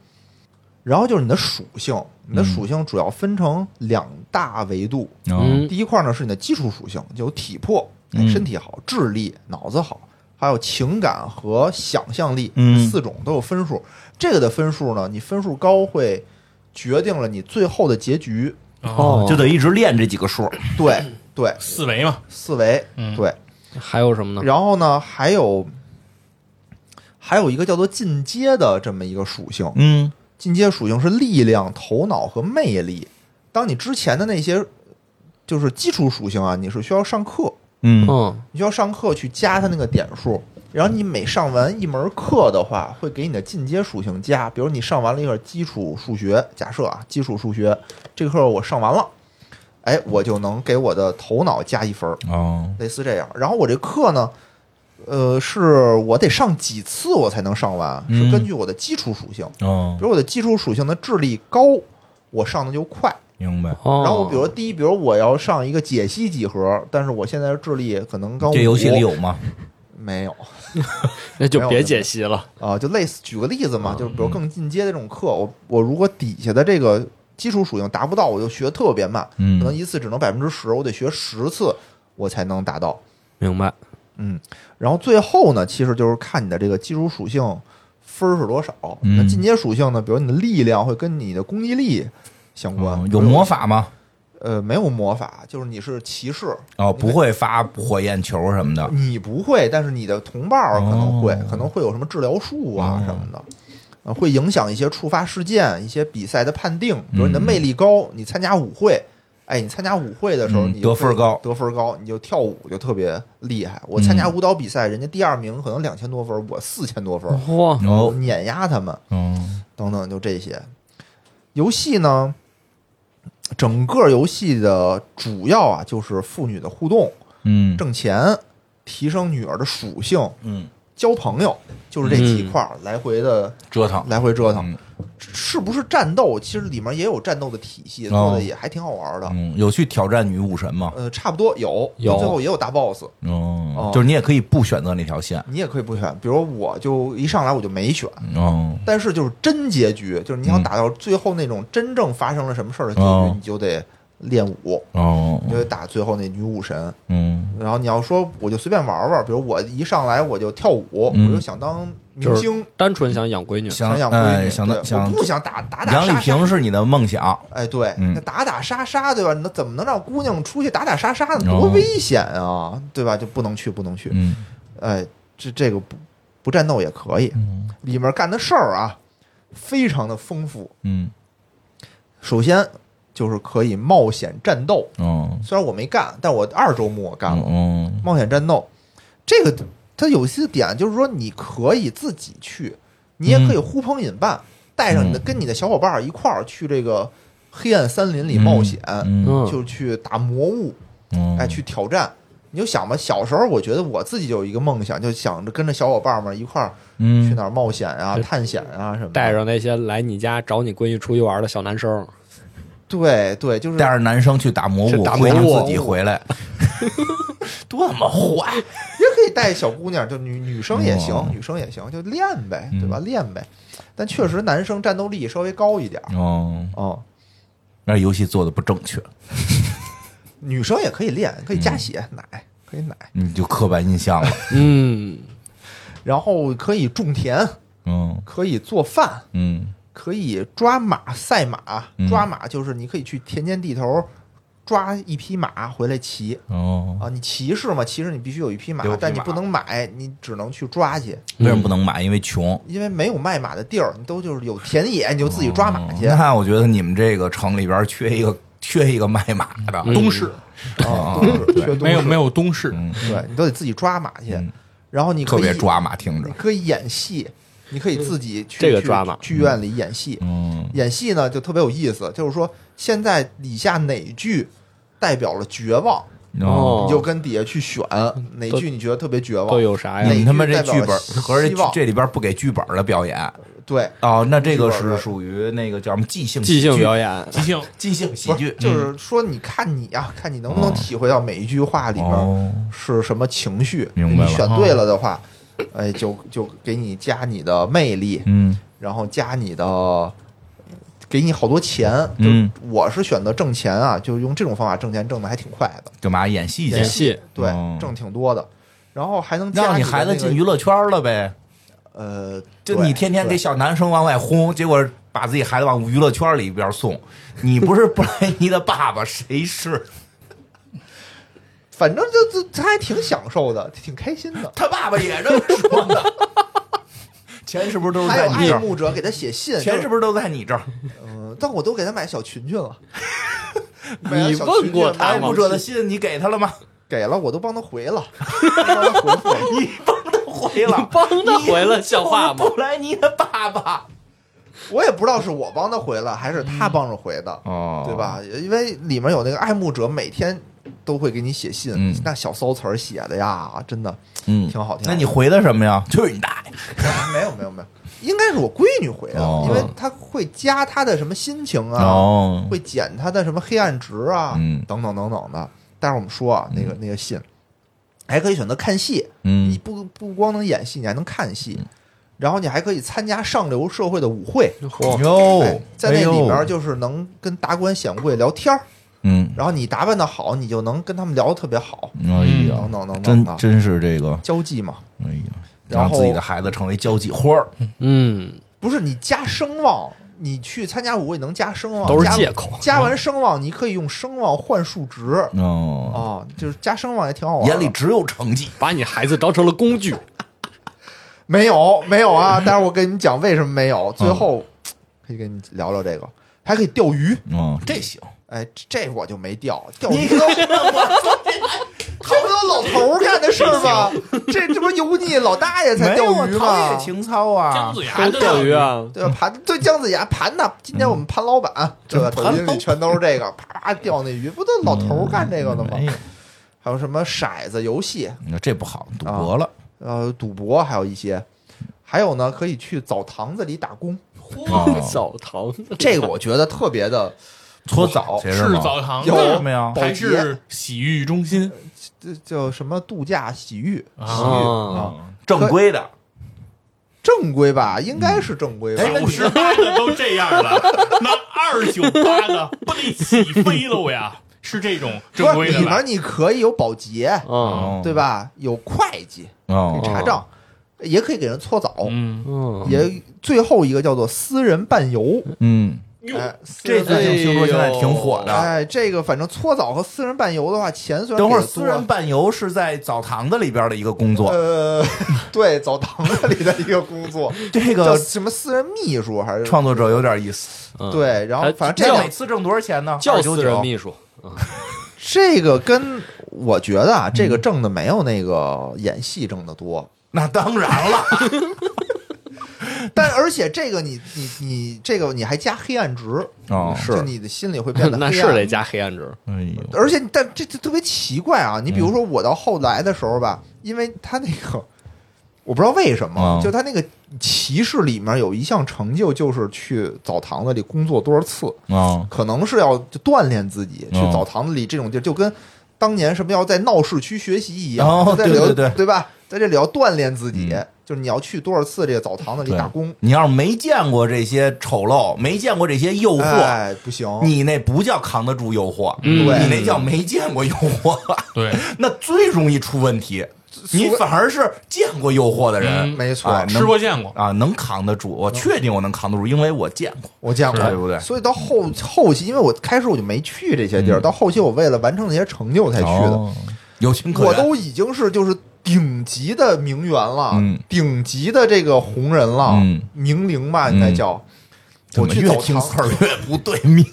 Speaker 1: 然后就是你的属性，你的属性主要分成两大维度，
Speaker 4: 嗯
Speaker 1: 第一块呢是你的基础属性，有体魄，哎
Speaker 3: 嗯
Speaker 1: 身体好，智力、脑子好，还有情感和想象力，
Speaker 3: 嗯
Speaker 1: 四种都有分数。这个的分数呢，你分数高会决定了你最后的结局。
Speaker 4: 哦
Speaker 3: 就得一直练这几个数，
Speaker 1: 对对，
Speaker 2: 四维嘛，
Speaker 1: 四维
Speaker 2: 嗯
Speaker 1: 对，
Speaker 4: 还有什么呢？
Speaker 1: 然后呢还有还有一个叫做进阶的这么一个属性，
Speaker 3: 嗯
Speaker 1: 进阶属性是力量、头脑和魅力。当你之前的那些就是基础属性啊，你是需要上课，
Speaker 3: 嗯
Speaker 4: 嗯，
Speaker 1: 你需要上课去加他那个点数，然后你每上完一门课的话，会给你的进阶属性加。比如你上完了一个基础数学，假设啊，基础数学这课我上完了，哎，我就能给我的头脑加一分儿，
Speaker 3: 哦，
Speaker 1: 类似这样。然后我这课呢，呃，是我得上几次我才能上完，
Speaker 3: 嗯
Speaker 1: 是根据我的基础属性。
Speaker 3: 哦
Speaker 1: 比，如我的基础属性的智力高，我上的就快。
Speaker 3: 明白。
Speaker 4: 哦，
Speaker 1: 然后我比如说第一，比如我要上一个解析几何，但是我现在的智力可能刚
Speaker 3: 这游戏
Speaker 1: 五
Speaker 3: 里有吗？
Speaker 1: 没有
Speaker 4: 那就
Speaker 1: 没有
Speaker 4: 别
Speaker 1: 的
Speaker 4: 解析了，
Speaker 1: 啊，就类似举个例子
Speaker 3: 嗯
Speaker 1: 嘛，就是比如更进阶的这种课，我我如果底下的这个基础属性达不到，我就学特别慢，
Speaker 3: 嗯
Speaker 1: 可能一次只能百分之十，我得学十次我才能达到。
Speaker 4: 明白？
Speaker 1: 嗯，然后最后呢，其实就是看你的这个基础属性分儿是多少。
Speaker 3: 嗯
Speaker 1: 那进阶属性呢，比如你的力量会跟你的攻击力相关，
Speaker 3: 哦有魔法吗？
Speaker 1: 呃没有魔法，就是你是骑士，
Speaker 3: 哦，不会发火焰球什么的。
Speaker 1: 你不会，但是你的同伴儿可能会，
Speaker 3: 哦
Speaker 1: 可能会有什么治疗术啊什么的，呃会影响一些触发事件、一些比赛的判定。
Speaker 3: 嗯
Speaker 1: 比如你的魅力高，你参加舞会，哎，你参加舞会的时候，
Speaker 3: 嗯
Speaker 1: 你就
Speaker 3: 得分儿高嗯
Speaker 1: 得分儿高，你就跳舞就特别厉害。我参加舞蹈比赛，人家第二名可能两千多分儿，我四千多分儿，
Speaker 4: 哇，
Speaker 1: 我
Speaker 3: 哦
Speaker 1: 碾压他们。
Speaker 3: 嗯
Speaker 1: 等等，就这些。游戏呢，整个游戏的主要啊就是父女的互动，
Speaker 3: 嗯
Speaker 1: 挣钱，提升女儿的属性，
Speaker 3: 嗯，
Speaker 1: 交朋友，就是这几块儿来回的、
Speaker 3: 折腾。
Speaker 1: 来回折腾、
Speaker 3: 嗯
Speaker 1: 是不是战斗？其实里面也有战斗的体系，
Speaker 3: 哦
Speaker 1: 做的也还挺好玩的。
Speaker 3: 嗯，有去挑战女武神吗？
Speaker 1: 呃，差不多有，
Speaker 4: 有
Speaker 1: 最后也有大 boss，
Speaker 3: 哦
Speaker 1: 哦
Speaker 3: 就是你也可以不选择那条线。
Speaker 1: 你也可以不选。比如我就一上来我就没选，
Speaker 3: 哦，
Speaker 1: 但是就是真结局，就是你想打到最后那种真正发生了什么事儿的结局，
Speaker 3: 嗯哦
Speaker 1: 你就得练武，
Speaker 3: 哦，
Speaker 1: 你就得打最后那女武神。
Speaker 3: 嗯，
Speaker 1: 然后你要说我就随便玩玩，比如我一上来我就跳舞，
Speaker 3: 嗯
Speaker 1: 我就想当明
Speaker 4: 就是
Speaker 1: 星，
Speaker 4: 单纯想养闺女，
Speaker 3: 想
Speaker 1: 养闺
Speaker 3: 哎，
Speaker 1: 女，
Speaker 3: 想
Speaker 1: 对
Speaker 3: 到想
Speaker 1: 我不想打打打
Speaker 3: 杨丽
Speaker 1: 杀杀。
Speaker 3: 萍是你的梦想。
Speaker 1: 哎，对，
Speaker 3: 嗯
Speaker 1: 那打打杀杀，对吧？那怎么能让姑娘出去打打杀杀呢？
Speaker 3: 哦
Speaker 1: 多危险啊，对吧？就不能去，不能去。
Speaker 3: 嗯
Speaker 1: 哎，这这个不不战斗也可以。里面干的事儿啊，非常的丰富。
Speaker 3: 嗯，
Speaker 1: 首先就是可以冒险战斗，
Speaker 3: 哦，
Speaker 1: 虽然我没干，但我二周末我干了、
Speaker 3: 哦，
Speaker 1: 冒险战斗。这个它有些点就是说，你可以自己去，你也
Speaker 3: 嗯
Speaker 1: 可以呼朋引伴，带上你的跟你的小伙伴儿一块儿去这个黑暗森林里冒险，
Speaker 3: 嗯，
Speaker 4: 嗯，
Speaker 1: 就去打魔物，
Speaker 3: 嗯
Speaker 1: 哎，去挑战。你就想吧，小时候我觉得我自己有一个梦想，就想着跟着小伙伴们一块儿
Speaker 3: 嗯
Speaker 1: 去哪儿冒险啊、探险啊什么的。
Speaker 4: 带上那些来你家找你闺女出去玩的小男生，
Speaker 1: 对对，就是
Speaker 3: 嗯带着男生去打魔
Speaker 4: 去
Speaker 3: 物，
Speaker 4: 打
Speaker 3: 会
Speaker 4: 魔
Speaker 3: 让
Speaker 4: 物
Speaker 3: 自己回 来，多么坏！
Speaker 1: 也可以带小姑娘，就女女生也行
Speaker 3: 哦，
Speaker 1: 女生也行，就练呗，对
Speaker 3: 嗯
Speaker 1: 吧？练呗。但确实男生战斗力稍微高一点儿
Speaker 3: 哦，
Speaker 1: 哦，
Speaker 3: 那游戏做的不正确，
Speaker 1: 女生也可以练，可以加血奶，可以奶，
Speaker 3: 你就刻板印象了。
Speaker 4: 嗯，
Speaker 1: 然后可以种田，
Speaker 3: 嗯
Speaker 1: 可以做饭，
Speaker 3: 嗯
Speaker 1: 可以抓马赛马，抓马就是你可以去田间地头抓一匹马回来骑
Speaker 3: 哦，
Speaker 1: 啊，你骑士嘛，骑士你必须有一匹马
Speaker 3: 有一，匹
Speaker 1: 但你
Speaker 3: 马
Speaker 1: 不能买，你只能去抓去，
Speaker 3: 为什么不能买？因为穷。
Speaker 1: 因为没有卖马的地儿，你都就是有田野，你就自己抓马去。
Speaker 3: 那我觉得你们这个城里边缺一个缺一个卖马的
Speaker 1: 嗯
Speaker 2: 东市
Speaker 3: 啊，
Speaker 1: 缺东西
Speaker 2: 没有没有东市，
Speaker 3: 嗯
Speaker 1: 对你都得自己抓马去，然后你可
Speaker 3: 特
Speaker 1: 以
Speaker 3: 别，抓马，听
Speaker 1: 你
Speaker 3: 着，
Speaker 1: 可以演戏，你可以自己去
Speaker 4: 这个
Speaker 1: 去
Speaker 4: 抓马
Speaker 1: 剧院里演戏，
Speaker 3: 嗯
Speaker 1: 演戏呢就特别有意思，就是说现在以下哪句代表了绝望，
Speaker 4: 哦
Speaker 1: 你就跟底下去选
Speaker 3: 嗯
Speaker 1: 哪句你觉得特别绝
Speaker 4: 都
Speaker 1: 望，
Speaker 4: 有啥呀
Speaker 1: 哪？
Speaker 3: 你他妈这
Speaker 1: 代表
Speaker 3: 剧本
Speaker 1: 希
Speaker 3: 合着
Speaker 1: 希望
Speaker 3: 这里边不给剧本的表演
Speaker 1: 对，
Speaker 3: 哦，那这个
Speaker 1: 剧本
Speaker 3: 是
Speaker 1: 的
Speaker 3: 属于那个叫什么即兴
Speaker 4: 即兴
Speaker 3: 喜剧
Speaker 4: 表演，
Speaker 2: 即兴
Speaker 3: 即兴喜
Speaker 1: 不是
Speaker 3: 剧，
Speaker 1: 就是说你看你啊，看你能不能体会到每一句话里面
Speaker 3: 哦，
Speaker 1: 是什么情绪，
Speaker 3: 明白了哦
Speaker 1: 你选对了的话，哎，就就给你加你的魅力，
Speaker 3: 嗯
Speaker 1: 然后加你的，给你好多钱。
Speaker 3: 嗯，
Speaker 1: 我是选择挣钱啊，就用这种方法挣钱，挣的还挺快的，
Speaker 3: 干嘛演戏去？
Speaker 4: 演戏，
Speaker 1: 对，
Speaker 3: 哦
Speaker 1: 挣挺多的。然后还能加
Speaker 3: 让
Speaker 1: 你
Speaker 3: 你
Speaker 1: 的
Speaker 3: 孩子
Speaker 1: 那个
Speaker 3: 进娱乐圈了呗。
Speaker 1: 呃，
Speaker 3: 就
Speaker 1: 对
Speaker 3: 你天天给
Speaker 1: 对
Speaker 3: 小男生往外轰，结果把自己孩子往娱乐圈里边送，你不是布莱尼的爸爸，谁是？
Speaker 1: 反正就就他还挺享受的，挺开心的。
Speaker 3: 他爸爸也这么说的。 钱是不是都是
Speaker 1: 还
Speaker 3: 在
Speaker 1: 有
Speaker 3: 你这
Speaker 1: 爱
Speaker 3: 儿？
Speaker 1: 慕者给他写信，
Speaker 3: 钱是
Speaker 1: 就
Speaker 3: 不是都在你这儿？
Speaker 1: 嗯，但我都给他买小裙裙了。 买了
Speaker 4: 你
Speaker 1: 小裙
Speaker 4: 问
Speaker 1: 裙
Speaker 4: 过他
Speaker 3: 爱
Speaker 4: 吗
Speaker 3: 慕？者的信你给他 了吗？
Speaker 1: 给了，我都帮他回了， 帮他回复了。
Speaker 3: 回了，
Speaker 4: 帮他回了，像话吗
Speaker 3: 布？莱尼的爸爸。
Speaker 1: 我也不知道是我帮他回了，还是他帮着回的，
Speaker 3: 哦
Speaker 1: 对？吧？因为里面有那个爱慕者每天都会给你写信，
Speaker 3: 嗯
Speaker 1: 那小骚词儿写的呀，真的
Speaker 3: 嗯
Speaker 1: 挺好听。
Speaker 3: 那你回的什么呀？就是你大爷。
Speaker 1: 没有没有没有，应该是我闺女回的，啊
Speaker 3: 哦
Speaker 1: 因为她会加她的什么心情啊，
Speaker 3: 哦
Speaker 1: 会减她的什么黑暗值啊，
Speaker 3: 嗯
Speaker 1: 等等等等的。待会儿我们说啊，那个那个信，还可以选择看戏，你
Speaker 3: 嗯
Speaker 1: 不不光能演戏，你还能看戏，然后你还可以参加上流社会的舞会。
Speaker 4: 嚯，
Speaker 1: 哎
Speaker 3: 哟，
Speaker 1: 在那里
Speaker 3: 哎
Speaker 1: 边
Speaker 3: 呦
Speaker 1: 就是能跟达官显贵聊天儿，
Speaker 3: 嗯，
Speaker 1: 然后你打扮的好，你就能跟他们聊的特别好，
Speaker 3: 哎呀
Speaker 1: 等等等等
Speaker 3: 真
Speaker 1: 的
Speaker 3: 真是这个，
Speaker 1: 交际嘛。
Speaker 3: 哎呀，
Speaker 1: 然
Speaker 3: 让
Speaker 1: 后
Speaker 3: 自己的孩子成为交际花儿，
Speaker 4: 嗯，
Speaker 1: 不是你加声望，你去参加舞会能加声望，
Speaker 4: 都是
Speaker 1: 加
Speaker 4: 借口
Speaker 1: 加完声望，你可以用声望换数值啊，
Speaker 3: 哦，
Speaker 1: 就是加声望也挺好玩的。
Speaker 3: 眼里只有成绩，
Speaker 4: 把你孩子当成了工具，
Speaker 1: 没有没有 啊，待会儿我跟你们讲为什么没
Speaker 3: 嗯
Speaker 1: 有。最后可以跟你聊聊这个，还可以钓鱼。
Speaker 3: 嗯，这行，
Speaker 1: 哎，这我就没钓钓鱼都， 这不都老头儿干的事儿 吗？这这不是油腻老大爷才
Speaker 3: 没
Speaker 1: 钓
Speaker 3: 有啊
Speaker 1: 鱼
Speaker 3: 陶冶
Speaker 1: 吗？
Speaker 3: 情操
Speaker 2: 姜
Speaker 3: 啊，
Speaker 2: 子牙
Speaker 4: 都
Speaker 2: 的
Speaker 4: 钓鱼，啊，
Speaker 1: 对吧？盘对姜子牙盘呐，今天我们盘老板，啊对吧？抖音里全都是这个，啪啪钓那鱼，不都老头儿干这个的吗
Speaker 3: 嗯没有？
Speaker 1: 还有什么骰子游戏，
Speaker 3: 那这不好，赌博了，
Speaker 1: 呃，赌博，还有一些，还有呢，可以去澡堂子里打工，
Speaker 3: 哦
Speaker 4: 澡堂子，
Speaker 1: 这个我觉得特别的
Speaker 3: 搓澡
Speaker 1: 不
Speaker 3: 这
Speaker 2: 是澡堂子
Speaker 1: 有
Speaker 3: 什么呀？
Speaker 2: 还
Speaker 1: 保洁
Speaker 2: 是洗浴中心
Speaker 1: 这叫什么度假洗浴
Speaker 2: 啊？
Speaker 4: 啊，
Speaker 3: 嗯正规的，
Speaker 1: 正规吧？应该是正规吧？
Speaker 2: 九十八的都这样了，那二九八的不得起飞了呀？是这种正
Speaker 1: 不
Speaker 2: 规
Speaker 1: 是
Speaker 2: 的
Speaker 1: 里面
Speaker 2: 吧？
Speaker 1: 你可以有保洁，
Speaker 4: 嗯
Speaker 1: 对吧？有会计可以
Speaker 3: 哦？
Speaker 1: 查账，也可以给人搓澡，
Speaker 2: 嗯，
Speaker 4: 嗯，
Speaker 1: 也最后一个叫做私人伴游，
Speaker 3: 嗯
Speaker 2: 哟，
Speaker 1: 哎，私
Speaker 3: 这
Speaker 1: 人
Speaker 3: 最近听说现在挺火的。
Speaker 1: 哎，这个反正搓澡和私人伴游的话，钱虽然
Speaker 3: 等会儿
Speaker 1: 给得多
Speaker 3: 私人伴游是在澡堂子里边的一个工作，
Speaker 1: 呃， 对，澡堂子里的一个工作，
Speaker 3: 这
Speaker 1: 叫
Speaker 3: 个
Speaker 1: 什么私人秘书还是
Speaker 3: 创作者有点意思。
Speaker 4: 嗯，
Speaker 1: 对，然后
Speaker 4: 还
Speaker 1: 反正
Speaker 3: 这
Speaker 1: 这
Speaker 3: 个
Speaker 1: 两
Speaker 3: 每次挣多少钱呢？
Speaker 4: 叫
Speaker 3: 299
Speaker 4: 私人秘书，
Speaker 1: 这个跟我觉得
Speaker 3: 嗯
Speaker 1: 啊，这个挣的没有那个演戏挣的多，
Speaker 3: 那当然了，
Speaker 1: 但而且这个你你你这个你还加黑暗值，
Speaker 3: 哦
Speaker 1: 就你的心里会变得
Speaker 4: 那
Speaker 1: 黑
Speaker 4: 是
Speaker 1: 暗。
Speaker 4: 得加黑暗值。
Speaker 3: 哎呦，
Speaker 1: 而且，但这这特别奇怪啊！你比
Speaker 3: 嗯
Speaker 1: 如说，我到后来的时候吧，因为他那个，我不知道为什么，
Speaker 3: 嗯
Speaker 1: 就他那个骑士里面有一项成就，就是去澡堂子里工作多少次，
Speaker 3: 啊，
Speaker 1: 可能是要就锻炼自己。去
Speaker 3: 嗯
Speaker 1: 澡堂子里这种地儿，就跟当年什么要在闹市区学习一样，
Speaker 3: 哦
Speaker 1: 就在这里要
Speaker 3: 对对对
Speaker 1: 对吧？在这里要锻炼自己，
Speaker 3: 嗯
Speaker 1: 就是你要去多少次这个澡堂子里
Speaker 3: 对
Speaker 1: 打工，
Speaker 3: 你要是没见过这些丑陋，没见过这些诱惑，
Speaker 1: 哎，不行，
Speaker 3: 你那不叫扛得住诱惑，
Speaker 4: 嗯
Speaker 3: 你那叫没见过诱惑，
Speaker 2: 对，
Speaker 3: 那最容易出问题。你反而是见过诱惑的人
Speaker 2: 嗯
Speaker 1: 没错，
Speaker 3: 啊能
Speaker 2: 吃过见过，
Speaker 3: 啊，能扛得住。我确定我能扛得住，因为我见过。
Speaker 1: 我见过，
Speaker 3: 是对不对
Speaker 1: 所以到后后期，因为我开始我就没去这些地儿，
Speaker 3: 嗯
Speaker 1: 到后期我为了完成那些成就才去的。
Speaker 3: 哦，有情可
Speaker 1: 我
Speaker 3: 原。
Speaker 1: 都已经是就是顶级的名媛了，
Speaker 3: 嗯
Speaker 1: 顶级的这个红人了，
Speaker 3: 嗯
Speaker 1: 名伶吧应该叫。我
Speaker 3: 怎么
Speaker 1: 去
Speaker 3: 越
Speaker 1: 澡
Speaker 3: 听
Speaker 1: 堂
Speaker 3: 词儿越不对，明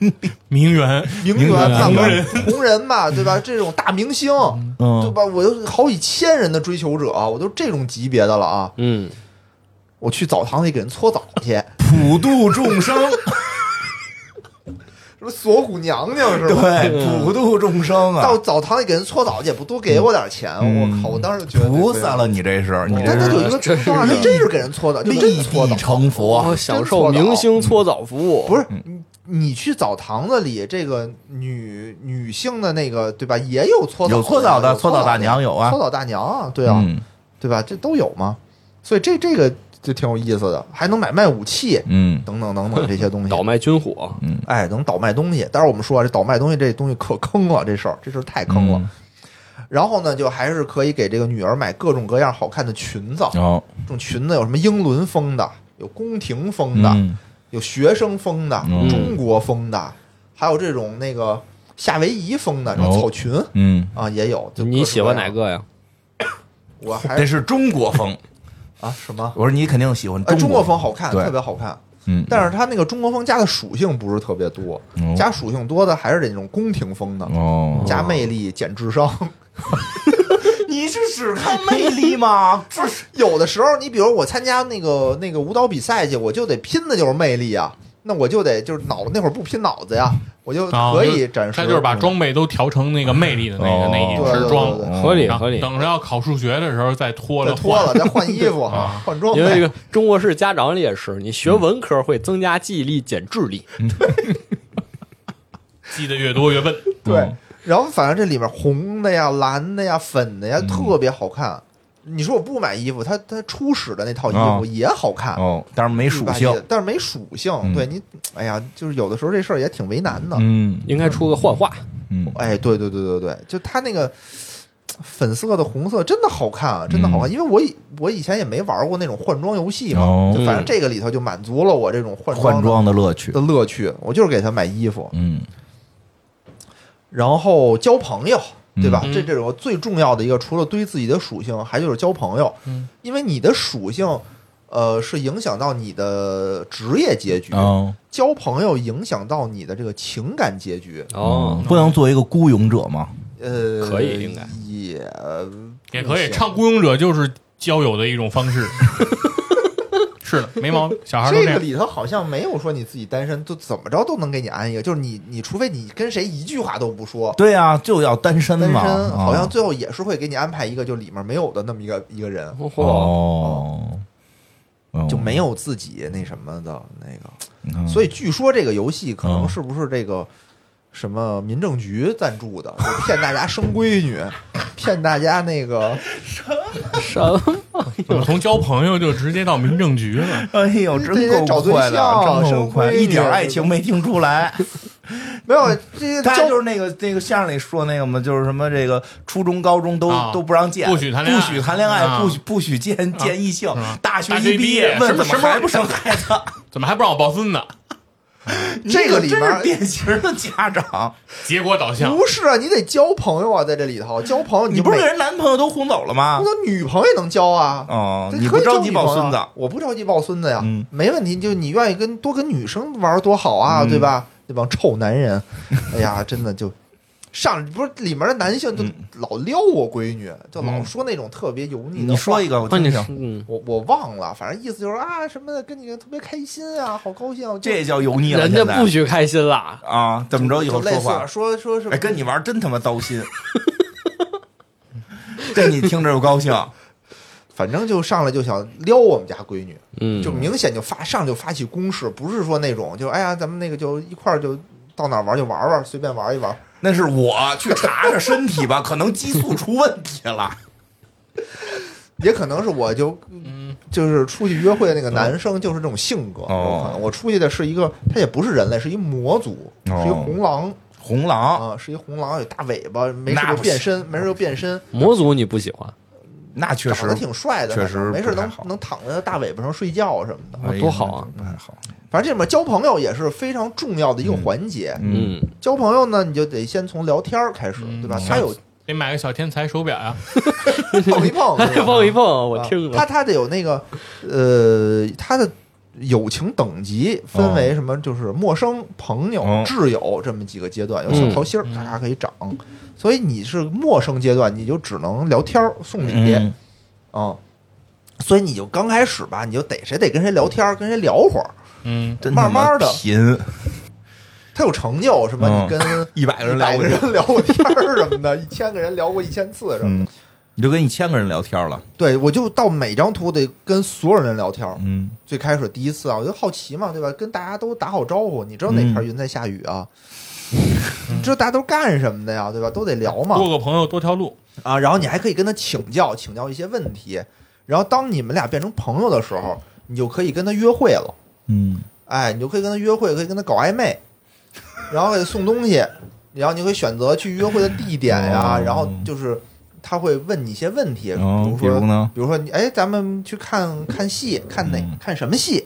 Speaker 2: 名媛
Speaker 1: 名媛、
Speaker 3: 名媛
Speaker 1: 看
Speaker 3: 红
Speaker 1: 人、红人吧，对吧？这种大明星，
Speaker 3: 嗯
Speaker 1: 对吧？我有好几千人的追求者，啊我都这种级别的了啊！
Speaker 4: 嗯，
Speaker 1: 我去澡堂里给人搓澡去，
Speaker 3: 普度众生，
Speaker 1: 什么锁骨娘娘是吧？
Speaker 3: 对，普度众生啊
Speaker 1: 到，澡堂里给人搓澡去，不多给我点钱？
Speaker 3: 嗯
Speaker 1: 我靠！我当时觉得
Speaker 3: 菩萨，了，你这是，你
Speaker 1: 但
Speaker 3: 这
Speaker 1: 他有一
Speaker 3: 是
Speaker 1: 个
Speaker 4: 这是
Speaker 1: 情况，他真是给人搓澡，就真
Speaker 3: 立
Speaker 1: 搓
Speaker 3: 地
Speaker 1: 澡，
Speaker 3: 成佛
Speaker 4: 我。享受明星搓澡服务，
Speaker 1: 不是
Speaker 3: 嗯
Speaker 1: 你你去澡堂子里，这个女女性的那个对吧，也有搓澡的，
Speaker 3: 有搓澡的
Speaker 1: 有搓
Speaker 3: 搓澡大娘有啊
Speaker 1: 搓澡大娘啊，对啊，
Speaker 3: 嗯
Speaker 1: 对吧？这都有嘛，所以这这个就挺有意思的，还能买卖武器
Speaker 3: 嗯，
Speaker 1: 等等等等这些 东西
Speaker 4: 倒。卖军火，
Speaker 1: 哎，能倒卖东西，当然我们说啊，这倒卖东西这东西可坑了，这事儿这事儿太坑了。然后呢，就还是可以给这个女儿买各种各样好看的裙子，
Speaker 3: 嗯。哦，
Speaker 1: 这种裙子有什么英伦风的，有宫廷风的，
Speaker 3: 嗯
Speaker 1: 有学生风的，
Speaker 3: 嗯
Speaker 1: 中国风的，还有这种那个夏威夷风的，这种
Speaker 3: 哦
Speaker 1: 草裙、
Speaker 3: 嗯，
Speaker 1: 啊也有。就各式各样
Speaker 4: 你喜欢哪？个呀？
Speaker 1: 我还
Speaker 3: 这是中国风。
Speaker 1: 啊什么？
Speaker 3: 我说你肯定喜欢
Speaker 1: 哎，中
Speaker 3: 中
Speaker 1: 国
Speaker 3: 国
Speaker 1: 风，好看，
Speaker 3: 对
Speaker 1: 特别好看。
Speaker 3: 嗯，
Speaker 1: 但是它那个中国风加的属性不是特别多，
Speaker 3: 哦
Speaker 1: 加属性多的还是得那种宫廷风的，
Speaker 3: 哦，
Speaker 1: 加魅力减智商。
Speaker 3: 你是只看魅力 吗？这是
Speaker 1: 有的时候，你比如我参加那个那个舞蹈比赛去，我就得拼的就是魅力啊，那我就得就是脑那会儿不拼脑子呀，我就
Speaker 2: 啊
Speaker 1: 可以
Speaker 2: 就
Speaker 1: 展示。嗯
Speaker 2: 他就是把装备都调成那个魅力的那个
Speaker 3: 哦
Speaker 2: 那一身
Speaker 1: 对对对
Speaker 2: 装，
Speaker 4: 合理
Speaker 2: 然后
Speaker 4: 合理，
Speaker 2: 等着要考数学的时候再脱
Speaker 1: 再
Speaker 2: 了
Speaker 1: 脱
Speaker 2: 换啊
Speaker 1: 了，再换衣 服，换装
Speaker 4: 因为这
Speaker 1: 备。
Speaker 4: 个中国式家长里也是，你学文科会增加记忆力、减智力，
Speaker 2: 记得越多 越笨。
Speaker 1: 对，然后反正这里面红的呀、蓝的呀、粉的
Speaker 2: 嗯
Speaker 1: 呀，特别好看。你说我不买衣服，它它初始的那套衣服
Speaker 3: 哦
Speaker 1: 也好看，
Speaker 3: 哦，但是没
Speaker 1: 没
Speaker 3: 属性。，
Speaker 1: 但是没属性。
Speaker 3: 嗯
Speaker 1: 对你，哎呀，就是有的时候这事儿也挺为难的。
Speaker 3: 嗯
Speaker 4: 应该出个幻化。
Speaker 3: 嗯，
Speaker 1: 哎，对对对对对，就它那个粉色的红色真的好看啊，真的好看。因为我以我以前也没玩过那种换装游戏嘛，
Speaker 3: 哦
Speaker 1: 就反正这个里头就满足了我这种换
Speaker 3: 换
Speaker 1: 装
Speaker 3: 装的乐趣。
Speaker 1: 的乐趣。我就是给他买衣服，
Speaker 3: 嗯
Speaker 1: 然后交朋友，对吧？
Speaker 2: 嗯
Speaker 1: 这这种最重要的一个，除了堆自己的属性，还就是交朋友。
Speaker 2: 嗯，
Speaker 1: 因为你的属性，呃，是影响到你的职业结局，
Speaker 3: 哦
Speaker 1: 交朋友影响到你的这个情感结局。
Speaker 4: 哦，
Speaker 3: 嗯不能做一个孤勇者吗？
Speaker 1: 呃，
Speaker 4: 可以应该
Speaker 1: 也
Speaker 2: 也可以
Speaker 1: 不行
Speaker 2: 唱《孤勇者》，就是交友的一 种方式。是的，没毛病，小孩都
Speaker 1: 这
Speaker 2: 这
Speaker 1: 个
Speaker 2: 样。
Speaker 1: 里头好像没有说你自己单身就怎么着都能给你安一个，就是你你除非你跟谁一句话都不说，
Speaker 3: 对呀，就要单身
Speaker 1: 单身
Speaker 3: 嘛。啊
Speaker 1: 好像最后也是会给你安排一个就里面没有的那么一个一个人，
Speaker 4: 嚯，
Speaker 3: 哦，哦
Speaker 1: 就没有自己那什么的那个。
Speaker 3: 嗯
Speaker 1: 所以据说这个游戏可能
Speaker 3: 嗯
Speaker 1: 是不是这个什么民政局赞助 的，就骗大家生闺女，骗大家那个
Speaker 4: 什么？
Speaker 2: 怎么从交朋友就直接到民政局了？
Speaker 3: 哎呦，
Speaker 1: 这
Speaker 3: 真
Speaker 1: 找
Speaker 3: 够
Speaker 1: 对
Speaker 3: 快的，
Speaker 1: 象
Speaker 3: 真够
Speaker 1: 生
Speaker 3: 快，
Speaker 1: 闺
Speaker 3: 一
Speaker 1: 女
Speaker 3: 点
Speaker 1: 这
Speaker 3: 爱
Speaker 1: 个
Speaker 3: 情没听出来。
Speaker 1: 没有这
Speaker 3: 他
Speaker 1: 交
Speaker 3: 就是那个那个相声里说那个嘛，就是什么这个初中、高中都、
Speaker 2: 啊
Speaker 3: 都不让见，
Speaker 2: 不许谈恋爱
Speaker 3: 不许谈恋爱，
Speaker 2: 啊
Speaker 3: 不许不许见见异性。
Speaker 2: 啊
Speaker 3: 大学
Speaker 2: 大学
Speaker 3: 一
Speaker 2: 一毕
Speaker 3: 业
Speaker 2: 业
Speaker 3: 问
Speaker 2: 什么什
Speaker 3: 怎么
Speaker 2: 么
Speaker 3: 还不生孩子？
Speaker 2: 怎么还不让我抱孙子？
Speaker 1: 这个里面
Speaker 3: 真是典型的 家长，
Speaker 2: 结果导向。
Speaker 1: 不是啊，你得交朋友啊，在这里头交朋友，
Speaker 3: 你
Speaker 1: 就
Speaker 3: 不是
Speaker 1: 每
Speaker 3: 给人啊男朋友都轰走了吗
Speaker 1: 我？说女朋友也能交啊。
Speaker 3: 哦
Speaker 1: 这，
Speaker 3: 你
Speaker 1: 可
Speaker 3: 不
Speaker 1: 以交
Speaker 3: 着急
Speaker 1: 女
Speaker 3: 抱
Speaker 1: 朋友
Speaker 3: 孙子
Speaker 1: 啊，我不着急抱孙子呀，
Speaker 3: 嗯
Speaker 1: 没问题。就你愿意跟多跟女生玩儿多好啊，对吧？那帮臭男人，哎呀，真的就上不是里面的男性就
Speaker 3: 嗯
Speaker 1: 老撩我闺女，就老说那种特别油腻的。
Speaker 3: 你说一
Speaker 1: 个，
Speaker 3: 个我
Speaker 4: 那
Speaker 3: 听
Speaker 4: 你
Speaker 3: 听，
Speaker 4: 嗯，
Speaker 1: 我我忘了，反正意思就是啊，什么的跟你特别开心啊，好高兴。就
Speaker 3: 这叫油腻了。
Speaker 4: 人家
Speaker 3: 现在
Speaker 4: 不许开心啦，
Speaker 3: 啊，怎么着以后
Speaker 1: 就类
Speaker 3: 说
Speaker 1: 似
Speaker 3: 话
Speaker 1: 啊说说是
Speaker 3: 哎，跟你玩儿真他妈 糟心。这你听着就高兴，
Speaker 1: 反正就上来就想撩我们家闺女，
Speaker 4: 嗯，
Speaker 1: 就明显就发上来就发起攻势，不是说那种就哎呀，咱们那个就一块儿就到哪儿玩儿就玩儿玩儿，随便玩儿一玩儿。
Speaker 3: 那是我去查查身体吧，可能激素出问题了。
Speaker 1: 也可能是我就就是出去约会的那个男生就是这种性格，
Speaker 3: 嗯哦
Speaker 1: 有可能我出去的是一个他也不是人类，是一魔族，
Speaker 3: 哦
Speaker 1: 是一红狼
Speaker 3: 红狼
Speaker 1: 啊，是一红狼有大尾巴，没事
Speaker 3: 那
Speaker 1: 就
Speaker 3: 不
Speaker 1: 变
Speaker 3: 行
Speaker 1: 身，没事就变身，
Speaker 4: 魔族你不喜欢，
Speaker 3: 那确
Speaker 1: 长
Speaker 3: 实
Speaker 1: 得挺啊帅的，
Speaker 3: 确
Speaker 1: 反正
Speaker 3: 实
Speaker 1: 没事
Speaker 3: 不太
Speaker 1: 能
Speaker 3: 好
Speaker 1: 能躺在大尾巴上睡觉什么的。
Speaker 3: 哎呀
Speaker 4: 多好啊，
Speaker 3: 那不太好。
Speaker 1: 反正这里面交朋友也是非常重要的一个环节。
Speaker 3: 嗯，
Speaker 4: 嗯，
Speaker 1: 交朋友呢，你就得先从聊天儿开始，对吧？他有
Speaker 2: 得买个小天才手表呀、
Speaker 1: 碰一碰， 对吧
Speaker 4: 嗯 碰一碰，我
Speaker 1: 啊
Speaker 4: 听
Speaker 1: 他
Speaker 4: 了，
Speaker 1: 他得有那个呃，他的友情等级分为什么？就是陌生、朋友、
Speaker 3: 哦嗯
Speaker 1: 挚友这么几个阶段，有小桃心儿，咔咔可以涨。所以你是陌生阶段，你就只能聊天儿、送礼啊、
Speaker 3: 嗯
Speaker 1: 所以你就刚开始吧，你就得谁得跟谁聊天儿，跟谁聊会儿。
Speaker 2: 嗯，
Speaker 3: 真他妈
Speaker 1: 慢慢地
Speaker 3: 贫，
Speaker 1: 他有成就什么？
Speaker 3: 嗯
Speaker 1: 你跟
Speaker 3: 一百个人聊
Speaker 1: 百
Speaker 3: 过
Speaker 1: 个
Speaker 3: 去，
Speaker 1: 人聊过天儿什么的，一千个人聊过一千次什么的。
Speaker 3: 嗯，你就跟一千个人聊天了，
Speaker 1: 对，我就到每张图得跟所有人聊天儿。
Speaker 3: 嗯，
Speaker 1: 最开始第一次啊，我就好奇嘛，对吧？跟大家都打好招呼，你知道哪片云在下雨啊？ 你知道大家都干什么的呀，对吧？都得聊嘛
Speaker 2: 多个朋友多条路。
Speaker 1: 啊，然后你还可以跟他请教请教一些问题，然后当你们俩变成朋友的时候，你就可以跟他约会了，
Speaker 3: 嗯，
Speaker 1: 哎，你就可以跟他约会，可以跟他搞暧昧， 然后给他送东西，然后你会选择去约会的地点呀，
Speaker 3: 哦
Speaker 1: 然后就是他会问你一些问题，
Speaker 3: 哦
Speaker 1: 比如说
Speaker 3: 比如呢
Speaker 1: 比如说你哎，咱们去看看戏，看哪、
Speaker 3: 嗯
Speaker 1: 看什么戏？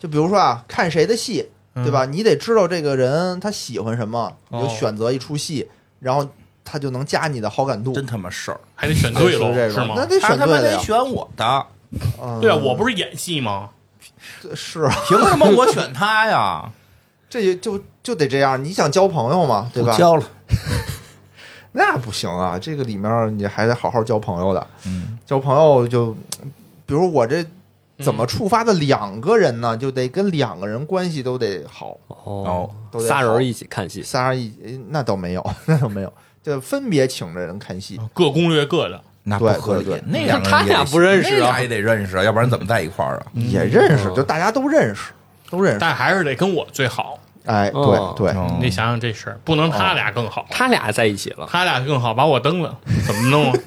Speaker 1: 就比如说啊，看谁的戏，对吧？你得知道这个人他喜欢什么，你就
Speaker 2: 哦
Speaker 1: 选择一出戏，然后他就能加你的好感度。
Speaker 3: 真他妈事儿，
Speaker 2: 还得选对喽，
Speaker 1: 是这
Speaker 2: 是
Speaker 1: 种
Speaker 2: 吗
Speaker 1: 那？得嗯
Speaker 3: 他
Speaker 1: 选
Speaker 3: 他
Speaker 1: 对
Speaker 3: 妈
Speaker 1: 了
Speaker 3: 得
Speaker 1: 呀。
Speaker 3: 选我的，
Speaker 1: 嗯
Speaker 2: 对啊，我不是演戏吗？
Speaker 1: 是啊，
Speaker 3: 凭什么我选他呀？
Speaker 1: 这也就就得这样。你想交朋友嘛， 对吧
Speaker 3: 我？交了，
Speaker 1: 那不行啊，这个里面你还得好好交朋友的。
Speaker 3: 嗯，
Speaker 1: 交朋友就，比如我这怎么触发的两个人呢？就得跟两个人关系都得好，
Speaker 4: 哦，
Speaker 1: 都得
Speaker 4: 仨
Speaker 1: 好
Speaker 4: 人一起看戏，
Speaker 1: 仨人一呃那倒没有， 那倒没有，就分别请着人看
Speaker 3: 哦
Speaker 1: 戏。
Speaker 2: 各攻略各的，
Speaker 3: 那不
Speaker 1: 对
Speaker 3: 合
Speaker 1: 对
Speaker 3: 理
Speaker 1: 对，
Speaker 3: 那两个人
Speaker 4: 他俩
Speaker 3: 也得
Speaker 4: 不认识啊
Speaker 3: 那俩也得认识啊，要不然怎么在一块儿啊？
Speaker 1: 也认识，就大家都认识，都认识。
Speaker 2: 但还是得跟我最好。
Speaker 1: 哎，
Speaker 4: 哦
Speaker 1: 对对，
Speaker 3: 嗯
Speaker 2: 你得想想这事儿，不能他俩更好，
Speaker 4: 他俩在一起了，
Speaker 2: 他俩更好把我蹬了，怎么弄啊？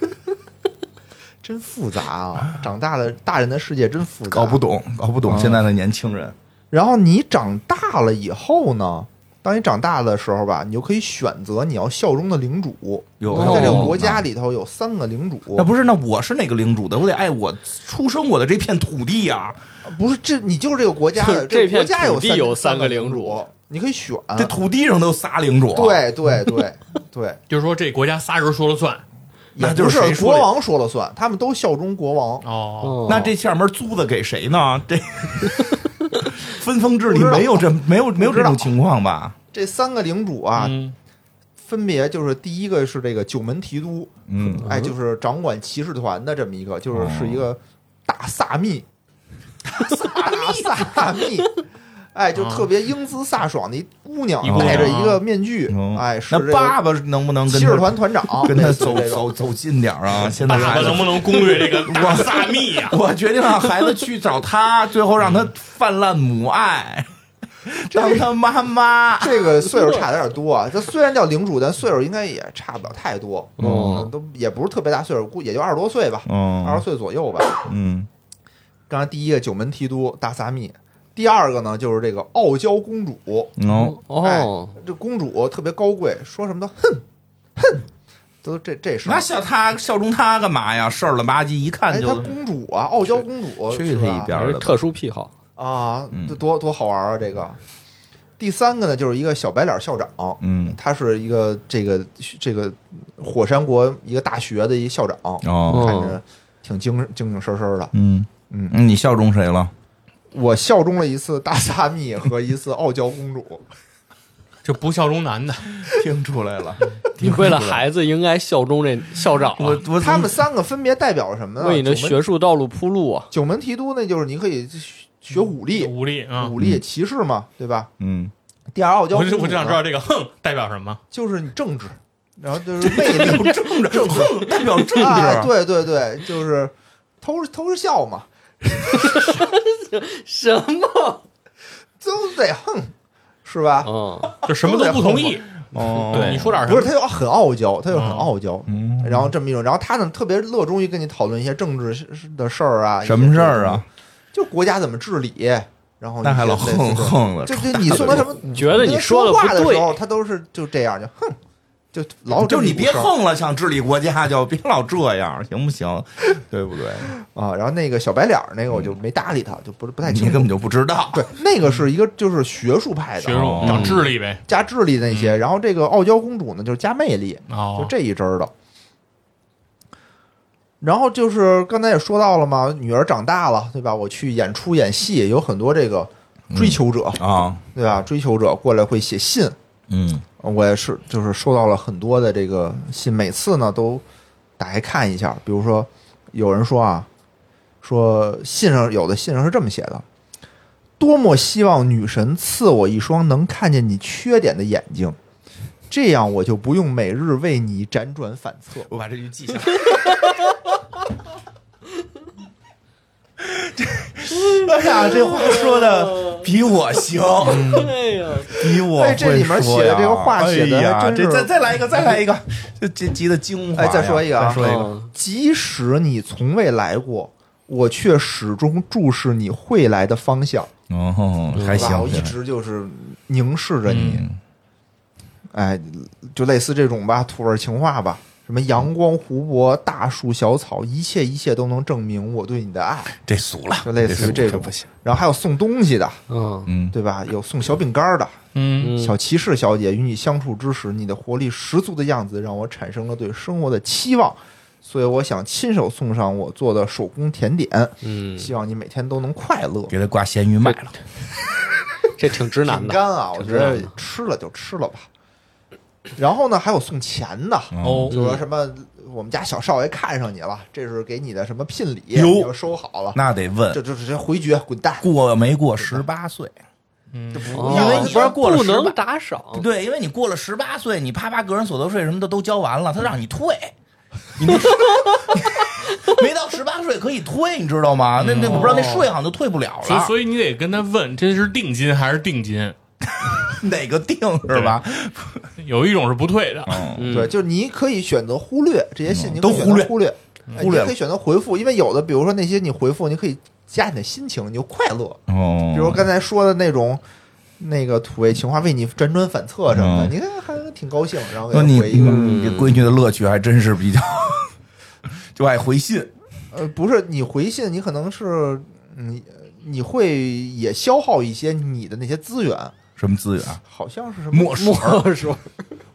Speaker 1: 真复杂啊！长大了，大人的世界真复杂，
Speaker 3: 搞不。懂，搞不懂现在的年轻人，
Speaker 1: 然后你长大了以后呢？当你长大的时候吧，你就可以选择你要效忠的领主。
Speaker 3: 有
Speaker 1: 因为在这个
Speaker 3: 哦
Speaker 1: 国家里头有三个领主，
Speaker 3: 那不是，那我是哪个领主的？我得爱我出生我的这片土地呀、
Speaker 1: 不是这你就是这个国家的，
Speaker 4: 就这片
Speaker 1: 国家有
Speaker 4: 土地有
Speaker 1: 三
Speaker 4: 三个
Speaker 1: 领
Speaker 4: 领主，
Speaker 1: 你可以选。
Speaker 3: 这土地上都有仨领主。，
Speaker 1: 啊
Speaker 3: 啊
Speaker 1: 对对对 对，
Speaker 2: 就是说这国家仨人说了算
Speaker 3: 那
Speaker 1: 也
Speaker 3: 就
Speaker 1: 不
Speaker 3: 是谁
Speaker 1: 是
Speaker 3: 说
Speaker 1: 国
Speaker 3: 的
Speaker 1: 王说了算，他们都效忠国王。
Speaker 2: 哦。
Speaker 4: 哦
Speaker 3: 那这下面租的给谁呢？ 这分封制里
Speaker 1: 不知道
Speaker 3: 没有这没有没有
Speaker 1: 不
Speaker 3: 这
Speaker 1: 知道
Speaker 3: 种情况吧？
Speaker 1: 这三个领主啊，
Speaker 2: 嗯，
Speaker 1: 分别就是第一个是这个九门提督，
Speaker 3: 嗯，
Speaker 1: 哎，就是掌管骑士团的这么一个，就是
Speaker 3: 哦
Speaker 1: 是一个大萨 密，大萨密，哎，
Speaker 3: 嗯
Speaker 1: 就特别英姿飒爽的一姑娘
Speaker 2: 一姑，娘
Speaker 1: 戴着一个面具
Speaker 3: 哦，
Speaker 1: 哎，是这
Speaker 3: 那爸
Speaker 1: 个
Speaker 3: 爸能不能
Speaker 1: 骑士
Speaker 3: 跟他
Speaker 1: 团团长，
Speaker 3: 跟他
Speaker 1: 类似
Speaker 3: 走
Speaker 1: 这种
Speaker 3: 走走近点儿啊？现在
Speaker 2: 爸爸
Speaker 3: 孩子？
Speaker 2: 能不能攻略这 个大萨啊密呀
Speaker 3: 我决定让孩子去找他，最后让他泛滥母爱，当他妈妈。
Speaker 1: 这个岁数差的有点多啊，这虽然叫领主，但岁数应该也差不了太多，
Speaker 4: 哦
Speaker 1: 嗯，都也不是特别大岁数，估也就二十多岁吧，二十
Speaker 3: 嗯
Speaker 1: 岁左右吧。
Speaker 3: 嗯，
Speaker 1: 刚才第一个九门提督大萨密，第二个呢就是这个傲娇公主，
Speaker 3: 哦，
Speaker 4: 哦，
Speaker 1: 这公主特别高贵，说什么都哼哼，都这这事儿
Speaker 3: 那。效他效忠他干嘛呀？事儿了吧唧，一看
Speaker 1: 哎，她
Speaker 3: 就
Speaker 1: 公主啊，傲娇公主，
Speaker 3: 去
Speaker 1: 是
Speaker 3: 他
Speaker 1: 吧
Speaker 3: 一边儿嗯
Speaker 4: 还是
Speaker 3: 了吧。
Speaker 4: 特殊癖好，
Speaker 1: 啊，这多多好玩啊！这个，第三个呢，就是一个小白脸校长，
Speaker 3: 嗯，
Speaker 1: 他是一个这个这个火山国一个大学的一校长，
Speaker 3: 哦，
Speaker 1: 看着挺精精精神神的。
Speaker 3: 嗯
Speaker 1: 嗯
Speaker 3: 嗯，你效忠谁了？
Speaker 1: 我效忠了一次大萨密和一次傲娇公主，
Speaker 2: 这不效忠男的，
Speaker 3: 听出来了，
Speaker 4: 你为了孩子应该效忠这校长、
Speaker 3: 我
Speaker 4: 啊，
Speaker 3: 我
Speaker 1: 他们三个分别代表什么呢？
Speaker 4: 为你的
Speaker 1: 九门
Speaker 4: 学术道路铺路啊！
Speaker 1: 九门提督那就是你可以学学武力，
Speaker 2: 武力啊！
Speaker 1: 武力骑士嘛，对吧？
Speaker 3: 嗯，
Speaker 1: 第二傲娇
Speaker 2: 我
Speaker 1: 公
Speaker 2: 就
Speaker 1: 主呢，
Speaker 2: 我就想知道这个哼代表什么。
Speaker 1: 就是你政治，然后就是魅力
Speaker 3: 政治政治代表政
Speaker 1: 啊，
Speaker 3: 治，
Speaker 1: 对对对，就是偷偷着笑嘛，
Speaker 4: 什么？
Speaker 1: 都得横，是吧？
Speaker 4: 嗯，
Speaker 2: 就什么都不同意。
Speaker 3: 哦
Speaker 2: 你说点
Speaker 1: 不
Speaker 2: 什么
Speaker 1: 是，？他又很傲娇，他又很傲娇，
Speaker 3: 嗯
Speaker 1: 然后这么一种，然后他呢特别乐衷于跟你讨论一些政治的事儿啊，
Speaker 3: 什么事儿啊？
Speaker 1: 一些？就国家怎么治理，然后
Speaker 3: 那还老
Speaker 1: 一些类似的
Speaker 3: 横横的，
Speaker 1: 这这你送他什么？
Speaker 4: 觉得你
Speaker 1: 说
Speaker 4: 的
Speaker 1: 话
Speaker 4: 不
Speaker 1: 时
Speaker 4: 对，
Speaker 1: 候，他都是就这样，就哼，就老有这
Speaker 3: 就
Speaker 1: 么
Speaker 3: 你
Speaker 1: 一股
Speaker 3: 别
Speaker 1: 声儿
Speaker 3: 横了，想治理国家就别老这样，行不行？对不对？
Speaker 1: 啊。然后那个小白脸儿那个，我就没搭理他，就不不太
Speaker 3: 嗯你
Speaker 1: 清
Speaker 3: 根
Speaker 1: 楚。
Speaker 3: 本就不知道，
Speaker 1: 哎对，那个是一个就是学术派的，啊
Speaker 2: 学术
Speaker 3: 哦
Speaker 2: 长智力呗。
Speaker 1: 加智力那
Speaker 3: 嗯
Speaker 1: 些，然后这个傲娇公主呢，就是加魅力，就
Speaker 2: 哦，
Speaker 1: 这一支儿的。然后就是刚才也说到了嘛，女儿长大了，对吧？我去演出演戏，有很多这个追求者，
Speaker 3: 啊，
Speaker 1: 对吧？追求者过来会写信，
Speaker 3: 嗯
Speaker 1: 我也是就是收到了很多的这个信，每次呢都打开看一下。比如说有人说啊，说信上有的信上是这么写的：多么希望女神赐我一双能看见你缺点的眼睛，这样我就不用每日为你辗转反侧。
Speaker 7: 我把这句 记下来。
Speaker 3: 哎呀，这话说的比我行，
Speaker 4: 哎呀，
Speaker 3: 比我
Speaker 1: 哎这里面
Speaker 3: 会说
Speaker 1: 写的
Speaker 3: 呀
Speaker 1: 这个话写的
Speaker 3: 哎呀
Speaker 1: 还真
Speaker 3: 这
Speaker 1: 是
Speaker 3: 再再来一个，再来一个，这这集的精华
Speaker 1: 哎
Speaker 3: 呀。
Speaker 1: 再说一个啊
Speaker 3: 再说一个，
Speaker 4: 嗯
Speaker 1: 即使你从未来过，我却始终注视你会来的方向。
Speaker 3: 哦，还
Speaker 1: 对吧我一
Speaker 3: 行，
Speaker 1: 直就是凝视着你。
Speaker 3: 嗯
Speaker 1: 哎，就类似这种吧，土味情话吧，什么阳光、湖泊、大树、小草，一切一切都能证明我对你的爱，
Speaker 3: 这俗了，
Speaker 1: 就类似于这
Speaker 3: 这
Speaker 1: 种
Speaker 3: 不行。
Speaker 1: 然后还有送东西的，
Speaker 4: 嗯
Speaker 3: 嗯，
Speaker 1: 对吧？有送小饼干的。
Speaker 2: 嗯，
Speaker 4: 嗯
Speaker 1: 小骑士小姐与你相处之时，你的活力十足的样子让我产生了对生活的期望，所以我想亲手送上我做的手工甜点，
Speaker 4: 嗯，
Speaker 1: 希望你每天都能快乐。
Speaker 3: 给他挂咸鱼卖 了，
Speaker 4: 这挺直男
Speaker 1: 饼
Speaker 4: 的。
Speaker 1: 干啊，我觉得吃了就吃了吧。然后呢，还有送钱的，
Speaker 3: 嗯
Speaker 2: 哦
Speaker 1: 就说什么我们家小少爷看上你了，这是给你的什么聘礼，
Speaker 3: 哟
Speaker 1: 你要收好了，
Speaker 3: 那得问
Speaker 1: 这就直接回绝滚蛋，
Speaker 3: 过没过十八岁？
Speaker 1: 这不
Speaker 4: 哦
Speaker 3: 因为你
Speaker 1: 要
Speaker 3: 不是过了
Speaker 4: 不
Speaker 3: 十八
Speaker 4: 能打赏，
Speaker 3: 对，因为你过了十八岁，你啪啪个人所得税什么的都交完了，他让你退，你没没到十八岁可以退，你知道吗？那那我不知道那
Speaker 1: 哦
Speaker 3: 税好像都退不了
Speaker 2: 所以
Speaker 3: 了，
Speaker 2: 所以你得跟他问，这是定金还是定金？
Speaker 3: 哪个定是吧？
Speaker 2: 有一种是不退的，
Speaker 4: 嗯
Speaker 1: 对，就是你可以选择忽略这些信，你
Speaker 3: 嗯都
Speaker 1: 可以选择
Speaker 3: 忽略
Speaker 1: 忽略，哎
Speaker 3: 忽略
Speaker 1: 你可以选择回复，因为有的比如说那些你回复，你可以加你的心情，你就快乐，
Speaker 3: 哦
Speaker 1: 比如刚才说的那种。那个土味情话为你辗转反侧什么的，
Speaker 3: 嗯
Speaker 1: 你看还挺高兴，然后给
Speaker 3: 那
Speaker 1: 他
Speaker 3: 你嗯
Speaker 1: 回一个，
Speaker 3: 你这闺女的乐趣还真是比较， 就爱回信
Speaker 1: 呃，不是你回信，你可能是嗯，你会也消耗一些你的那些资源，
Speaker 3: 什么资源啊？
Speaker 1: 好像是什么
Speaker 3: 墨水儿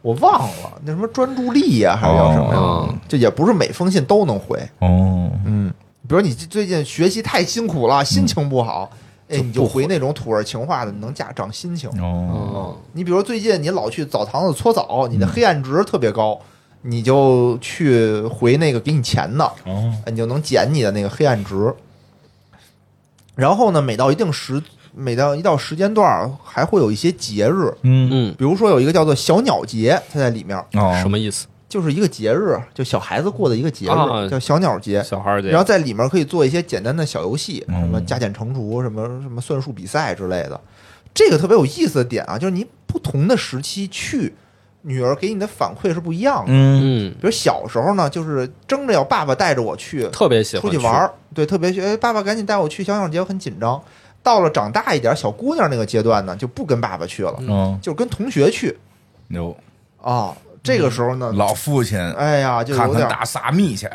Speaker 1: 我忘了，那什么专注力呀、还是叫什么呀？
Speaker 4: 哦
Speaker 1: 这也不是每封信都能回。
Speaker 3: 哦，
Speaker 1: 嗯，比如你最近学习太辛苦了，心情不好，哎，你就回嗯那种土味情话的，你能假长心情。
Speaker 3: 哦，
Speaker 4: 哦，
Speaker 1: 你比如最近你老去澡堂子搓澡，你的黑暗值特别高，你就去回那个给你钱的，
Speaker 3: 哦，
Speaker 1: 你就能减你的那个黑暗值。然后呢，每到一定时，每到一到时间段儿，还会有一些节日，
Speaker 3: 嗯，
Speaker 4: 嗯，
Speaker 1: 比如说有一个叫做小鸟节，它在里面
Speaker 3: 哦
Speaker 4: 什么意思？
Speaker 1: 就是一个节日，就小孩子过的一个节日，
Speaker 4: 啊
Speaker 1: 叫小鸟节。
Speaker 4: 小孩儿这
Speaker 1: 然后
Speaker 4: 样，
Speaker 1: 在里面可以做一些简单的小游戏，
Speaker 3: 嗯
Speaker 1: 什么加减乘除，什么什么算术比赛之类的。这个特别有意思的点啊，就是你不同的时期去，女儿给你的反馈是不一样的。
Speaker 3: 嗯，
Speaker 4: 嗯，
Speaker 1: 比如小时候呢，就是争着要爸爸带着我去，
Speaker 4: 特别喜欢
Speaker 1: 出去玩儿，对，特别哎，爸爸赶紧带我去小小节，我很紧张。到了长大一点，小姑娘那个阶段呢，就不跟爸爸去了，
Speaker 3: 哦，
Speaker 1: 就是跟同学去
Speaker 3: 有
Speaker 1: 啊、这个时候呢，
Speaker 3: 嗯老父亲
Speaker 1: 哎呀，就
Speaker 3: 看
Speaker 1: 有
Speaker 3: 看
Speaker 1: 点
Speaker 3: 大萨密去，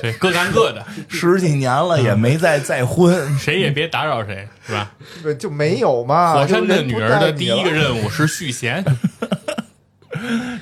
Speaker 2: 对，各干各的，
Speaker 3: 十几年了
Speaker 1: 嗯
Speaker 3: 也没再再婚，
Speaker 2: 谁也别打扰谁，是吧？
Speaker 1: 对就没有嘛。
Speaker 2: 火山
Speaker 1: 就
Speaker 2: 的
Speaker 1: 人不
Speaker 2: 女儿
Speaker 1: 带
Speaker 2: 的
Speaker 1: 你
Speaker 2: 第一
Speaker 1: 了
Speaker 2: 个任务是续弦，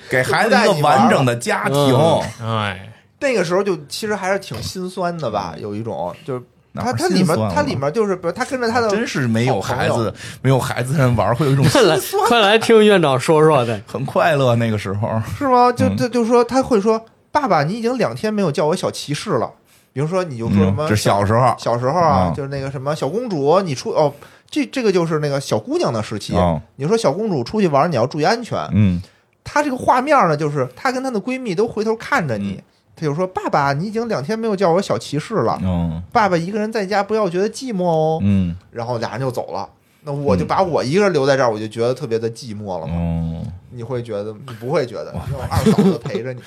Speaker 3: 给孩子一个完整的家庭。
Speaker 1: 嗯
Speaker 2: 哎，
Speaker 1: 那个时候就其实还是挺心酸的吧，有一种就是
Speaker 3: 哪
Speaker 1: 他
Speaker 3: 儿
Speaker 1: 他里面
Speaker 3: 心酸了啊
Speaker 1: 他里面就是比如他跟着他的
Speaker 3: 真是没有孩子，没有孩子的人玩会有一种
Speaker 4: 快来，快来听院长说说 的。
Speaker 3: 很快乐。那个时候，
Speaker 1: 是吗？
Speaker 3: 嗯
Speaker 1: 就就就说他会说爸爸，你已经两天没有叫我小骑士了。比如说你就说什
Speaker 3: 嗯，
Speaker 1: 么
Speaker 3: 这小时候，
Speaker 1: 小时候啊
Speaker 3: 嗯，
Speaker 1: 就是那个什么小公主，你出哦，这这个就是那个小姑娘的时期
Speaker 3: 嗯。
Speaker 1: 你说小公主出去玩，你要注意安全。
Speaker 3: 嗯，
Speaker 1: 她这个画面呢，就是她跟她的闺蜜都回头看着
Speaker 3: 嗯
Speaker 1: 你，她就说：“爸爸，你已经两天没有叫我小骑士了，
Speaker 3: 嗯，
Speaker 1: 爸爸一个人在家不要觉得寂寞哦。
Speaker 3: 嗯，”
Speaker 1: 然后俩人就走了。那我就把我一个人留在这儿，我就觉得特别的寂寞了嘛。
Speaker 3: 嗯，
Speaker 1: 你会觉得你不会觉得，因为我二嫂子陪着你。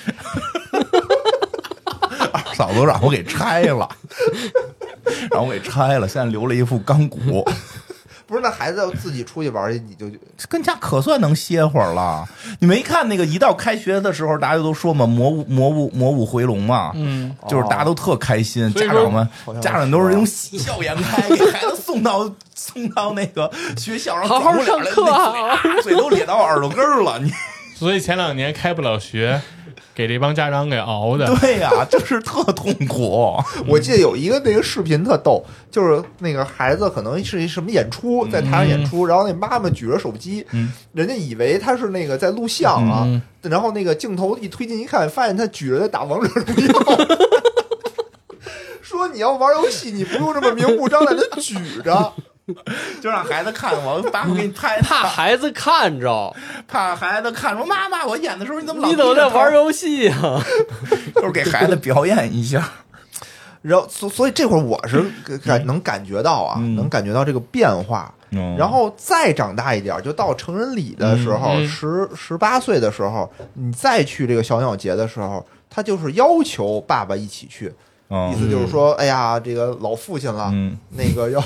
Speaker 3: 嫂子让我给拆了，让我给拆了，现在留了一副钢骨，
Speaker 1: 不是，那孩子自己出去玩去，你就
Speaker 3: 跟家可算能歇会儿了。你没看那个一到开学的时候，大家都说嘛，魔物魔物魔物回笼嘛，嗯，就是大家都特开心，
Speaker 2: 所以
Speaker 3: 家
Speaker 2: 说
Speaker 3: 长们
Speaker 1: 好像是
Speaker 3: 家长都是用喜笑颜开，给孩子送到送到那个学校，然后
Speaker 4: 好好
Speaker 3: 转过脸
Speaker 4: 上
Speaker 3: 来
Speaker 4: 课啊
Speaker 3: 那嘴啊嘴都咧到耳朵根儿了，你。
Speaker 2: 所以前两年开不了学，给这帮家长给熬的，
Speaker 3: 对呀、就是特痛苦。
Speaker 1: 我记得有一个那个视频特逗，就是那个孩子可能是一什么演出，在台上演出，然后那妈妈举着手机，人家以为他是那个在录像啊，然后那个镜头一推进一看，发现他举着在打王者荣耀。说你要玩游戏，你不用这么明目张胆的举着，
Speaker 3: 就让孩子看我，爸，我给你拍
Speaker 4: 怕孩子看着，
Speaker 3: 怕孩子看说妈妈，我演的时候你怎么老
Speaker 4: 你怎么在玩
Speaker 3: 儿？
Speaker 4: 游戏啊？
Speaker 3: 就是给孩子表演一下。
Speaker 1: 然后所所以这会儿我是感能感觉到啊，能感觉到这个变化。然后再长大一点儿，就到成人礼的时候，
Speaker 2: 嗯嗯
Speaker 1: 十十八岁的时候，你再去这个小鸟节的时候，他就是要求爸爸一起去，意思就是说，哎呀，这个老父亲了，
Speaker 3: 哦嗯
Speaker 1: 那个要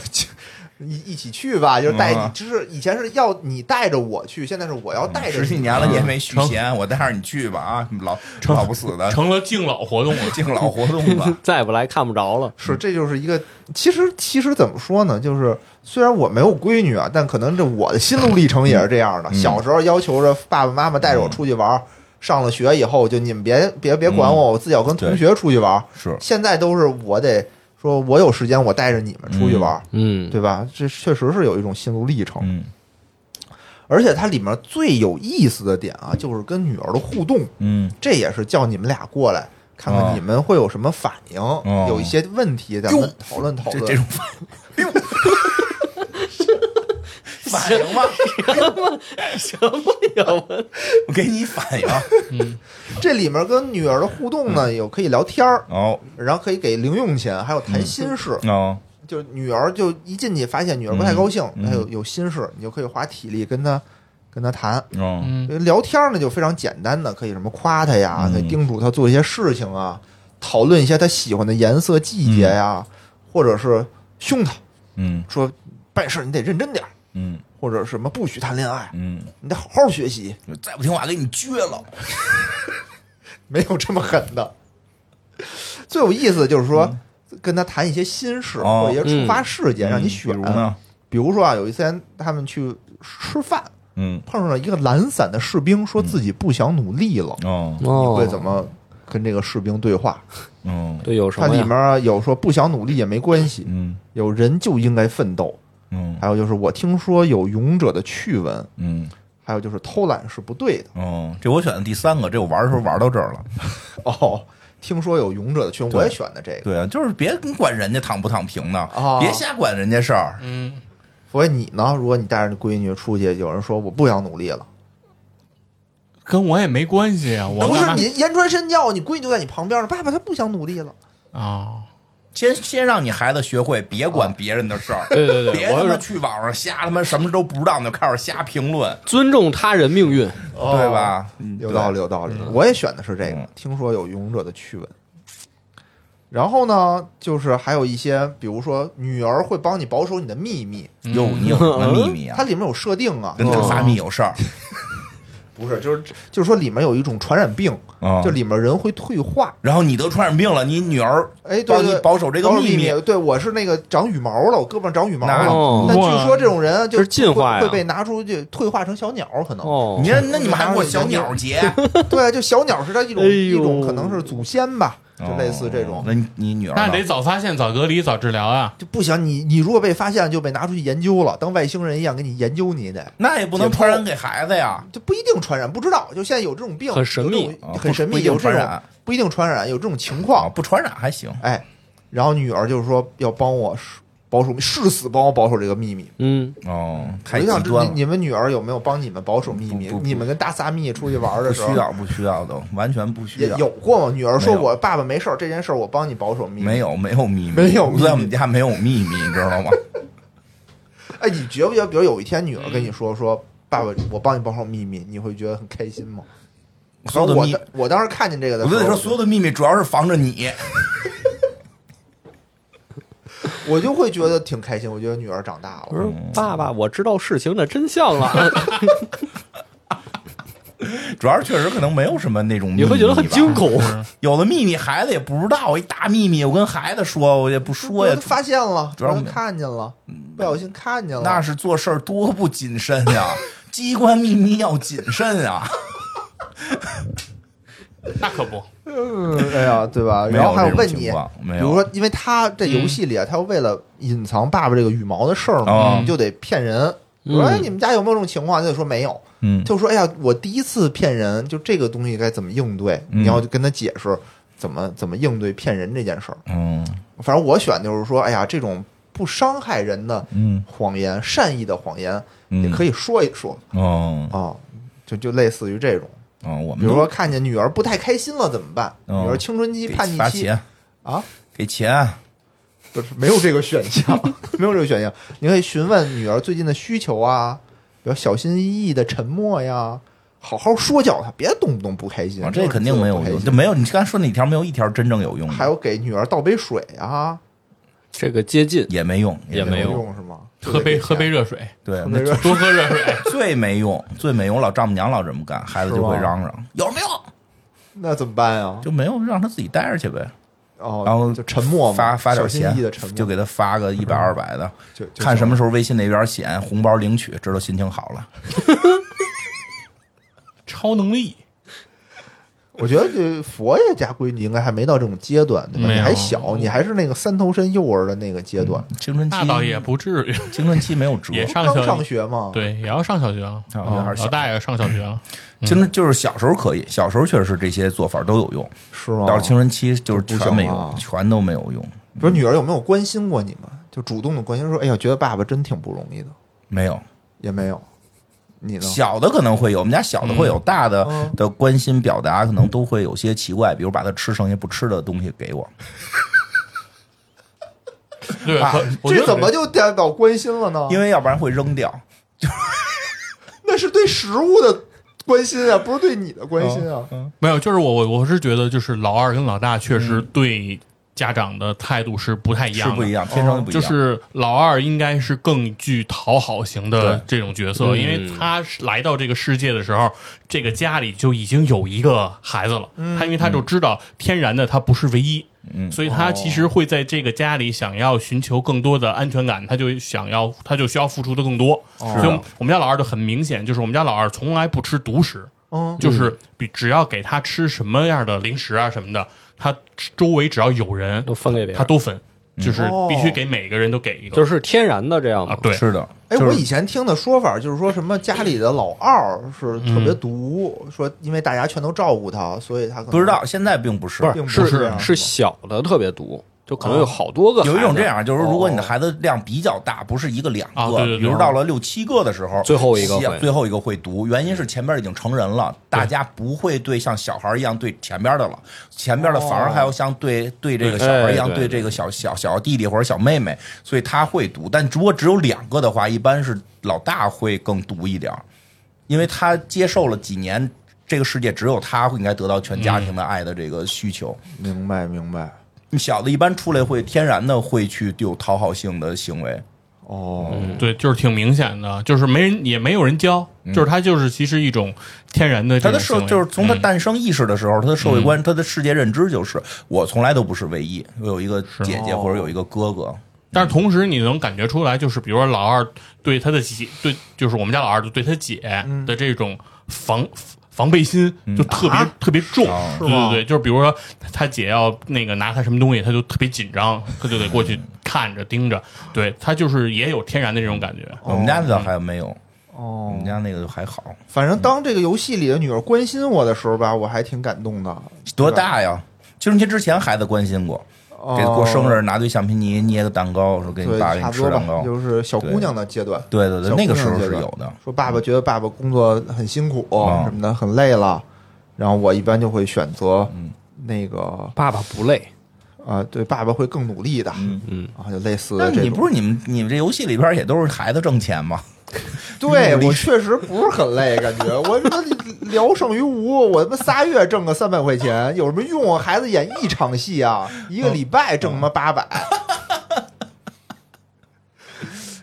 Speaker 1: 一一起去吧，就是带你，
Speaker 3: 嗯
Speaker 1: 就是以前是要你带着我去，现在是我要带着
Speaker 3: 十几
Speaker 1: 你。
Speaker 3: 年了，你也没续弦，我带上你去吧啊，老老不死的
Speaker 2: 成了敬老活动了。
Speaker 3: 敬老活动了。
Speaker 4: 再不来看不着了。
Speaker 3: 嗯
Speaker 1: 是，这就是一个。其实，其实怎么说呢？就是虽然我没有闺女啊，但可能这我的心路历程也是这样
Speaker 3: 嗯
Speaker 1: 的。 小时候要求着爸爸妈妈带着我出去玩儿，上了学以后就你们别别别管我，我自己要跟同学出去玩儿。
Speaker 3: 嗯是
Speaker 1: 现在都是我得说，我有时间我带着你们出去玩儿，
Speaker 4: 嗯，
Speaker 1: 对吧？这确实是有一种心路历程。
Speaker 3: 嗯
Speaker 1: 而且它里面最有意思的点啊，就是跟女儿的互动。
Speaker 3: 嗯
Speaker 1: 这也是叫你们俩过来，看
Speaker 3: 啊
Speaker 1: 看你们会有什么反应，有一些问题咱们讨论讨
Speaker 3: 哦这
Speaker 1: 论。
Speaker 3: 这种反应，哎反应吧，
Speaker 4: 什么呀？我
Speaker 3: 我给你 反应。
Speaker 1: 这里面跟女儿的互动呢，有可以聊天儿，
Speaker 3: 哦
Speaker 1: 然后可以给零用钱，还有谈心事。
Speaker 3: 哦，
Speaker 1: 就是女儿就一进去发现女儿不太高兴，她有有心事，你就可以花体力跟她跟她谈。
Speaker 3: 嗯
Speaker 2: 嗯，
Speaker 1: 聊天儿呢就非常简单的，可以什么夸她呀，可以叮嘱她做一些事情啊，讨论一些她喜欢的颜色、季节呀，或者是凶她
Speaker 3: 嗯
Speaker 1: 说办事儿你得认真点儿。
Speaker 3: 嗯
Speaker 1: 或者什么不许谈恋爱，
Speaker 3: 嗯，
Speaker 1: 你得好好学习，
Speaker 3: 再不听话给你撅了。
Speaker 1: 没有这么狠的。最有意思的就是说，跟他谈一些心事
Speaker 3: 嗯哦
Speaker 1: 或者一些触发事件，让你
Speaker 3: 嗯比
Speaker 1: 选。
Speaker 3: 如呢？
Speaker 1: 比如说啊，有一天他们去吃饭，
Speaker 3: 嗯
Speaker 1: 碰上了一个懒散的士兵，说自己不想努力了，
Speaker 3: 哦
Speaker 1: 你
Speaker 4: 哦
Speaker 1: 会怎么跟这个士兵对话？
Speaker 3: 嗯
Speaker 4: 对有什
Speaker 1: 它
Speaker 4: 么呀？
Speaker 1: 里面啊有说不想努力也没关系，
Speaker 3: 嗯
Speaker 1: 有人就应该奋斗，
Speaker 3: 嗯
Speaker 1: 还有就是我听说有勇者的趣闻，
Speaker 3: 嗯。
Speaker 1: 还有就是偷懒是不对的。
Speaker 3: 哦，这我选的第三个，这我玩的时候玩到这儿了。
Speaker 1: 哦，听说有勇者的群，我也选的这个。
Speaker 3: 对啊，就是别管人家躺不躺平呢，
Speaker 1: 哦嗯
Speaker 3: 别瞎管人家事儿。
Speaker 1: 所以你呢？如果你带着你闺女出去，有人说我不想努力了，
Speaker 2: 跟我也没关系啊，我
Speaker 1: 不
Speaker 2: 干
Speaker 1: 是
Speaker 2: 嘛
Speaker 1: 你言传身教，你闺女就在你旁边呢。爸爸他不想努力了，
Speaker 2: 啊？
Speaker 3: 先先让你孩子学会别管别人的事
Speaker 1: 哦
Speaker 3: 儿，
Speaker 4: 对对对
Speaker 3: 别
Speaker 4: 我
Speaker 3: 他妈
Speaker 4: 是
Speaker 3: 去网上瞎他妈什么都不知道，你就开始瞎评论，
Speaker 4: 尊重他人命运。
Speaker 1: 哦
Speaker 3: 对吧？嗯
Speaker 1: 有道理，。有道理。我也选的是这个
Speaker 3: 嗯，
Speaker 1: 听说有勇者的趣闻。然后呢，就是还有一些，比如说女儿会帮你保守你的秘密，
Speaker 3: 对哟，你有什么秘密啊
Speaker 1: 它？里面有设定啊，
Speaker 3: 跟他仨密有事儿，
Speaker 1: 不是，就是就是说里面有一种传染病，
Speaker 3: 啊
Speaker 1: 嗯就里面人会退化。
Speaker 3: 然后你得传染病了，你女儿
Speaker 1: 哎，
Speaker 3: 帮
Speaker 1: 对
Speaker 3: 你
Speaker 1: 对，
Speaker 3: 保守这个
Speaker 1: 保守
Speaker 3: 秘
Speaker 1: 秘
Speaker 3: 密，
Speaker 1: 对我是那个长羽毛了，我胳膊上长羽毛
Speaker 4: 哦
Speaker 1: 了。但据说这种人就
Speaker 4: 这是进化呀
Speaker 1: 会会被拿出去退化成小鸟，可能。
Speaker 4: 哦
Speaker 3: 你，看那你们还过小鸟节，
Speaker 1: 对，就小鸟是它一种
Speaker 4: 哎呦
Speaker 1: 一种可能是祖先吧， 就类似这
Speaker 3: 哦
Speaker 1: 种。
Speaker 3: 那你你女儿呢
Speaker 2: 那得早发现、早隔离、早治疗啊！
Speaker 1: 就不行，你你如果被发现，就被拿出去研究了，当外星人一样给你研究你得。
Speaker 3: 那也不能传染给孩子呀，
Speaker 1: 就不一定传染，不知道。就现在有这种病，
Speaker 4: 很神秘
Speaker 1: 有这种
Speaker 3: 啊
Speaker 1: 很神
Speaker 3: 不不
Speaker 1: 秘，
Speaker 3: 一定
Speaker 1: 有这
Speaker 3: 传
Speaker 1: 种
Speaker 3: 染
Speaker 1: 不一定传染，有这种情
Speaker 3: 啊，
Speaker 1: 况。
Speaker 3: 不传染还行。
Speaker 1: 哎，然后女儿就是说要帮我保守，誓死帮我保守这个秘密。
Speaker 4: 嗯，
Speaker 3: 哦，
Speaker 1: 我
Speaker 3: 太
Speaker 1: 就
Speaker 3: 极
Speaker 1: 想知
Speaker 3: 端
Speaker 1: 你
Speaker 3: 了，
Speaker 1: 你们女儿有没有帮你们保守秘密
Speaker 3: 不不？不
Speaker 1: 你们跟大撒蜜出去玩
Speaker 3: 不
Speaker 1: 的时候
Speaker 3: 需，要不需要都完全不需
Speaker 1: 也
Speaker 3: 要，
Speaker 1: 有过吗？女儿说
Speaker 3: 没有
Speaker 1: 我爸爸没事儿，这件事儿我帮你保守秘密。
Speaker 3: 没有没有秘密，
Speaker 1: 没有秘密
Speaker 3: 在我们家没有秘密，你知道 吗？
Speaker 1: 哎，你觉不觉得，比如有一天女儿
Speaker 3: 嗯
Speaker 1: 跟你说说。爸爸，我帮你保守秘密，你会觉得很开心吗？
Speaker 3: 所有的
Speaker 1: 我
Speaker 3: 秘，
Speaker 1: 当我当时看见这个的
Speaker 3: 我
Speaker 1: 时
Speaker 3: 跟
Speaker 1: 候，
Speaker 3: 你说，所有的秘密主要是防着你。
Speaker 1: 我就会觉得挺开心。我觉得女儿长大了
Speaker 4: 我，说爸爸，我知道事情的真 相了，
Speaker 3: 主要是确实可能没有什么那种秘密
Speaker 4: 你
Speaker 3: 吧，
Speaker 4: 会觉得很惊恐。
Speaker 3: 有的秘密孩子也不知道，我一大秘密，我跟孩子说，我也不说呀
Speaker 1: 他。发现了，
Speaker 3: 主要
Speaker 1: 他看见了，不小心看见了。
Speaker 3: 嗯那是做事儿多不谨慎呀，机关秘密要谨慎啊。
Speaker 2: 那可不，
Speaker 1: 嗯哎呀，对吧？
Speaker 3: 没有
Speaker 1: 然后还有问
Speaker 3: 这种
Speaker 1: 你
Speaker 3: 情况，没
Speaker 1: 比
Speaker 3: 有
Speaker 1: 如说，因为他这游戏里啊，他要为了隐藏爸爸这个羽毛的事儿嘛，
Speaker 3: 哦
Speaker 1: 你就得骗人。我说：“哎，你们家有没有这种情况？”他就说没有，
Speaker 3: 嗯
Speaker 1: 就说：“哎呀，我第一次骗人，就这个东西该怎么应对？
Speaker 3: 嗯
Speaker 1: 你要跟他解释怎么怎么应对骗人这件事儿。
Speaker 3: 嗯
Speaker 1: 反正我选就是说，哎呀，这种不伤害人的
Speaker 3: 嗯
Speaker 1: 谎言、善意的谎言也
Speaker 3: 嗯，
Speaker 1: 可以说一说
Speaker 3: 哦
Speaker 1: 啊，就就类似于这种。
Speaker 3: 哦，我们
Speaker 1: 比如说看见女儿不太开心了怎么办？
Speaker 3: 嗯
Speaker 1: 女儿青春期
Speaker 3: 给
Speaker 1: 叛逆
Speaker 3: 发
Speaker 1: 期
Speaker 3: 钱
Speaker 1: 啊，
Speaker 3: 给钱，
Speaker 1: 不是没有这个选 项，没有这个选项。你可以询问女儿最近的需求啊，比如小心翼翼的沉默呀，好好说教她，别动不动不开心。
Speaker 3: 啊这肯定没有
Speaker 1: 动不动不
Speaker 3: 用，
Speaker 1: 开
Speaker 3: 这
Speaker 1: 心
Speaker 3: 没有。你刚才说哪条没有一条真正有用的，
Speaker 1: 还有给女儿倒杯水啊，
Speaker 4: 这个接近，
Speaker 3: 也没用，
Speaker 4: 也没
Speaker 1: 有
Speaker 4: 有
Speaker 1: 用是吗？
Speaker 2: 喝杯喝杯
Speaker 1: 热
Speaker 2: 热水，
Speaker 3: 对，
Speaker 1: 那个
Speaker 2: 多喝热水。
Speaker 3: 最没用，最没用。我老丈母娘老这么干，孩子就会
Speaker 1: 是吧
Speaker 3: 嚷嚷有什么用，
Speaker 1: 那怎么办呀？
Speaker 3: 就没有让他自己待着去呗。
Speaker 1: 哦，
Speaker 3: 然后
Speaker 1: 就沉默嘛，
Speaker 3: 发发点
Speaker 1: 小心
Speaker 3: 钱
Speaker 1: 翼翼的沉，默，
Speaker 3: 就给他发个一百二百的，
Speaker 1: 就就
Speaker 3: 看什
Speaker 1: 行
Speaker 3: 么
Speaker 1: 了
Speaker 3: 时候微信那边显红包领取，知道心情好了。
Speaker 2: 超能力，
Speaker 1: 我觉得这佛爷家闺女应该还没到这种阶段，对吧？
Speaker 2: 没
Speaker 1: 你
Speaker 2: 有
Speaker 1: 还小，你还是那个三头身幼儿的那个阶段，
Speaker 3: 青春期
Speaker 2: 那倒也不至于，
Speaker 3: 青春期没有辙，
Speaker 2: 也嗯上
Speaker 1: 刚
Speaker 2: 小
Speaker 1: 上学嘛。
Speaker 2: 对，也要上小学啊，
Speaker 3: 上小学还是小
Speaker 2: 老大也上小学 啊。
Speaker 3: 青春就是小时候可以，小时候确实是这些做法都有用，
Speaker 1: 是吗？
Speaker 3: 到了青春期就是
Speaker 1: 不行啊
Speaker 3: 全没
Speaker 1: 了
Speaker 3: 用，全都没有用，
Speaker 1: 比如女儿有没有关心过你们？就主动的关心说：“哎呀，觉得爸爸真挺不容易的。
Speaker 3: 没有。”
Speaker 1: 也没有，你呢？
Speaker 3: 小的可能会有，我们家小的会有，大的
Speaker 1: 嗯
Speaker 3: 的关心表达可能都会有些奇怪，比如把他吃剩下不吃的东西给我，
Speaker 2: 嗯对，
Speaker 1: 啊
Speaker 2: 可我
Speaker 1: 这
Speaker 2: 觉得
Speaker 1: 怎么就代表关心了呢？
Speaker 3: 因为要不然会扔掉。
Speaker 1: 那是对食物的关心啊，不是对你的关心啊。
Speaker 3: 嗯
Speaker 2: 没有？就是我我我是觉得，就是老二跟老大确实对家长的态度是不太一
Speaker 3: 嗯是
Speaker 2: 样
Speaker 3: 不
Speaker 2: 的哦
Speaker 3: 一。样，天生就不一
Speaker 2: 就
Speaker 3: 样。
Speaker 2: 是老二应该是更具讨好型的这种角色，
Speaker 4: 嗯
Speaker 2: 因为他来到这个世界的时候，这个家里就已经有一个孩子了。他因为他就知道天然的他不是唯一，所以他其实会在这个家里想要寻求更多的安全感，他就想要他就需要付出的更多。所以我们家老二就很明显，就是我们家老二从来不吃独食，
Speaker 1: 嗯，
Speaker 2: 就是比只要给他吃什么样的零食啊什么的，他周围只要有人
Speaker 4: 都分给别人
Speaker 2: 他都分，就是
Speaker 1: 哦
Speaker 2: 必须给每个人都给一个，
Speaker 4: 啊就是天然的这样
Speaker 2: 啊
Speaker 4: 嘛，，
Speaker 2: 对，
Speaker 3: 是的，
Speaker 1: 哎，
Speaker 3: 就是
Speaker 1: 我以前听的说法就是说什么家里的老二是特别独，说因为大家全都照顾他，所以他可能
Speaker 3: 嗯不知道，现在并不是，
Speaker 1: 并不
Speaker 4: 是
Speaker 1: 这样哦
Speaker 4: 是小的特别毒，就可能有好多个孩子。
Speaker 3: 有一种这样，就是如果你的孩子量比较大，不是一个两个，
Speaker 2: 哦啊对对对
Speaker 3: 比如到了六七个的时候，
Speaker 4: 最后一个会
Speaker 3: 最后一个会读，原因是前边已经成人了，大家不会对像小孩一样对前边的了，前边的反而还要像对对这个小孩一样
Speaker 4: 哎
Speaker 3: 对
Speaker 4: 对
Speaker 3: 这个小小小弟弟或者小妹妹，所以他会读。但如果只有两个的话，一般是老大会更读一点儿，因为他接受了几年。这个世界只有他会应该得到全家庭的爱的这个需求，
Speaker 1: 明白明白。
Speaker 3: 小的一般出来会天然的会去有讨好性的行为，
Speaker 1: 哦，
Speaker 2: 对，就是挺明显的，就是没人也没有人教，就是它就是其实一种天然的这
Speaker 3: 他的
Speaker 2: 种
Speaker 3: 社
Speaker 2: 行为
Speaker 3: 就是从他
Speaker 2: 嗯
Speaker 3: 诞生意识的时候，他的社会
Speaker 1: 嗯
Speaker 3: 观、他的世界认知就是我从来都不是唯一，我有一个姐姐或者有一个哥哥。
Speaker 1: 哦
Speaker 2: 但是同时你能感觉出来，就是比如说老二对他的姐，对就是我们家老二对他姐
Speaker 3: 嗯
Speaker 2: 的这种防。防备心就特别、
Speaker 3: 啊
Speaker 2: 特别重，对对对，就是比如说他姐要那个拿他什么东西，他就特别紧张，他就得过去看着盯着，对他就是也有天然的这种感觉，
Speaker 3: 我们家倒还没有，我
Speaker 1: 哦
Speaker 3: 们家那个就还好。
Speaker 1: 反正当这个游戏里的女儿关心我的时候吧，我还挺感动的。
Speaker 3: 多大呀？情人节之前孩子关心过，给他过生日拿堆橡皮泥捏个蛋糕，说给你
Speaker 1: 哦对，
Speaker 3: 爸给
Speaker 1: 差
Speaker 3: 你
Speaker 1: 不
Speaker 3: 吃
Speaker 1: 多
Speaker 3: 蛋
Speaker 1: 吧，
Speaker 3: 糕。
Speaker 1: 就是小姑娘的阶段。
Speaker 3: 对对对，
Speaker 1: 小姑
Speaker 3: 那
Speaker 1: 娘
Speaker 3: 个时候
Speaker 1: 阶
Speaker 3: 是
Speaker 1: 段
Speaker 3: 有的。
Speaker 1: 说爸爸觉得爸爸工作很辛苦
Speaker 3: 嗯
Speaker 1: 什么的，很累了，然后我一般就会选择
Speaker 3: 嗯
Speaker 1: 那个
Speaker 4: 爸爸不 累，
Speaker 1: 啊，对，爸爸会更努力的，
Speaker 4: 嗯，
Speaker 1: 啊，就类似
Speaker 3: 那
Speaker 1: 的这
Speaker 3: 你
Speaker 1: 种。
Speaker 3: 不是你们你们这游戏里边也都是孩子挣钱吗？
Speaker 1: 对我确实不是很累，感觉我他妈聊胜于无，我他妈仨月挣个三百块钱有什么用啊？孩子演一场戏啊，一
Speaker 3: 嗯
Speaker 1: 个礼拜挣他妈八 百，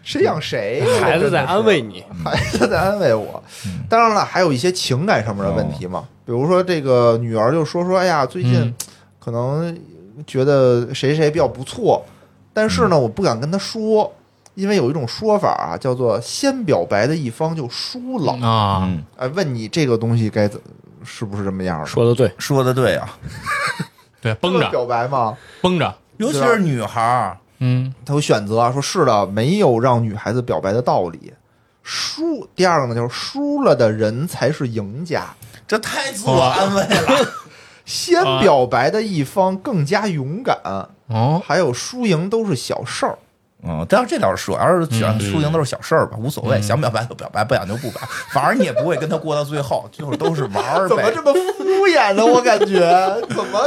Speaker 1: 谁养谁呀？
Speaker 4: 孩子在
Speaker 1: 真的是
Speaker 4: 安慰你，
Speaker 1: 孩子在安慰我。当然了，还有一些情感上面的问题嘛，比如说这个女儿就说说，哎呀，最近
Speaker 2: 嗯
Speaker 1: 可能觉得谁谁比较不错，但是呢，我不敢跟她说，因为有一种说法啊，叫做先表白的一方就输了。
Speaker 2: 啊，
Speaker 1: 哎，问你这个东西该怎是不是这么样的？
Speaker 4: 说的对，
Speaker 3: 说的对啊，
Speaker 2: 对，绷
Speaker 1: 这么
Speaker 2: 着
Speaker 1: 表白吗？
Speaker 2: 绷着，
Speaker 3: 尤
Speaker 1: 啊
Speaker 3: 其是女孩儿，
Speaker 2: 嗯，
Speaker 1: 他会选择啊，说是的，没有让女孩子表白的道理。输，第二个呢，就是输了的人才是赢家。
Speaker 3: 这太自
Speaker 1: 哦
Speaker 3: 我安慰了。
Speaker 1: 先表白的一方更加勇敢，
Speaker 2: 哦，
Speaker 1: 还有输赢都是小事儿。
Speaker 3: 嗯，但是这倒是说，要是想输赢都是小事儿吧，无所谓，想表白就表白，不想就不表白，反正你也不会跟他过到最后，就是都是玩儿
Speaker 1: 怎么
Speaker 3: 呗
Speaker 1: 这。么敷衍呢？我感 觉怎么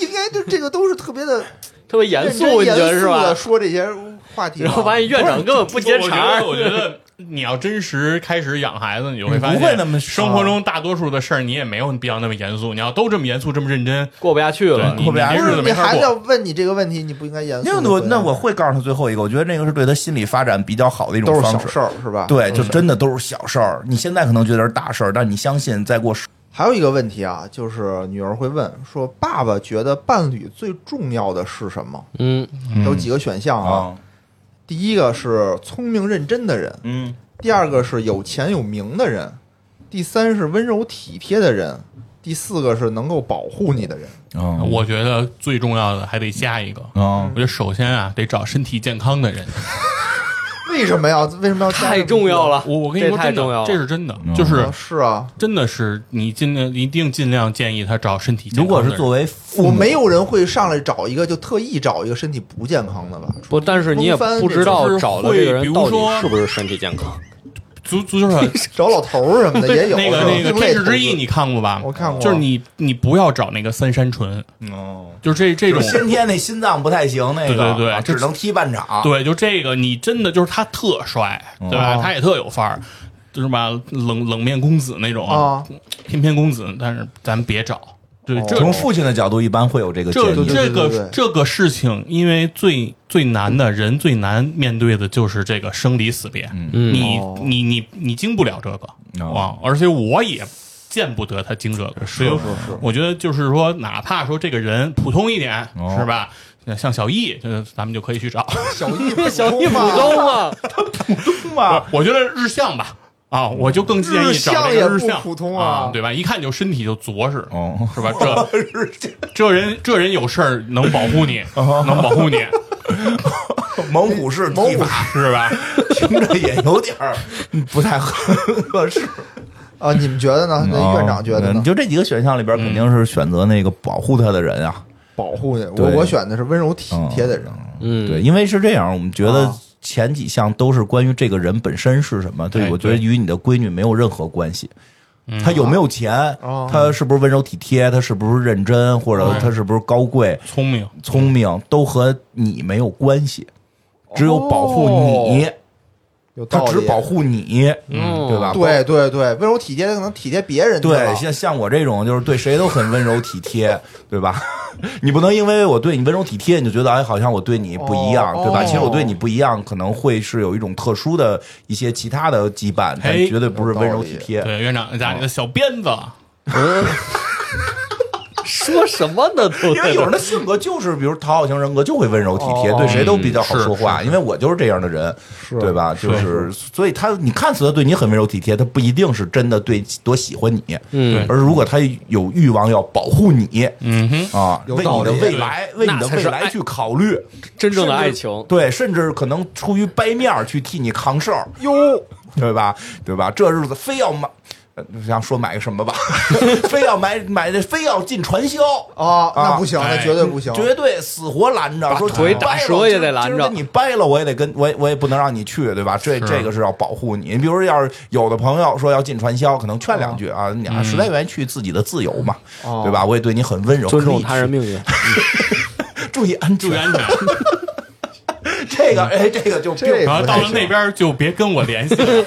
Speaker 1: 应该就这个都是特别的
Speaker 4: 特别严
Speaker 1: 认
Speaker 4: 肃，
Speaker 1: 真
Speaker 4: 你觉
Speaker 1: 严
Speaker 4: 得
Speaker 1: 肃
Speaker 4: 是吧
Speaker 1: 的？说这些话题啊，
Speaker 4: 然后发现院长根本不接
Speaker 2: 我觉
Speaker 4: 茬儿
Speaker 2: 得，，我觉得你要真实开始养孩子，你就
Speaker 3: 你
Speaker 2: 会
Speaker 3: 不
Speaker 2: 发现，
Speaker 3: 会那么
Speaker 2: 生活中大多数的事儿，你也没有必要那么严肃。你要都这么严肃，这么认真，
Speaker 4: 过不下去
Speaker 2: 对
Speaker 4: 了，
Speaker 2: 你你
Speaker 3: 不
Speaker 2: 这
Speaker 3: 是
Speaker 2: 日
Speaker 1: 不
Speaker 2: 子
Speaker 1: 是你
Speaker 2: 没法
Speaker 1: 还是要
Speaker 2: 过。
Speaker 1: 问你这个问题，你不应该严肃
Speaker 3: 那
Speaker 1: 地回答。
Speaker 3: 我那我会告诉他最后一个，我觉得那个是对他心理发展比较好的一
Speaker 1: 都
Speaker 3: 种
Speaker 1: 是
Speaker 3: 方
Speaker 1: 小
Speaker 3: 式。
Speaker 1: 事儿是吧？。
Speaker 3: 对，就真的都是小事儿。你现在可能觉得是大事儿，但你相信再过十
Speaker 1: 还有一个问题啊，就是女儿会问说：“爸爸觉得伴侣最重要的是什么
Speaker 4: 嗯，？”
Speaker 1: 有几个选项啊，
Speaker 3: 啊，
Speaker 1: 第一个是聪明认真的人，
Speaker 3: 嗯，
Speaker 1: 第二个是有钱有名的人，第三是温柔体贴的人，第四个是能够保护你的人。
Speaker 3: 我
Speaker 2: 嗯我觉得最重要的还得加一个，
Speaker 3: 啊
Speaker 2: 我觉得首先啊，得找身体健康的人。
Speaker 1: 为什么要为什么要加这
Speaker 4: 太
Speaker 1: 个
Speaker 4: 重要？了，
Speaker 2: 我我跟你
Speaker 4: 这
Speaker 2: 说，
Speaker 4: 太
Speaker 2: 真
Speaker 4: 重
Speaker 2: 的，
Speaker 4: 要了，
Speaker 2: 这是真的，就是
Speaker 1: 啊是啊，
Speaker 2: 真的是你尽量一定尽量建议他找身体健
Speaker 3: 如
Speaker 2: 康的
Speaker 3: 果
Speaker 2: 人。
Speaker 3: 是作为父母，
Speaker 1: 我没有人会上来找一个就特意找一个身体不健康的吧？
Speaker 4: 不，但是你也不知道找的这个人到底是不是身体健 康。
Speaker 2: 足足球场
Speaker 1: 找老头儿什 么的也有。
Speaker 2: 那个那个
Speaker 1: 是吧
Speaker 2: 《天使之翼》，你看过吧？
Speaker 1: 我看过
Speaker 2: 就是你你不要找那个三山纯，
Speaker 3: 哦，
Speaker 2: 就是这这
Speaker 3: 就
Speaker 2: 种
Speaker 3: 是先天那心脏不太行，那个
Speaker 2: 对对对
Speaker 3: 啊哦
Speaker 2: 这
Speaker 3: 只能踢半场。
Speaker 2: 对，就这个，你真的就是他特帅，对吧？他也特有范儿，就是吧，冷冷面公子那种
Speaker 1: 啊，
Speaker 2: 翩翩公子。但是咱别找，对，这
Speaker 3: 从父亲的角度，一般会有这个建
Speaker 2: 这
Speaker 3: 议。
Speaker 2: 这
Speaker 1: 哦对对对
Speaker 2: 个这个事情，因为最最难的人最难面对的就是这个生离死别，你
Speaker 1: 哦
Speaker 2: 你你你经不了这个
Speaker 3: 嗯哦
Speaker 2: 啊，而且我也。见不得他经这个，所以我觉得就是说，哪怕说这个人普通一点，
Speaker 3: 哦
Speaker 2: 是吧？像小易，这咱们就可以去找。
Speaker 1: 小易 普
Speaker 4: 小易
Speaker 1: 通
Speaker 4: 普
Speaker 1: 嘛
Speaker 4: 通啊，
Speaker 2: 我觉得日向吧，啊，我就更建
Speaker 1: 日
Speaker 2: 议找
Speaker 1: 向
Speaker 2: 这
Speaker 1: 也
Speaker 2: 个日
Speaker 1: 不
Speaker 2: 向，
Speaker 1: 普通
Speaker 2: 啊
Speaker 1: 啊，
Speaker 2: 对吧？一看就身体就着实，
Speaker 3: 哦，
Speaker 2: 是吧？这这人这人有事儿能保护你，能保护你，
Speaker 3: 猛虎式踢法
Speaker 2: 是吧？
Speaker 3: 听着也有点儿 不太合适。
Speaker 1: 啊，你们觉得呢？那院长觉得
Speaker 3: 嗯
Speaker 1: 呢？
Speaker 3: 就这几个选项里边，肯定是选择那个保护他的人啊。
Speaker 1: 保护你，我
Speaker 3: 对
Speaker 1: 我选的是温柔体贴的人。
Speaker 4: 嗯，
Speaker 3: 对，因为是这样，我们觉得
Speaker 1: 啊
Speaker 3: 前几项都是关于这个人本身是什么，对
Speaker 2: 哎
Speaker 3: 我觉得
Speaker 2: 对
Speaker 3: 与你的闺女没有任何关系。他有没有钱
Speaker 1: 哦？
Speaker 3: 他是不是温柔体贴？他是不是认真？或者
Speaker 2: 对
Speaker 3: 他是不是高贵、
Speaker 2: 聪明，
Speaker 3: 聪明？都和你没有关系，只有保护你。
Speaker 1: 有
Speaker 3: 他
Speaker 1: 哦道理
Speaker 3: 只保护你，
Speaker 4: 嗯
Speaker 3: 对吧？
Speaker 1: 对对对，温柔体贴的可能体贴别人去了
Speaker 3: 对，像像我这种就是对谁都很温柔体贴，对吧？ 你不能因为我对你温柔体贴，你就觉得哎，好像我对你不一样，
Speaker 1: 哦
Speaker 3: 对吧？
Speaker 1: 哦
Speaker 3: 其实我对你不一样，可能会是有一种特殊的一些其他的羁绊，但
Speaker 2: 哎
Speaker 3: 绝对不是温柔体贴。
Speaker 2: 对，院长拿你的小鞭子，
Speaker 4: 说什么呢？都
Speaker 3: 因为有人的性格就是，比如讨好型人格就会温柔体贴，
Speaker 1: 哦
Speaker 3: 对谁都比较好
Speaker 2: 嗯是
Speaker 3: 说话。因为我就是这样的人，对吧？就是所以他，你看似他对你很温柔体贴，他不一定是真的对多喜欢你。
Speaker 4: 嗯
Speaker 3: 而如果他有欲望要保护你，
Speaker 2: 嗯哼，
Speaker 3: 啊，
Speaker 1: 有
Speaker 3: 为
Speaker 1: 道
Speaker 3: 你的
Speaker 1: 理
Speaker 3: 未来，为你
Speaker 4: 那
Speaker 3: 的
Speaker 4: 才
Speaker 3: 未
Speaker 4: 是
Speaker 3: 来
Speaker 4: 爱
Speaker 3: 去考虑，
Speaker 4: 真正的
Speaker 3: 甚至
Speaker 4: 爱情
Speaker 3: 对，甚至可能出于掰面儿去替你扛事儿，
Speaker 1: 哟，
Speaker 3: 对吧？对吧？这日子非要买，呃想说买个什么吧， 非要买买的，非要进传销。
Speaker 1: 啊，那不行，
Speaker 2: 哎
Speaker 1: 那绝对不行，
Speaker 3: 绝对死活拦着，说
Speaker 4: 腿
Speaker 3: 掰
Speaker 4: 打
Speaker 3: 了
Speaker 4: 折也
Speaker 3: 今儿
Speaker 4: 得拦
Speaker 3: 今儿
Speaker 4: 着
Speaker 3: 跟你掰了，我也得跟我也我也不能让你去，对吧？这这个是要保护你。你比如说，要是有的朋友说要进传销，可能劝
Speaker 4: 哦
Speaker 3: 两句啊，
Speaker 4: 嗯
Speaker 3: 你啊实在愿意去，自己的自由嘛，
Speaker 1: 哦
Speaker 3: 对吧？我也对你很温柔，
Speaker 4: 尊
Speaker 3: 可以
Speaker 4: 重
Speaker 3: 去
Speaker 4: 他人，命运，
Speaker 3: 注意安
Speaker 2: 注
Speaker 3: 全
Speaker 2: 意。安全。
Speaker 3: 这个哎，这个就并
Speaker 1: 这
Speaker 3: 不
Speaker 2: 然后
Speaker 3: 太
Speaker 2: 到了
Speaker 3: 行
Speaker 2: 那边就别跟我联系了，
Speaker 3: 对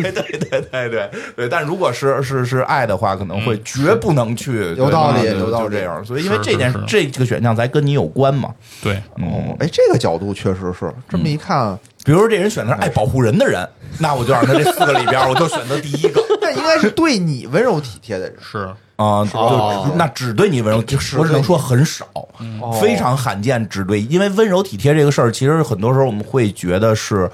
Speaker 3: 对对对对对，但如果是是是爱的话，可能会绝不能去，
Speaker 1: 有道理
Speaker 3: 对吧
Speaker 1: 有
Speaker 3: 就
Speaker 1: 道
Speaker 3: 就
Speaker 1: 理
Speaker 3: 这样。所以因为
Speaker 2: 嗯是
Speaker 3: 这件
Speaker 2: 是是
Speaker 3: 这个选项才跟你有关嘛。嗯
Speaker 2: 对，
Speaker 1: 哦，哎，这个角度确实是这么一看，
Speaker 3: 比如说这人选的是爱保护人的人，那我就让他这四个里边儿，我就选择第一个
Speaker 1: 那应该是对你温柔体贴的人，
Speaker 2: 是
Speaker 3: 啊，就
Speaker 4: 哦
Speaker 3: 那只对你温柔，就是嗯我只能说很少，
Speaker 1: 哦
Speaker 3: 非常罕见，只对，因为温柔体贴这个事儿，其实很多时候我们会觉得是。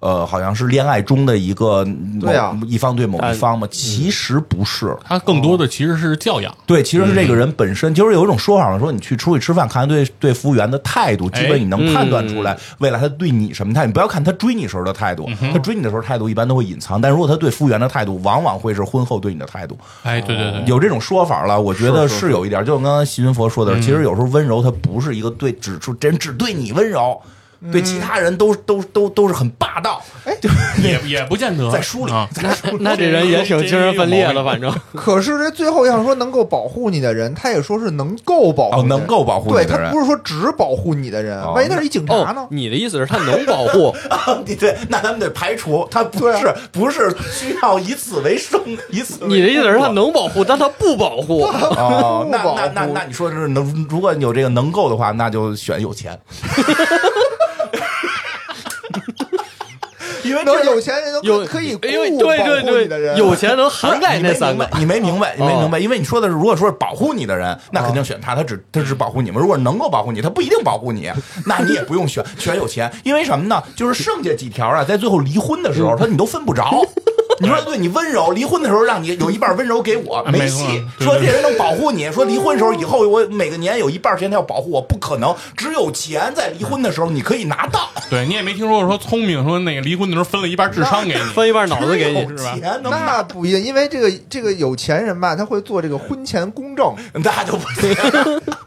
Speaker 3: 呃，好像是恋爱中的一个某
Speaker 1: 对啊
Speaker 3: 一方对某一
Speaker 4: 但
Speaker 3: 方嘛，其实不是，
Speaker 2: 他更多的其实是教养，
Speaker 3: 对，其实是这个人本身，就是有一种说法嘛，说你去出去吃饭，看看对对服务员的态
Speaker 1: 哎
Speaker 3: 度，基本你能判断
Speaker 1: 嗯
Speaker 3: 出来未来他对你什么态度。你不要看他追你时候的态度，他追你的时候态度一般都会隐藏，但如果他对服务员的态度，往往会是婚后对你的态度。
Speaker 2: 哎，对对对，
Speaker 3: 有这种说法了，我觉得是有一点，就像刚刚徐云佛说的，其
Speaker 4: 嗯
Speaker 3: 实有时候温柔他不是一个对只出人只对你温柔，
Speaker 1: 嗯
Speaker 3: 对其他人都都都都是很霸道。
Speaker 2: 也也不见得
Speaker 3: 在书里
Speaker 2: 啊，
Speaker 4: 那这人也挺精神分裂的，反正
Speaker 1: 可是这最后要说能够保护你的人，他也说是能够保护
Speaker 3: 哦
Speaker 1: 你的人
Speaker 3: 能够保护你
Speaker 1: 对
Speaker 3: 的
Speaker 1: 他
Speaker 3: 人
Speaker 1: 不是说只保护你的人，
Speaker 3: 哦
Speaker 1: 万一他是一警察
Speaker 4: 哦
Speaker 1: 呢，？
Speaker 4: 你的意思是他能 保护？
Speaker 3: 对对，那咱们得排除他不
Speaker 1: 对啊
Speaker 3: 是不是需要以此为生， 以此为
Speaker 4: 你的意思是
Speaker 3: 工
Speaker 4: 他
Speaker 3: 作
Speaker 4: 能保护，但他不保 护。
Speaker 3: 哦，
Speaker 1: 不
Speaker 3: 那
Speaker 1: 保
Speaker 3: 那那
Speaker 1: 护
Speaker 3: 那你说的是能，如果有这个能够的话，那就选有钱。 因为这
Speaker 1: 能
Speaker 3: 个
Speaker 1: 有钱人
Speaker 4: 有
Speaker 1: 都可以雇
Speaker 4: 哎呦，
Speaker 1: 保护
Speaker 4: 对
Speaker 1: 你的
Speaker 4: 对
Speaker 1: 人，
Speaker 4: 对，有钱能涵盖那 三个。
Speaker 3: 你没明白，你没明白，你没明白，因为你说的是，如果说是保护你的人，那
Speaker 1: 哦
Speaker 3: 肯定选他，他只他只保护你们。如果能够保护你，他不一定保护你，那你也不用选选有钱，因为什么呢？就是剩下几条啊，在最后离婚的时候，他你都分不着。你说对你温柔，离婚的时候让你有一半温柔给我，
Speaker 2: 没错
Speaker 3: 戏。
Speaker 2: 对
Speaker 3: 说
Speaker 2: 对
Speaker 3: 这人能保护你，说离婚时候以后我每个年有一半时间他要保护我，不可能。只有钱在离婚的时候你可以拿到，
Speaker 2: 对你也没听说过说聪明，说那个离婚的时候分了一半智商给你，
Speaker 4: 分一半脑子
Speaker 3: 只
Speaker 4: 给
Speaker 3: 有
Speaker 4: 你，
Speaker 3: 钱能拿
Speaker 1: 那不一定，因为这个这个有钱人吧，他会做这个婚前公证，
Speaker 3: 那就不行。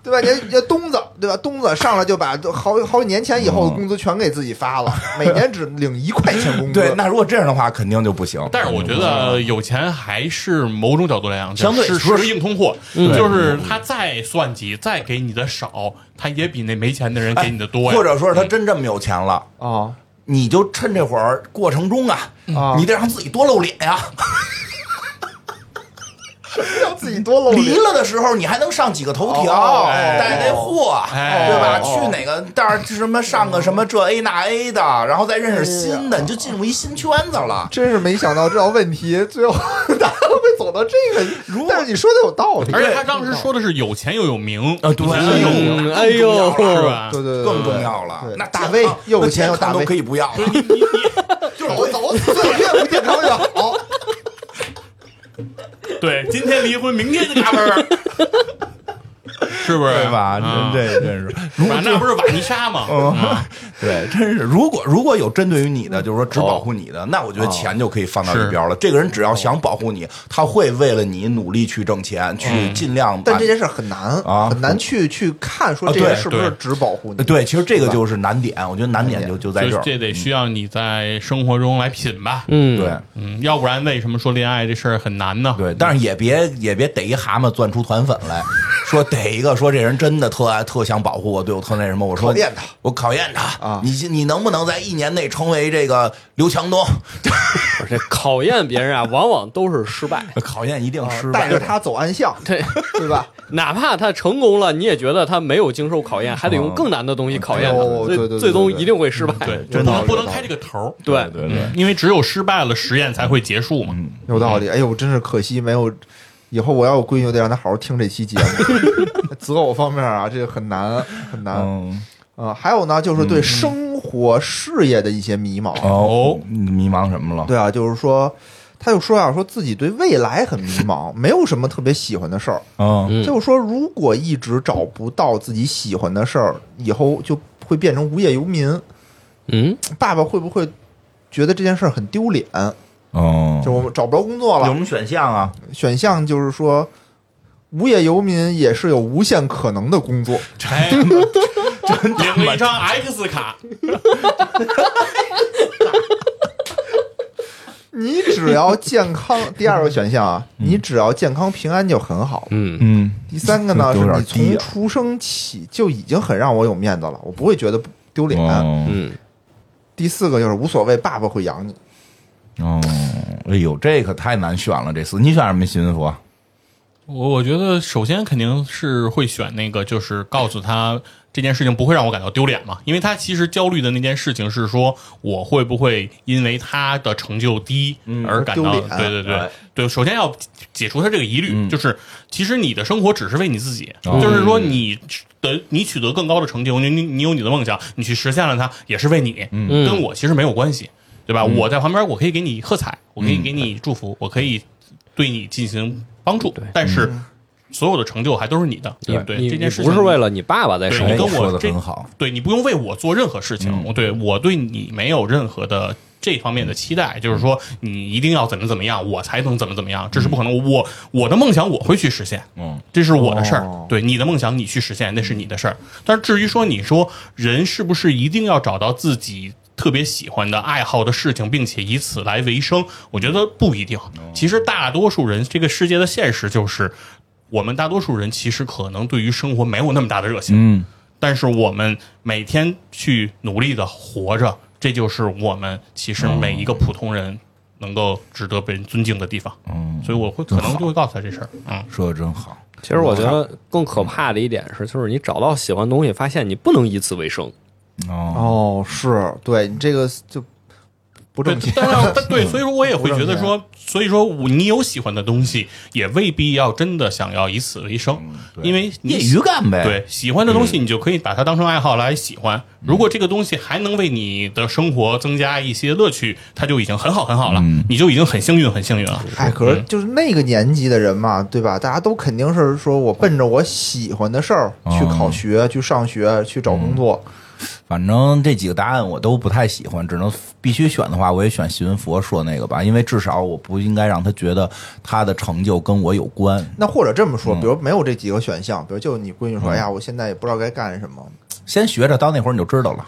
Speaker 1: 对吧？人家东子对吧？东子上来就把好好几年前以
Speaker 3: 嗯
Speaker 1: 后的工资全给自己发了，每年只领一块钱工资。
Speaker 3: 对，那如果这样的话，肯定就不行。
Speaker 2: 但是我觉得有钱还是某种角度来讲，
Speaker 3: 嗯相对
Speaker 2: 是
Speaker 3: 是嗯
Speaker 2: 是硬通货，就是他再算计，再给你的少，他也比那没钱的人给你的多呀。
Speaker 3: 哎或者说是他真这么有钱了，
Speaker 1: 啊
Speaker 3: 你就趁这会儿过程中啊，
Speaker 1: 啊
Speaker 3: 你得让自己多露脸呀、
Speaker 1: 自己多露
Speaker 3: 离
Speaker 1: 脸。
Speaker 3: 了的时候，你还能上几个头条，
Speaker 1: 哦
Speaker 3: 带带货，
Speaker 2: 哎
Speaker 3: 对吧？
Speaker 1: 哦
Speaker 3: 去哪个但是什么上个什么这 A 那 A 的，然后再认识新
Speaker 1: 嗯
Speaker 3: 的，你就进入一新圈子了。
Speaker 1: 真是没想到这道问题最后大家会走到这个，但是你说的有道理，
Speaker 2: 而且他当时说的是有钱又有名
Speaker 3: 啊对哦
Speaker 2: 你想想有名
Speaker 4: 嗯哎呦，
Speaker 2: 是吧？
Speaker 1: 对对对，
Speaker 3: 更重要了
Speaker 1: 对，
Speaker 3: 那
Speaker 1: 大
Speaker 3: 健康
Speaker 1: V 又有
Speaker 3: 那
Speaker 1: 钱
Speaker 3: 健
Speaker 1: 又
Speaker 3: 康
Speaker 1: 大
Speaker 3: 都
Speaker 1: V
Speaker 3: 可以不要了，
Speaker 1: 就是我走，越不健康越好。
Speaker 2: 对，今天离婚，明天就嘎嘣 儿，是不是？
Speaker 3: 对哦吧？
Speaker 2: 嗯
Speaker 3: 这真是，如果
Speaker 2: 瓦那不是瓦尼莎吗？嗯
Speaker 3: 对，真是，如果如果有针对于你的，就是说只保护你的，那我觉得钱就可以放到里边了。这个人只要想保护你，他会为了你努力去挣钱，去尽量把。
Speaker 1: 但这件事儿很难
Speaker 3: 啊
Speaker 1: 很难去去看说
Speaker 3: 啊
Speaker 1: 这个
Speaker 3: 对啊
Speaker 1: 是不是只保护你。
Speaker 3: 呃对，其实这个
Speaker 1: 吧
Speaker 3: 就是难点，我觉得难点就就在这
Speaker 2: 就
Speaker 3: 儿。
Speaker 2: 这得需要你在生活中来品吧。
Speaker 4: 嗯，
Speaker 3: 对
Speaker 2: 嗯，要不然为什么说恋爱这事儿很难呢？
Speaker 3: 对，但是也别也别逮一蛤蟆钻出团粉来，说逮一个，说这人真的特爱特想保护我，对我特那什么。我说
Speaker 1: 讨厌他，
Speaker 3: 我考验他
Speaker 1: 啊
Speaker 3: 你你能不能在一年内成为这个刘强东？
Speaker 4: 不是这考验别人啊，往往都是失败。
Speaker 3: 考验一定失败。
Speaker 1: 啊带着他走暗巷，
Speaker 4: 对，
Speaker 1: 对吧？
Speaker 4: 哪怕他成功了，你也觉得他没有经受考验，还得用更难的东西考验他，
Speaker 1: 哦
Speaker 4: 所以
Speaker 1: 对对对
Speaker 4: 最终
Speaker 1: 对对
Speaker 4: 一定会失败。
Speaker 3: 哎
Speaker 2: 对，
Speaker 1: 真
Speaker 2: 不
Speaker 1: 的
Speaker 2: 能不
Speaker 1: 有
Speaker 2: 能
Speaker 1: 道
Speaker 2: 开
Speaker 1: 理
Speaker 2: 这个头儿，
Speaker 4: 对
Speaker 2: 对对，因为只有失败了，实验才会结束嘛。
Speaker 1: 有道
Speaker 3: 嗯
Speaker 1: 理。哎呦，真是可惜没有。以后我要有闺女，我得让她好好听这期 节目。择偶方面啊，这个很难很难。
Speaker 3: 嗯，
Speaker 1: 啊，还有呢，就是对生活事业的一些迷茫。
Speaker 3: 哦，你迷茫什么了？
Speaker 1: 对啊，就是说，他就说啊，说自己对未来很迷茫，没有什么特别喜欢的事儿。
Speaker 3: 嗯
Speaker 4: 嗯
Speaker 1: 就是说，如果一直找不到自己喜欢的事儿，以后就会变成无业游民。
Speaker 4: 嗯，
Speaker 1: 爸爸会不会觉得这件事儿很丢脸？
Speaker 3: 嗯
Speaker 1: 就我们找不着工作
Speaker 3: 有什
Speaker 1: 了，
Speaker 3: 么选项啊？
Speaker 1: 选项就是说。无业游民也是有无限可能的工 作，
Speaker 2: 哎，领了一张 X 卡，
Speaker 1: 你只要健 康。第二个选项啊，你只要健康平安就很好。
Speaker 4: 嗯，
Speaker 3: 嗯，
Speaker 1: 第三个呢，
Speaker 3: 这
Speaker 1: 是
Speaker 3: 有点
Speaker 1: 你
Speaker 3: 低
Speaker 1: 从
Speaker 3: 啊
Speaker 1: 出生起就已经很让我有面子了，我不会觉得丢脸。
Speaker 3: 哦
Speaker 4: 嗯，
Speaker 1: 第四个就是无所谓，爸爸会养你。
Speaker 3: 哦，哎呦，这可太难选了，这次你选什么新服啊？
Speaker 2: 我我觉得首先肯定是会选那个，就是告诉他这件事情不会让我感到丢脸嘛，因为他其实焦虑的那件事情是说我会不会因为他的成就低而感到、
Speaker 1: 丢脸
Speaker 2: 对对对
Speaker 3: 哎
Speaker 2: 对，首先要解除他这个疑虑，就是其实你的生活只是为你自己，就是说你得你取得更高的成就，你你你有你的梦想，你去实现了它也是为你，
Speaker 4: 嗯
Speaker 2: 跟我其实没有关系，对吧？我在旁边，我可以给你喝彩，我
Speaker 4: 嗯
Speaker 2: 可以给你祝福，我可以对你进行帮助，但是所有的成就还都是你的，对不对？
Speaker 4: 你
Speaker 2: 这件事
Speaker 4: 你
Speaker 2: 情
Speaker 4: 不是为了你爸爸在
Speaker 2: 对
Speaker 4: 生
Speaker 2: 你
Speaker 4: 活
Speaker 2: 哎跟，
Speaker 3: 哎说
Speaker 2: 我
Speaker 3: 的
Speaker 2: 这
Speaker 3: 很好，
Speaker 2: 对你不用为我做任何事情，我对我对你没有任何的这方面的期待，就是说你一定要怎么怎么样，我才能怎么怎么样，这是不可能。我我的梦想我会去实现，
Speaker 3: 嗯，
Speaker 2: 这是我的事儿。
Speaker 1: 哦
Speaker 2: 对你的梦想，你去实现，那是你的事儿。但是至于说你说人是不是一定要找到自己特别喜欢的爱好的事情，并且以此来为生，我觉得不一定。其实大多数人，这个世界的现实就是，我们大多数人其实可能对于生活没有那么大的热情。
Speaker 3: 嗯，
Speaker 2: 但是我们每天去努力的活着，这就是我们其实每一个普通人能够值得被人尊敬的地方。嗯，所以我会可能就会告诉他这事儿。嗯，
Speaker 3: 哦说的真好。
Speaker 4: 其实我觉得更可怕的一点是，就是你找到喜欢的东西，发现你不能以此为生。
Speaker 1: 哦，
Speaker 3: 哦，
Speaker 1: 是对你这个就不
Speaker 2: 对
Speaker 1: 正经，。
Speaker 2: 但是但对，所以说我也会觉得
Speaker 1: 不
Speaker 2: 说，所以说我你有喜欢的东西，也未必要真的想要以此为生，
Speaker 3: 嗯对
Speaker 2: 因为你
Speaker 3: 业余干呗。，
Speaker 2: 对喜欢的东西，你就可以把它当成爱好来喜欢。如果这个东西还能为你的生活增加一些乐趣，它就已经很好很好了，你就已经很幸运很幸运了。
Speaker 3: 嗯
Speaker 1: 哎，可是就是那个年纪的人嘛，对吧？大家都肯定是说我奔着我喜欢的事儿
Speaker 3: 哦
Speaker 1: 去考学、去上学、去找工作。
Speaker 3: 反正这几个答案我都不太喜欢，只能必须选的话，我也选徐文佛说那个吧，因为至少我不应该让他觉得他的成就跟我有关。
Speaker 1: 那或者这么
Speaker 3: 嗯
Speaker 1: 说，比如没有这几个选项，比如就你闺女说：“哎呀，我现在也不知道该干什么。
Speaker 3: 先学着，到那会儿你就知道了，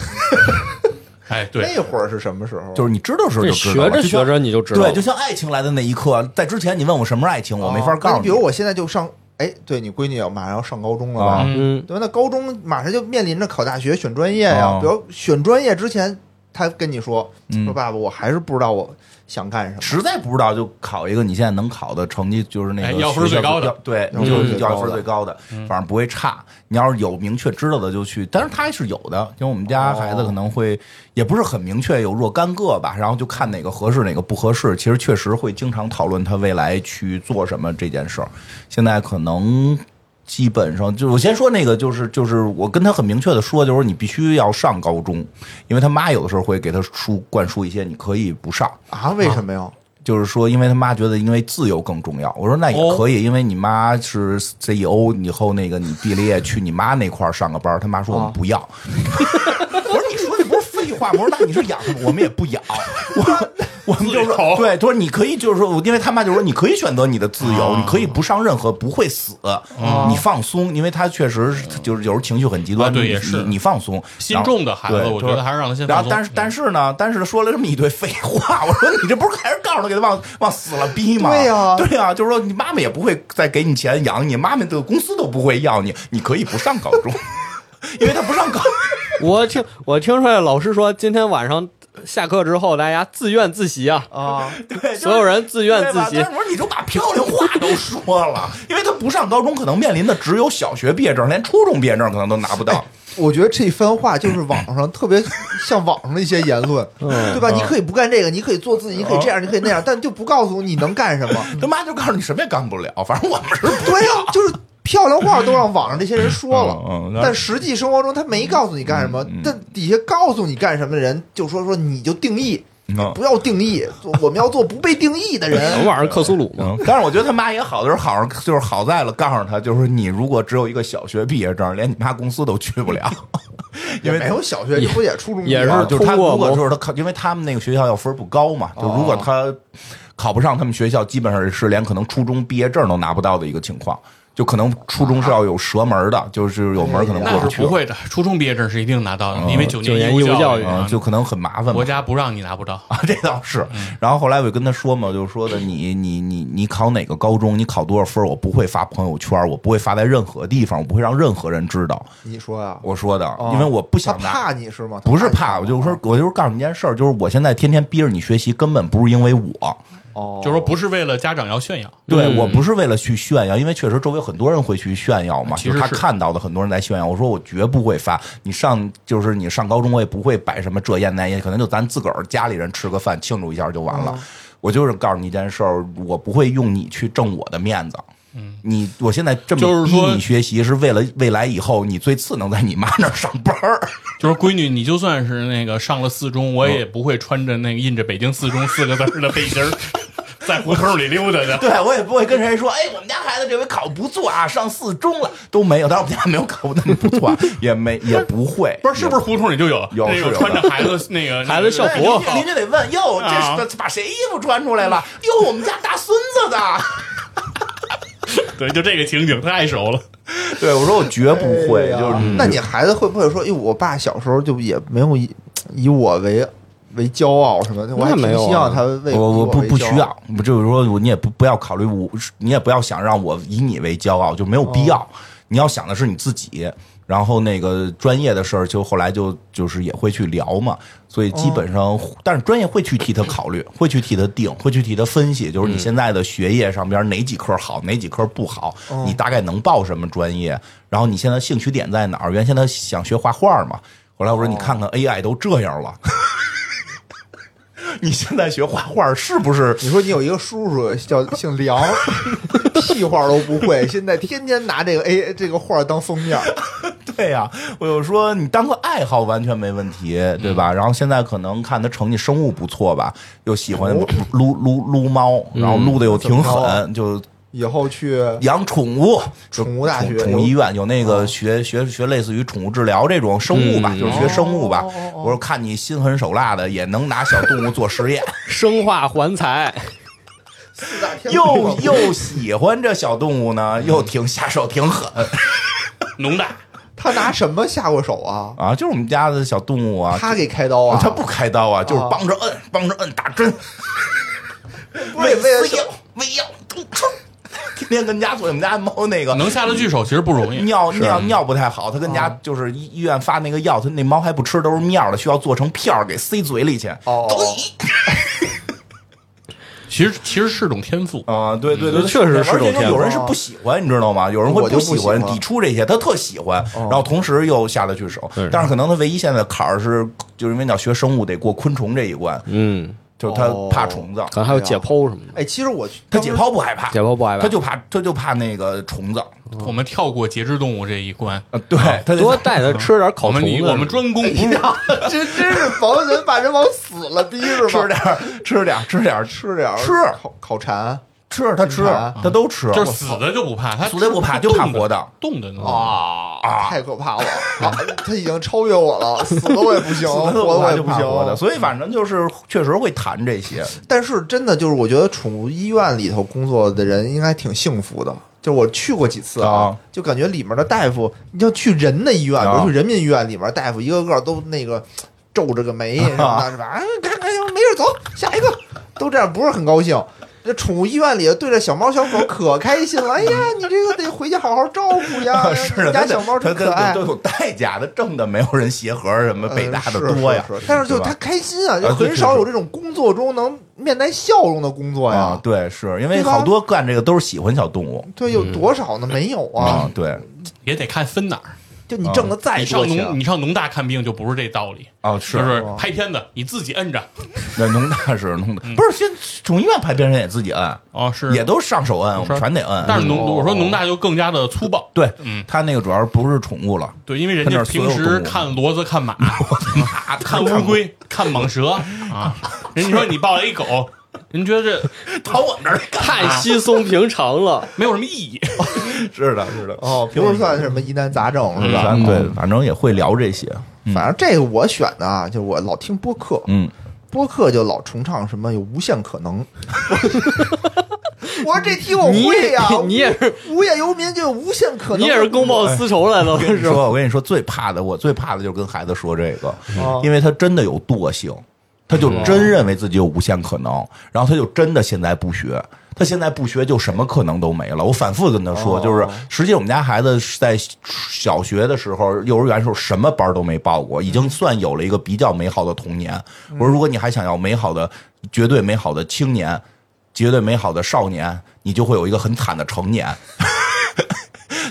Speaker 2: 哎，”对，
Speaker 1: 那会儿是什么时候？啊
Speaker 3: 就是你知道的时候就知道
Speaker 4: 学
Speaker 3: 了。就
Speaker 4: 着
Speaker 3: 像
Speaker 4: 学着你就知道了
Speaker 3: 对，就像爱情来的那一刻，在之前你问我什么是爱情，我没
Speaker 4: 哦
Speaker 3: 法告诉
Speaker 1: 哦你。比如我现在就上，哎，对你闺女马上要上高中了吧？
Speaker 3: 啊
Speaker 4: 嗯，
Speaker 1: 对吧？那高中马上就面临着考大学、选专业呀、
Speaker 3: 哦
Speaker 1: 比如选专业之前，他跟你说、
Speaker 3: 嗯
Speaker 1: 说：“爸爸，我还是不知道我想干什么。
Speaker 3: 实在不知道就考一个你现在能考的成绩，就是那
Speaker 2: 哎
Speaker 3: 个
Speaker 2: 要分儿
Speaker 3: 学校
Speaker 2: 最高的
Speaker 3: 要对，
Speaker 1: 要分儿
Speaker 3: 就
Speaker 1: 最
Speaker 3: 是
Speaker 1: 高
Speaker 3: 要
Speaker 1: 的
Speaker 3: 分儿最高的，反正不会差。你要是有明确知道的就去，但是他是有的，因为我们家孩子可能会也不是很明确，有若干个吧，然后就看哪个合适哪个不合适。其实确实会经常讨论他未来去做什么这件事儿。现在可能基本上就是我先说那个，就是就是我跟他很明确的说，就是你必须要上高中，因为他妈有的时候会给他输灌输一些你可以不上。
Speaker 1: 啊？为什么呀？
Speaker 3: 就是说，因为他妈觉得因为自由更重要。我说那
Speaker 2: 哦
Speaker 3: 也可以，因为你妈是 CEO，以后那个
Speaker 2: 哦
Speaker 3: 你毕了业去你妈那块儿上个班儿。他妈说我们不要。我说你说这不是废话，我说那你是养什么？我们也不养，我我们就
Speaker 2: 自己
Speaker 3: 是
Speaker 2: 投
Speaker 3: 对，他说你可以就是说，因为他妈就说你可以选择你的自
Speaker 2: 哦
Speaker 3: 由，你可以不上任何，不会死，你放松，因为他确实是就是有时候情绪很极端，
Speaker 2: 啊对
Speaker 3: 你
Speaker 2: 也是
Speaker 3: 你你放松。
Speaker 2: 心
Speaker 3: 然后
Speaker 2: 重的孩子，
Speaker 3: 对
Speaker 2: 我觉得还是让他先
Speaker 3: 然
Speaker 2: 放松。，
Speaker 3: 后但是
Speaker 4: 嗯
Speaker 3: 但是呢，但是说了这么一堆废话，我说你这不是还是告诉他给他往往死了逼吗？
Speaker 1: 对呀
Speaker 3: 对呀、就是说你妈妈也不会再给你钱养你，妈妈的公司都不会要你，你可以不上高中， 因为他不上高。
Speaker 4: 我听我听出来，老师说今天晚上下课之后，大家自愿自习啊，
Speaker 1: 啊，
Speaker 3: 对，
Speaker 4: 所有人自愿自
Speaker 3: 对
Speaker 4: 习
Speaker 3: 吧但。是我说你都把漂亮话都说了，因为他不上高中，可能面临的只有小学毕业证，连初中毕业证可能都拿不到。
Speaker 1: 我觉得这番话就是网 上特别像网上的一些言论，
Speaker 3: 嗯
Speaker 1: 对吧？你可以不干这个，你可以做自己，你可以这样，你可以那样，但就不告诉你能干什么。
Speaker 3: 他妈就告诉你什么也干不了，反正我们是
Speaker 1: 对 呀、就是漂亮话都让网上这些人说了，
Speaker 3: 嗯嗯那嗯
Speaker 1: 但实际生活中他没告诉你干什么，但底下告诉你干什么的人就说说你就定义，
Speaker 3: 嗯
Speaker 1: 不要定义，做我们要做不被定义的
Speaker 4: 我
Speaker 1: 人
Speaker 4: 们。晚上克苏鲁嘛，
Speaker 3: 嗯，但是我觉得他妈也好的是好，就是好在了，告诉他就是你如果只有一个小学毕业证，连你妈公司都 去不了，因为
Speaker 1: 没有小学，这不也初中
Speaker 4: 也
Speaker 3: 啊
Speaker 4: 是
Speaker 3: 就是他
Speaker 4: 通过
Speaker 3: 如果
Speaker 4: 某
Speaker 3: 就是他考，因为他们那个学校要分儿不高嘛，就如果
Speaker 2: 哦
Speaker 3: 他考不上他们学校，基本上是连可能初中毕业证都拿不到的一个情况。就可能初中是要有折门的，就是有门可能过
Speaker 2: 那
Speaker 3: 不
Speaker 2: 是
Speaker 3: 去
Speaker 2: 不，会的，初中毕业证是一定拿到的，因为九
Speaker 4: 九年
Speaker 2: 义
Speaker 4: 义务教
Speaker 2: 育
Speaker 4: 育
Speaker 2: 啊
Speaker 3: 嗯，就可能很麻烦嘛
Speaker 2: 国。家不让你拿不到。
Speaker 3: 啊， 这倒是。
Speaker 2: 嗯
Speaker 3: 然后后来我就跟他说嘛，就说的你你你你考哪个高中，你考多少分儿，我不会发朋友圈，我不会发在任何地方，我不会让任何人知道。
Speaker 1: 你说呀、
Speaker 3: 我说的，
Speaker 1: 哦
Speaker 3: 因为我不想
Speaker 1: 他
Speaker 3: 拿。
Speaker 1: 怕哦你是吗？
Speaker 3: 不是
Speaker 1: 你
Speaker 3: 怕，
Speaker 1: 吗
Speaker 3: 我就是说，我就是告诉你一件事儿，就是我现在天天逼着你学习，根本不是因为我，
Speaker 1: 哦，
Speaker 2: 就是说不是为了家长要炫耀，
Speaker 3: 对、
Speaker 4: 嗯
Speaker 3: 我不是为了去炫耀，因为确实周围很多人会去炫耀嘛，
Speaker 2: 其
Speaker 3: 就
Speaker 2: 实
Speaker 3: 是他
Speaker 2: 是
Speaker 3: 看到的很多人在炫耀。我说我绝不会发，你上就是你上高中我也不会摆什么这宴那宴，可能就咱自个儿家里人吃个饭庆祝一下就完了。我就是告诉你一件事儿，我不会用你去挣我的面子。嗯，你我现在这
Speaker 2: 就
Speaker 3: 么
Speaker 2: 是
Speaker 3: 逼
Speaker 2: 说
Speaker 3: 你学习，是为了未来以后你最次能在你妈那儿上班儿。
Speaker 2: 就是闺女，你就算是那个上了四中，我也不会穿着那个印着“北京四中”四个字儿的背心儿，在胡同里溜达的。
Speaker 3: 对我也不会跟谁说，哎，我们家孩子这回考不错啊，上四中了都没有，但是我们家没有考那么不错啊，也没也不会，
Speaker 2: 不是，是不是胡同里就有
Speaker 3: 有
Speaker 2: 那
Speaker 3: 是有
Speaker 2: 个
Speaker 3: 的
Speaker 2: 穿着孩子那个
Speaker 4: 孩子校
Speaker 3: 对
Speaker 4: 服
Speaker 3: 邻居邻居得问，哟，
Speaker 2: 啊
Speaker 3: 这是把谁衣服穿出来了？哟，我们家大孙子的。
Speaker 2: 对，就这个情景太熟了。
Speaker 3: 对，我说我绝不会，
Speaker 1: 对哎呀
Speaker 3: 就是
Speaker 1: 那你孩子会不会说，哎，我爸小时候就也没有以以我为为骄傲什么的？我还
Speaker 4: 那没
Speaker 1: 挺
Speaker 4: 有啊
Speaker 1: 希望他为
Speaker 3: 我我
Speaker 1: 以
Speaker 3: 不
Speaker 1: 为
Speaker 3: 不
Speaker 1: 骄
Speaker 3: 需
Speaker 1: 傲
Speaker 3: 要，不就是说我你也不不要考虑我，你也不要想让我以你为骄傲，就没有
Speaker 1: 哦
Speaker 3: 必要。你要想的是你自己，然后那个专业的事儿，就后来就就是也会去聊嘛，所以基
Speaker 1: 哦
Speaker 3: 本上，但是专业会去替他考虑，会去替他定，会去替他分析，就是你现在的学业上边哪几科好，哪几科不好，
Speaker 1: 哦
Speaker 3: 你大概能报什么专业，然后你现在兴趣点在哪儿？原先他想学画画嘛，后来我说
Speaker 1: 哦
Speaker 3: 你看看 AI 都这样了。 你现在学画画是不是
Speaker 1: 你说你有一个叔叔叫姓 梁，屁话都不会，现在天天拿这个 A 这个画当封面，
Speaker 3: 对呀、我就说你当个爱好完全没问题，对
Speaker 1: 嗯
Speaker 3: 吧？然后现在可能看他成绩生物不错吧，又喜欢撸撸撸猫，然后撸的又
Speaker 1: 嗯
Speaker 3: 挺
Speaker 1: 怎么着啊
Speaker 3: 狠，就
Speaker 1: 以后去
Speaker 3: 养宠物，
Speaker 1: 宠物大学哦
Speaker 3: 宠宠物医院有那个学学学类似于宠物治疗这种生物
Speaker 1: 嗯
Speaker 3: 吧，就是学生物吧。
Speaker 1: 哦
Speaker 3: 我说看你心狠手辣的，也能拿小动物做实 验，
Speaker 4: 生化环材，
Speaker 1: 四大天
Speaker 3: 又又喜欢这小动物
Speaker 1: 嗯
Speaker 3: 呢，又挺下手挺狠
Speaker 2: 农大
Speaker 1: 他拿什么下过手啊？
Speaker 3: 啊，就是我们家的小动物啊，
Speaker 1: 他给开刀啊？
Speaker 3: 他不开刀啊，就是
Speaker 1: 啊
Speaker 3: 帮着摁，帮着摁打针，
Speaker 1: 为为了
Speaker 3: 喂药喂药，都吃 天天跟家做我们家猫那个
Speaker 2: 能下得去手，其实不容易。
Speaker 3: 尿
Speaker 4: 啊
Speaker 3: 尿尿不太好，他跟
Speaker 1: 啊
Speaker 3: 家就是医医院发那个药，他那猫还不吃，都是面儿的，需要做成片儿给塞嘴里去。
Speaker 1: 哦
Speaker 3: 都
Speaker 2: 其实其实是种天赋。
Speaker 3: 啊，对对对，
Speaker 4: 嗯确实是
Speaker 3: 而且
Speaker 4: 种天赋
Speaker 3: 有人是不喜欢，你知道吗？有人会
Speaker 1: 啊我就不
Speaker 3: 喜
Speaker 1: 喜欢哦
Speaker 3: 抵触这些，他特喜欢，然后同时又下得去手
Speaker 4: 对。
Speaker 3: 但是可能他唯一现在的坎儿是，就是因为你要学生物得过昆虫这一关，
Speaker 4: 嗯，
Speaker 3: 就是他
Speaker 1: 哦
Speaker 3: 怕虫子，
Speaker 4: 可能还有解剖什么的，
Speaker 1: 哎，其实我去
Speaker 3: 他解剖不害怕，
Speaker 4: 解剖不害怕啊
Speaker 3: 他就怕他就怕那个虫子。
Speaker 2: 我们跳过节肢动物这一关，
Speaker 3: 啊，对，他就
Speaker 4: 多带他吃点
Speaker 2: 我
Speaker 4: 烤
Speaker 2: 们
Speaker 4: 虫
Speaker 2: 以
Speaker 4: 子。
Speaker 2: 我们专
Speaker 3: 哎
Speaker 2: 攻哺乳，
Speaker 1: 这真是防 人把人往死了逼是吧？
Speaker 3: 吃点儿吃点儿吃点儿吃
Speaker 1: 吃点儿
Speaker 3: 吃
Speaker 1: 烤烤蝉，
Speaker 3: 吃他吃
Speaker 1: 金蝉
Speaker 3: 他都吃，
Speaker 2: 就是死的就不怕，他
Speaker 3: 死的不怕就怕活的，
Speaker 2: 冻的呢。
Speaker 1: 啊，太可怕了！啊，他已经超越我了，死了我也不行，活 了
Speaker 3: 死的不
Speaker 1: 我
Speaker 3: 怕
Speaker 1: 也
Speaker 3: 就
Speaker 1: 不
Speaker 3: 怕活的，
Speaker 1: 行。
Speaker 3: 所以反正就是确实会谈 这些，
Speaker 1: 但是真的就是，我觉得宠物医院里头工作的人应该挺幸福的。就是我去过几次啊
Speaker 3: 啊，
Speaker 1: 就感觉里面的大夫，你像去人的医院，比
Speaker 3: 啊
Speaker 1: 如去人民医院里面，大夫一个个都那个皱着个眉什么的，是吧？啊，看看行，没事，走，下一个，都这样，不是很高兴。这宠物医院里对着小猫小狗可开心了，哎呀，你这个得回去好好照顾呀，
Speaker 3: 是
Speaker 1: 你
Speaker 3: 的，
Speaker 1: 啊家
Speaker 3: 他
Speaker 1: 小猫
Speaker 3: 他
Speaker 1: 真可
Speaker 3: 他
Speaker 1: 爱
Speaker 3: 都。有代价的，挣的没有人协和什么北大的
Speaker 1: 嗯
Speaker 3: 多呀
Speaker 1: 是是是，但是就
Speaker 3: 对吧
Speaker 1: 他开心啊，
Speaker 3: 啊
Speaker 1: 就
Speaker 3: 对
Speaker 1: 很
Speaker 3: 是
Speaker 1: 少
Speaker 3: 是
Speaker 1: 有这种工作中能面带笑容的工作
Speaker 3: 啊
Speaker 1: 呀，。
Speaker 3: 对，是因
Speaker 1: 对
Speaker 3: 为
Speaker 1: 吧
Speaker 3: 好多干这个都是喜欢小动物
Speaker 1: 对，有多少呢？没有啊
Speaker 3: 啊，，对，
Speaker 2: 也得看分哪儿。
Speaker 1: 就你挣的再
Speaker 2: 你上
Speaker 1: 多
Speaker 2: 农，
Speaker 1: 钱，
Speaker 2: 你上农大看病就不是这道理，
Speaker 3: 哦，
Speaker 2: 就是是拍片子你自己摁着。
Speaker 3: 那农大是农大，不是现在宠医院拍片人也自己摁，哦
Speaker 2: 哦，嗯是
Speaker 3: 也都上手摁，我们全得摁，
Speaker 2: 但是农，我说农大就更加的粗暴。
Speaker 3: 对
Speaker 2: 嗯，
Speaker 3: 他那个主要不是宠物了，
Speaker 2: 对，因为人
Speaker 3: 他那
Speaker 2: 家
Speaker 3: 儿所有
Speaker 2: 平时
Speaker 3: 动物
Speaker 2: 看骡子、 看马、
Speaker 3: 啊，
Speaker 2: 看乌龟、看蟒 蛇啊，人家说你抱了一狗，人觉得这
Speaker 3: 跑我那儿干，
Speaker 4: 太稀松平常了。
Speaker 2: 没有什么意义。
Speaker 3: 是的，是的，
Speaker 1: 哦，不是算什么疑难杂症是吧？
Speaker 3: 咱对，反正也会聊这些，
Speaker 1: 反正这个我选的啊，就是我老听播客，
Speaker 3: 嗯，
Speaker 1: 播客就老崇尚什么有无限可能。我说这题我
Speaker 4: 你
Speaker 1: 哦会啊呀，
Speaker 4: 你也是
Speaker 1: 无无业游民就有无限可能，
Speaker 4: 你也是公报私仇来了，
Speaker 3: 我跟哎你
Speaker 4: 是啊吧？
Speaker 3: 说，我跟你说，最怕的，我最怕的就是跟孩子说这个
Speaker 1: 哦，
Speaker 3: 因为他真的有惰性，他就真认为自己有无限可能，然后他就真的现在不学。他现在不学，就什么可能都没了。我反复跟他说，就是实际我们家孩子是在小学的时候、幼儿园的时候什么班都没报过，已经算有了一个比较美好的童年。我说，如果你还想要美好的、绝对美好的青年、绝对美好的少年，你就会有一个很惨的成年。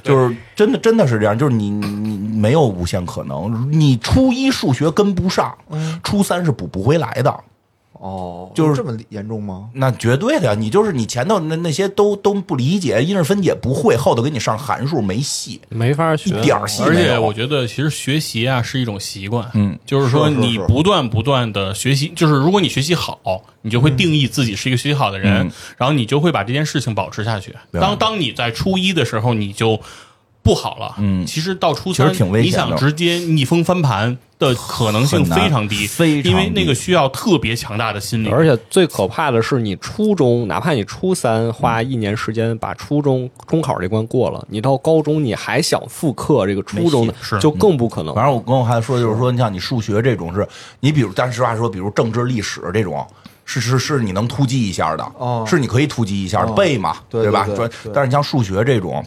Speaker 3: 就是真的真的是这样，就是你你你没有无限可能，你初一数学跟不上，初三是补不回来的，
Speaker 1: 哦，
Speaker 3: 就
Speaker 1: 嗯
Speaker 3: 是
Speaker 1: 这么严重吗？
Speaker 3: 那绝对的呀。你就是你前头那那些都都不理解，因式分解不会，后头给你上函数没戏，
Speaker 4: 没法学
Speaker 3: 一点儿戏
Speaker 2: 而
Speaker 3: 没
Speaker 2: 且
Speaker 3: 有。
Speaker 2: 我觉得，其实学习啊是一种习惯，
Speaker 3: 嗯，
Speaker 2: 就是说
Speaker 1: 是是
Speaker 2: 你
Speaker 1: 是
Speaker 2: 不断不断的学习，就是如果你学习好，你就会定义自己是一个学习好的人，
Speaker 3: 嗯
Speaker 2: 然后你就会把这件事情保持下去。
Speaker 3: 对
Speaker 2: 当当你在初一的时候，你就不好了，
Speaker 3: 嗯
Speaker 2: 其实到初
Speaker 3: 其实
Speaker 2: 三，
Speaker 3: 挺危
Speaker 2: 你
Speaker 3: 险的
Speaker 2: 想直接逆风翻盘的可能性
Speaker 3: 很难
Speaker 2: 非常低，
Speaker 3: 非常低
Speaker 2: 因为那个需要特别强大的心理。
Speaker 4: 而且最可怕的是，你初中哪怕你初三花一年时间把初中中考这关过了，你到高中你还想复刻这个初中的
Speaker 2: 没戏是，
Speaker 4: 就更不可能。
Speaker 3: 反正我跟我孩子说，就是说，你像你数学这种是，你比如，但实话说，比如政治、历史这种，是是是你能突击一下的，
Speaker 1: 哦
Speaker 3: 是你可以突击一下的，
Speaker 1: 哦
Speaker 3: 背嘛，
Speaker 1: 对
Speaker 3: 吧？
Speaker 1: 对对
Speaker 3: 专
Speaker 1: 对
Speaker 3: 但是你像数学这种。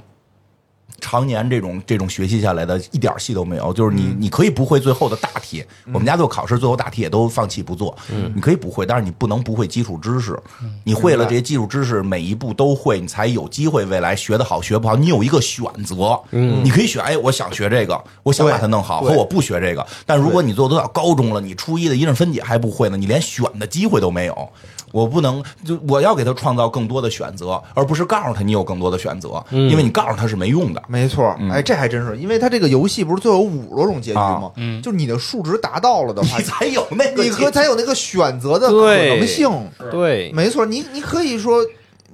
Speaker 3: 常年这种这种学习下来的，一点戏都没有。就是你，你可以不会最后的大题。我们家做考试，最后大题也都放弃不做。嗯，你可以不会，但是你不能不会基础知识。你会了这些基础知识，每一步都会，你才有机会未来学得好学不好。你有一个选择，嗯，你可以选。哎，我想学这个，我想把它弄好，
Speaker 1: 对
Speaker 3: 和我不学这个。但如果你做到高中了，你初一的因式分解还不会呢，你连选的机会都没有。我不能，就我要给他创造更多的选择，而不是告诉他你有更多的选择，因为你告诉他是没用的。
Speaker 1: 没错，哎，这还真是，因为它这个游戏不是最后有五十多种结局吗
Speaker 3: 啊？
Speaker 1: 嗯，就是你的数值达到了的话
Speaker 3: 你，才有那个
Speaker 1: 你
Speaker 3: 结
Speaker 1: 可
Speaker 3: 局
Speaker 1: 才有那个选择的可
Speaker 4: 对
Speaker 1: 能性。
Speaker 4: 对，
Speaker 1: 没错，你你可以说，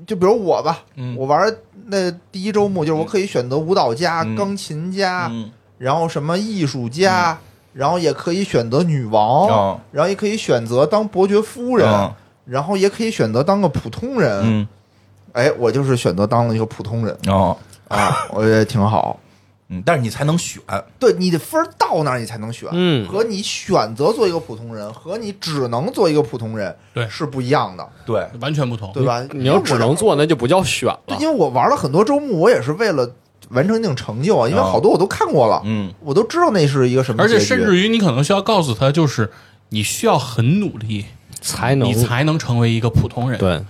Speaker 1: 就比如我吧，
Speaker 3: 嗯
Speaker 1: 我玩那第一周目就是我可以选择舞蹈家、
Speaker 3: 嗯
Speaker 1: 钢琴家，
Speaker 3: 嗯
Speaker 1: 然后什么艺术家，然后也可以选择女王，
Speaker 3: 哦
Speaker 1: 然后也可以选择当伯爵夫人，
Speaker 3: 嗯
Speaker 1: 然后也可以选择当个普通人。
Speaker 3: 嗯
Speaker 1: 哎，我就是选择当了一个普通人
Speaker 3: 哦
Speaker 1: 啊，我觉得挺好。
Speaker 3: 嗯，但是你才能选，
Speaker 1: 对你的分儿到那儿，你才能选。
Speaker 4: 嗯
Speaker 1: 和你选择做一个普通人，和你只能做一个普通人，
Speaker 2: 对
Speaker 1: 是不一样的，
Speaker 3: 对
Speaker 2: 完全不同，
Speaker 1: 对吧？
Speaker 4: 你要只能做，那就不叫选
Speaker 1: 对，
Speaker 4: 了。
Speaker 1: 因为我玩了很多周目，我也是为了完成一定成就啊，因为
Speaker 3: 哦
Speaker 1: 好多我都看过了，
Speaker 3: 嗯，
Speaker 1: 我都知道那是一个什么
Speaker 2: 而
Speaker 1: 结局，
Speaker 2: 且甚至于你可能需要告诉他，就是你需要很努力，
Speaker 4: 才能
Speaker 2: 你才能成为一个普通人。
Speaker 4: 对，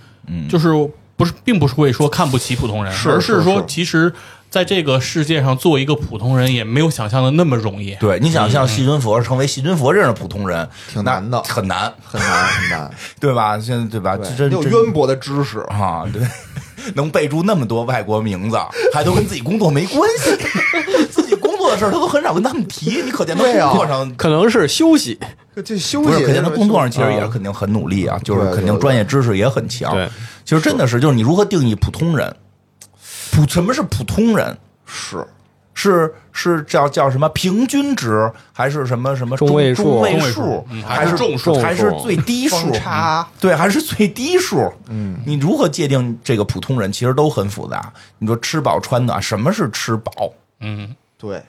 Speaker 2: 就是不是，并不是会说看不起普通人，
Speaker 1: 是
Speaker 2: 而
Speaker 1: 是
Speaker 2: 说
Speaker 1: 是
Speaker 2: 其实在这个世界上做一个普通人也没有想象的那么容易。
Speaker 3: 对，你想像细菌佛成为细菌佛这样的普通人，
Speaker 1: 嗯挺
Speaker 3: 那
Speaker 1: 难的
Speaker 3: 很难，
Speaker 1: 很难很 难，
Speaker 3: 对吧？现在对吧？
Speaker 1: 对
Speaker 3: 这真
Speaker 1: 你有
Speaker 3: 真
Speaker 1: 渊博的知识，
Speaker 3: 啊，对， 能背住那么多外国名字，还都跟自己工作没关系， 自己工作的事儿他都很少跟他们提，你可见他
Speaker 1: 对啊
Speaker 3: 工作上。
Speaker 4: 可能是休息。
Speaker 1: 这休
Speaker 3: 不
Speaker 1: 息
Speaker 3: 是，可见他工作上其实也
Speaker 1: 啊
Speaker 3: 是肯定很努力啊，就是
Speaker 1: 对
Speaker 3: 肯
Speaker 1: 对
Speaker 3: 定
Speaker 1: 对
Speaker 3: 专业知识也很强
Speaker 4: 对。
Speaker 3: 其实真的是，就是你如何定义普通人？普什么是普通人？
Speaker 1: 是
Speaker 3: 是是叫叫什么平均值，还是什么什么
Speaker 4: 中位数
Speaker 3: 中位
Speaker 2: 中位
Speaker 3: 数
Speaker 2: 数嗯，
Speaker 3: 还
Speaker 2: 还是
Speaker 3: 重
Speaker 2: 众
Speaker 4: 数
Speaker 3: 还是最低数
Speaker 1: 双？叉
Speaker 3: 对，还是最低数。嗯，你如何界定这个普通人？其实都很复杂。你说吃饱穿暖，什么是吃饱？
Speaker 2: 嗯，
Speaker 1: 对，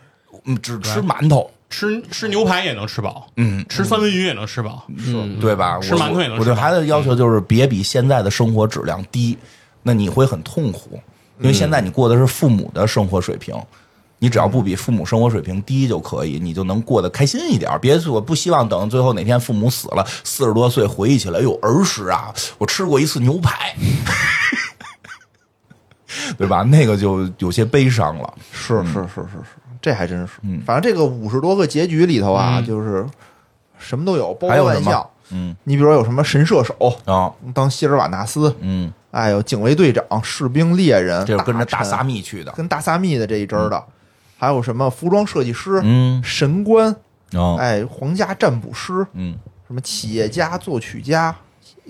Speaker 3: 嗯，只吃馒头，
Speaker 2: 吃吃牛排也能吃饱，
Speaker 3: 嗯，
Speaker 2: 吃三文鱼也能吃饱，
Speaker 1: 嗯
Speaker 3: 对吧？
Speaker 2: 嗯吃
Speaker 3: 我
Speaker 2: 馒头也能
Speaker 3: 我
Speaker 2: 吃嗯
Speaker 3: 对
Speaker 2: 饱
Speaker 3: 孩子的要求就是别比现在的生活质量低，那你会很痛苦，因为
Speaker 2: 嗯
Speaker 3: 现在你过的是父母的生活水平。你只要不比父母生活水平低就可以，你就能过得开心一点。别，我不希望等最后哪天父母死了，四十多岁回忆起来，哎呦，儿时啊，我吃过一次牛排， 对吧？那个就有些悲伤了。
Speaker 1: 是是是是是，这还真是。
Speaker 3: 嗯
Speaker 1: 反正这个五十多个结局里头啊，就是什么都有，包
Speaker 3: 还
Speaker 1: 括
Speaker 3: 有
Speaker 1: 玩
Speaker 3: 什么
Speaker 1: 笑。
Speaker 3: 嗯
Speaker 1: 你比如说有什么神射手
Speaker 3: 啊，
Speaker 1: 当希尔瓦纳斯，
Speaker 3: 嗯，
Speaker 1: 哎呦，警卫队长、士兵、猎人，
Speaker 3: 这是跟着大
Speaker 1: 臣
Speaker 3: 撒蜜去的，
Speaker 1: 跟大萨密的这一支儿的，还有什么服装设计师、
Speaker 3: 嗯
Speaker 1: 神官，
Speaker 3: 啊，
Speaker 1: 哎，皇家占卜师，
Speaker 3: 嗯
Speaker 1: 什么企业家、作曲家、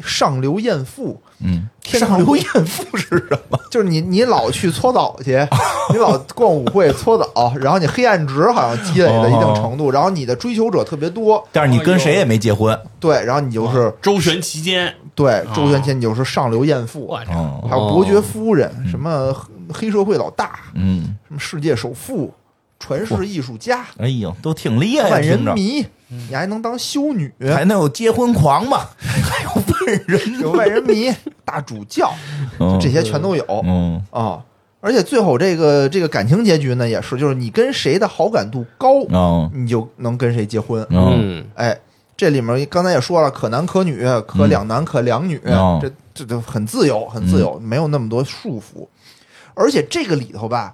Speaker 1: 上流艳妇，
Speaker 3: 嗯，
Speaker 1: 天
Speaker 3: 上
Speaker 1: 堂
Speaker 3: 流艳妇是什么？
Speaker 1: 就是你你老去搓澡去， 你老逛舞会搓澡，然后你黑暗值好像积累了一定程
Speaker 3: 哦
Speaker 1: 度，然后你的追求者特别多，
Speaker 3: 但是你跟谁也没结婚，
Speaker 1: 对，然后你就是
Speaker 2: 周旋期间，
Speaker 1: 对周旋前你就是上流艳妇，
Speaker 2: 哇，这
Speaker 3: 哦，
Speaker 1: 还有伯爵夫人，什么黑黑社会老大，
Speaker 3: 嗯，
Speaker 1: 什么世界首富、传世艺术家、
Speaker 3: 哎呦，都挺厉害呀，
Speaker 1: 万人
Speaker 3: 听着，
Speaker 1: 迷，你还能当修女，
Speaker 3: 还能有结婚狂吧？ 还有万人，
Speaker 1: 有万人迷、大主教，就这些全都有啊、
Speaker 3: 哦嗯
Speaker 1: 而且最后这个这个感情结局呢，也是就是你跟谁的好感度高，
Speaker 3: 哦
Speaker 1: 你就能跟谁结婚。
Speaker 3: 哦
Speaker 4: 嗯，
Speaker 1: 哎，这里面刚才也说了，可男可女，可两男可两女，
Speaker 3: 嗯哦嗯
Speaker 1: 这这都很自由，很自由，没有那么多束缚。而且这个里头吧，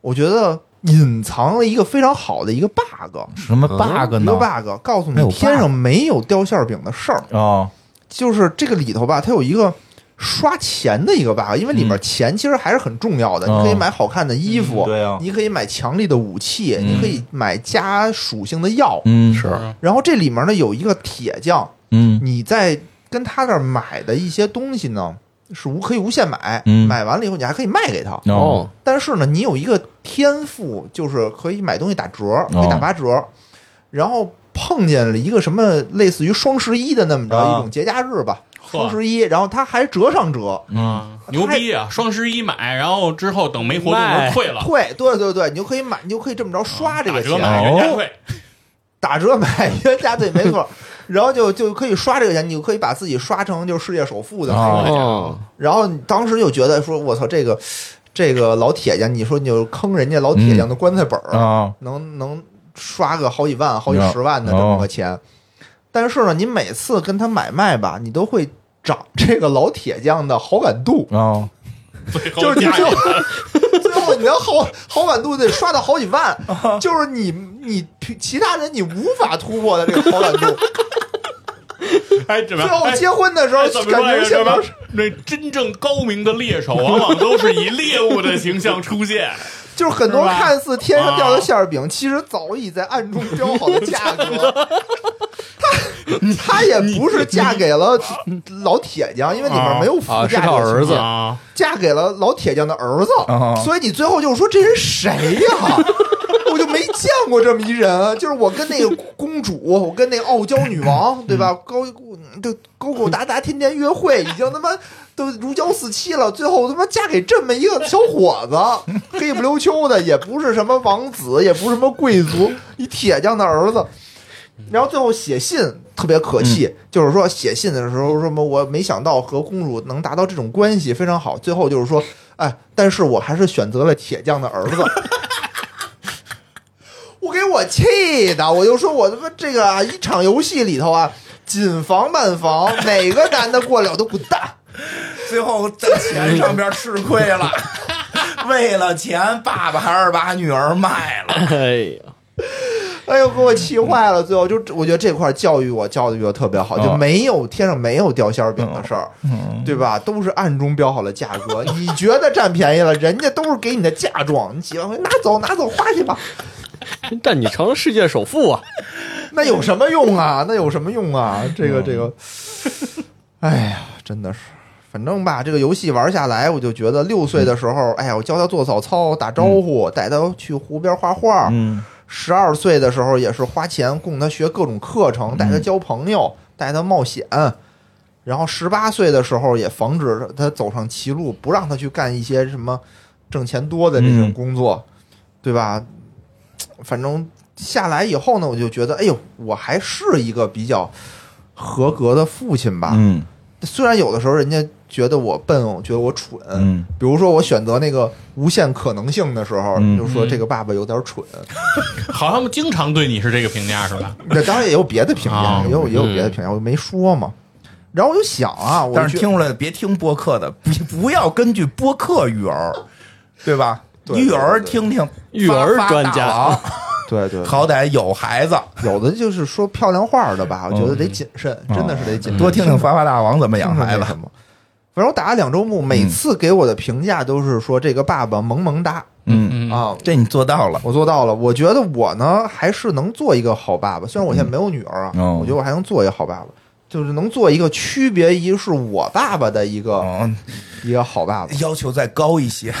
Speaker 1: 我觉得隐藏了一个非常好的一个 bug，
Speaker 3: 什么 bug
Speaker 1: 一
Speaker 3: 呢
Speaker 1: 个？bug，告诉
Speaker 3: 还有
Speaker 1: 你
Speaker 3: bug
Speaker 1: 天上没有掉馅儿饼的事儿。
Speaker 3: 哦，
Speaker 1: 就是这个里头吧，它有一个刷钱的一个 bug，因为里面钱其实还是很重要的。
Speaker 3: 嗯
Speaker 1: 你可以买好看的衣服，
Speaker 3: 嗯对啊
Speaker 1: 你可以买强力的武器，你可以买加属性的药。
Speaker 3: 嗯，
Speaker 4: 是
Speaker 1: 然后这里面呢有一个铁匠，
Speaker 3: 嗯
Speaker 1: 你在跟他那儿买的一些东西呢是无可以无限买，
Speaker 3: 嗯
Speaker 1: 买完了以后你还可以卖给他。
Speaker 3: 哦
Speaker 4: 哦，
Speaker 1: 但是呢，你有一个天赋，就是可以买东西打折，
Speaker 2: 哦
Speaker 1: 可以打八折。然后碰见了一个什么类似于双十一的那么着、
Speaker 3: 啊
Speaker 1: 一种节假日吧，
Speaker 2: 呵
Speaker 1: 双十一，然后它还折上折，
Speaker 3: 哦嗯
Speaker 2: 啊，牛逼啊！双十一买，然后之后等没活动
Speaker 4: 卖
Speaker 2: 就退了，
Speaker 1: 退，对对对，你就可以买，你就可以这么着刷这
Speaker 2: 打
Speaker 1: 个
Speaker 2: 折
Speaker 1: 钱，哦
Speaker 2: 买原价退，
Speaker 1: 打折买原价对，没错。 然后就就可以刷这个钱，你就可以把自己刷成就是世界首富的那
Speaker 2: 啊
Speaker 1: 种
Speaker 3: 哦
Speaker 4: 哦，
Speaker 1: 然后你当时就觉得说，我操，这个这个老铁匠，你说你就坑人家老铁
Speaker 2: 嗯
Speaker 1: 匠的棺材本儿、
Speaker 3: 啊，
Speaker 1: 能能刷个好几万、好几十万的这么个钱。但是呢，你每次跟他买卖吧，你都会涨这个老铁匠的好感度，
Speaker 3: 哦，
Speaker 2: 最后
Speaker 1: 就是你
Speaker 2: 价
Speaker 1: 最
Speaker 2: 格
Speaker 1: 后最后你的好好感度得刷到好几万，就是你你其他人你无法突破的这个好 感度。
Speaker 2: 哎，怎么
Speaker 1: 最
Speaker 2: 样
Speaker 1: 后
Speaker 2: 哎
Speaker 1: 结婚的时候
Speaker 2: 哎，怎么
Speaker 1: 感
Speaker 2: 说来
Speaker 1: 觉
Speaker 2: 着？
Speaker 1: 现
Speaker 2: 什么
Speaker 1: 场？
Speaker 2: 那真正高明的猎手，往往都是以猎物的形象 出现。
Speaker 1: 就是很多
Speaker 2: 是吧
Speaker 1: 看似天上掉的馅儿饼，其实早已在暗中标好的价格。他他也不是嫁给了老铁匠，因为里面没有附
Speaker 4: 啊，是
Speaker 1: 加
Speaker 4: 他
Speaker 1: 这个情
Speaker 4: 儿
Speaker 1: 况
Speaker 4: 子，
Speaker 2: 啊，
Speaker 1: 嫁给了老铁匠的儿子
Speaker 3: 哦，
Speaker 1: 所以你最后就是说这人谁呀？ 我就没见过这么一人，就是我跟那个公主，我跟那个傲娇女王，对吧？高对勾勾搭搭，天天约会，已经他妈都如胶似漆了。最后他妈嫁给这么一个小伙子，黑不溜秋的，也不是什么王子，也不是什么贵族，一铁匠的儿子。然后最后写信特别可气，就是说写信的时候说什么我没想到和公主能达到这种关系，非常好。最后就是说，哎，但是我还是选择了铁匠的儿子。 我给我气的，我就说我他妈这个啊，一场游戏里头啊，谨防慢防，哪个男的过了都滚蛋。
Speaker 3: 最后在钱上边吃亏 了，为了钱，爸爸还是把女儿卖了。
Speaker 4: 哎呀，
Speaker 1: 哎呦，给我气坏了！最后就我觉得这块教育我教育我特别好，就
Speaker 3: 嗯
Speaker 1: 没有天上没有掉馅儿饼的事儿，对吧？都是暗中标好了价格，你觉得占便宜了，人家都是给你的嫁妆，你几万块钱拿走拿走花去吧，
Speaker 4: 但你成了世界首富啊！
Speaker 1: 那有什么用啊？那有什么用啊？这个这个，哎呀，真的是，反正吧，这个游戏玩下来，我就觉得六岁的时候，哎呀，我教他做早操、打招呼，带他去湖边画画。
Speaker 3: 嗯，
Speaker 1: 十二岁的时候，也是花钱供他学各种课
Speaker 3: 嗯
Speaker 1: 程，带他交朋友，带他冒险。然后十八岁的时候，也防止他走上歧路，不让他去干一些什么挣钱多的这种
Speaker 3: 嗯
Speaker 1: 工作，对吧？反正下来以后呢，我就觉得，哎呦，我还是一个比较合格的父亲吧。
Speaker 3: 嗯
Speaker 1: 虽然有的时候人家觉得我笨，觉得我蠢，
Speaker 3: 嗯
Speaker 1: 比如说我选择那个无限可能性的时候，
Speaker 3: 嗯
Speaker 1: 就说这个爸爸有点蠢。
Speaker 2: 好像他们经常对你是这个评价是吧？
Speaker 1: 那、当然也有别的评价，
Speaker 2: 啊
Speaker 1: 也有也
Speaker 3: 嗯
Speaker 1: 有别的评价，我没说嘛。然后我就想啊，我
Speaker 3: 但是
Speaker 1: 就觉
Speaker 3: 听出来别听播客的，别不要根据播客育儿，对吧？
Speaker 1: 对
Speaker 3: 育
Speaker 1: 对
Speaker 3: 儿
Speaker 1: 对
Speaker 3: 听听
Speaker 4: 育儿
Speaker 3: 发发
Speaker 4: 专家
Speaker 3: 大王
Speaker 1: 对对，
Speaker 3: 好歹有孩子，
Speaker 1: 有的就是说漂亮话的吧，我觉得得谨慎，真的是得谨慎，
Speaker 3: 嗯多听听发发大王怎么养
Speaker 1: 听听
Speaker 3: 孩嗯
Speaker 1: 那
Speaker 3: 子。
Speaker 1: 什么。反正我打了两周目，每次给我的评价都是说这个爸爸萌萌哒
Speaker 3: 嗯，
Speaker 2: 嗯，
Speaker 1: 啊，
Speaker 3: 这你做到了。
Speaker 1: 我做到了，我觉得我呢还是能做一个好爸爸，虽然我现在没有女儿啊，
Speaker 3: 嗯哦
Speaker 1: 我觉得我还能做一个好爸爸，就是能做一个区别于是我爸爸的一个、
Speaker 3: 嗯，
Speaker 1: 一个好爸爸。
Speaker 3: 要求再高一些。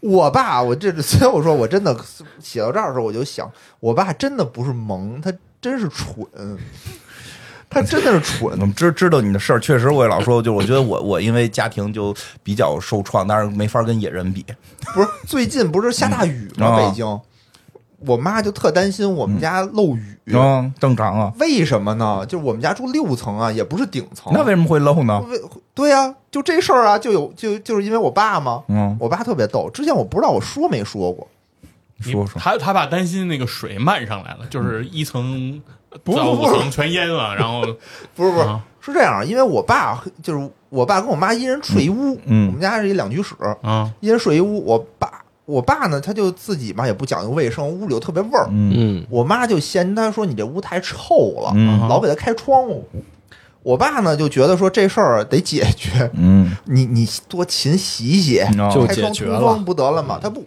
Speaker 1: 我爸，我这 所以我说我真的写到这儿的时候，我就想，我爸真的不是萌，他真是蠢，他真的是蠢
Speaker 3: 我。们知知道你的事儿，确实我也老说，就是我觉得我我因为家庭就比较受创，但是没法跟野人比。
Speaker 1: 不是最近不是下大雨吗？
Speaker 3: 嗯哦
Speaker 1: 北京，我妈就特担心我们家漏雨。
Speaker 3: 嗯，正常啊。
Speaker 1: 为什么呢？就是我们家住六层啊，也不是顶层。
Speaker 3: 那为什么会漏呢？
Speaker 1: 为对呀、就这事儿啊，就有就就是因为我爸嘛，
Speaker 3: 嗯
Speaker 1: 我爸特别逗。之前我不知道我说没说过，
Speaker 2: 你
Speaker 3: 说说
Speaker 2: 他他怕担心那个水漫上来了，就是一层
Speaker 1: 嗯 不
Speaker 2: 到
Speaker 1: 不不
Speaker 2: 五层全淹了，然后
Speaker 1: 不是不是、
Speaker 2: 啊
Speaker 1: 是这样，因为我爸就是我爸跟我妈一人睡一屋，
Speaker 3: 嗯嗯
Speaker 1: 我们家是一两居室，
Speaker 2: 啊，
Speaker 1: 一人睡一屋。我爸我爸呢，他就自己嘛也不讲究卫生，屋里又特别味儿。
Speaker 3: 嗯
Speaker 4: 嗯，
Speaker 1: 我妈就嫌他说你这屋太臭了，
Speaker 3: 嗯
Speaker 1: 老给他开窗户。我爸呢就觉得说这事儿得解决，
Speaker 3: 嗯，
Speaker 1: 你你多勤洗一洗，
Speaker 4: 就
Speaker 1: 开
Speaker 4: 解
Speaker 1: 窗
Speaker 4: 决
Speaker 1: 通
Speaker 4: 了
Speaker 1: 风不得了吗？他不，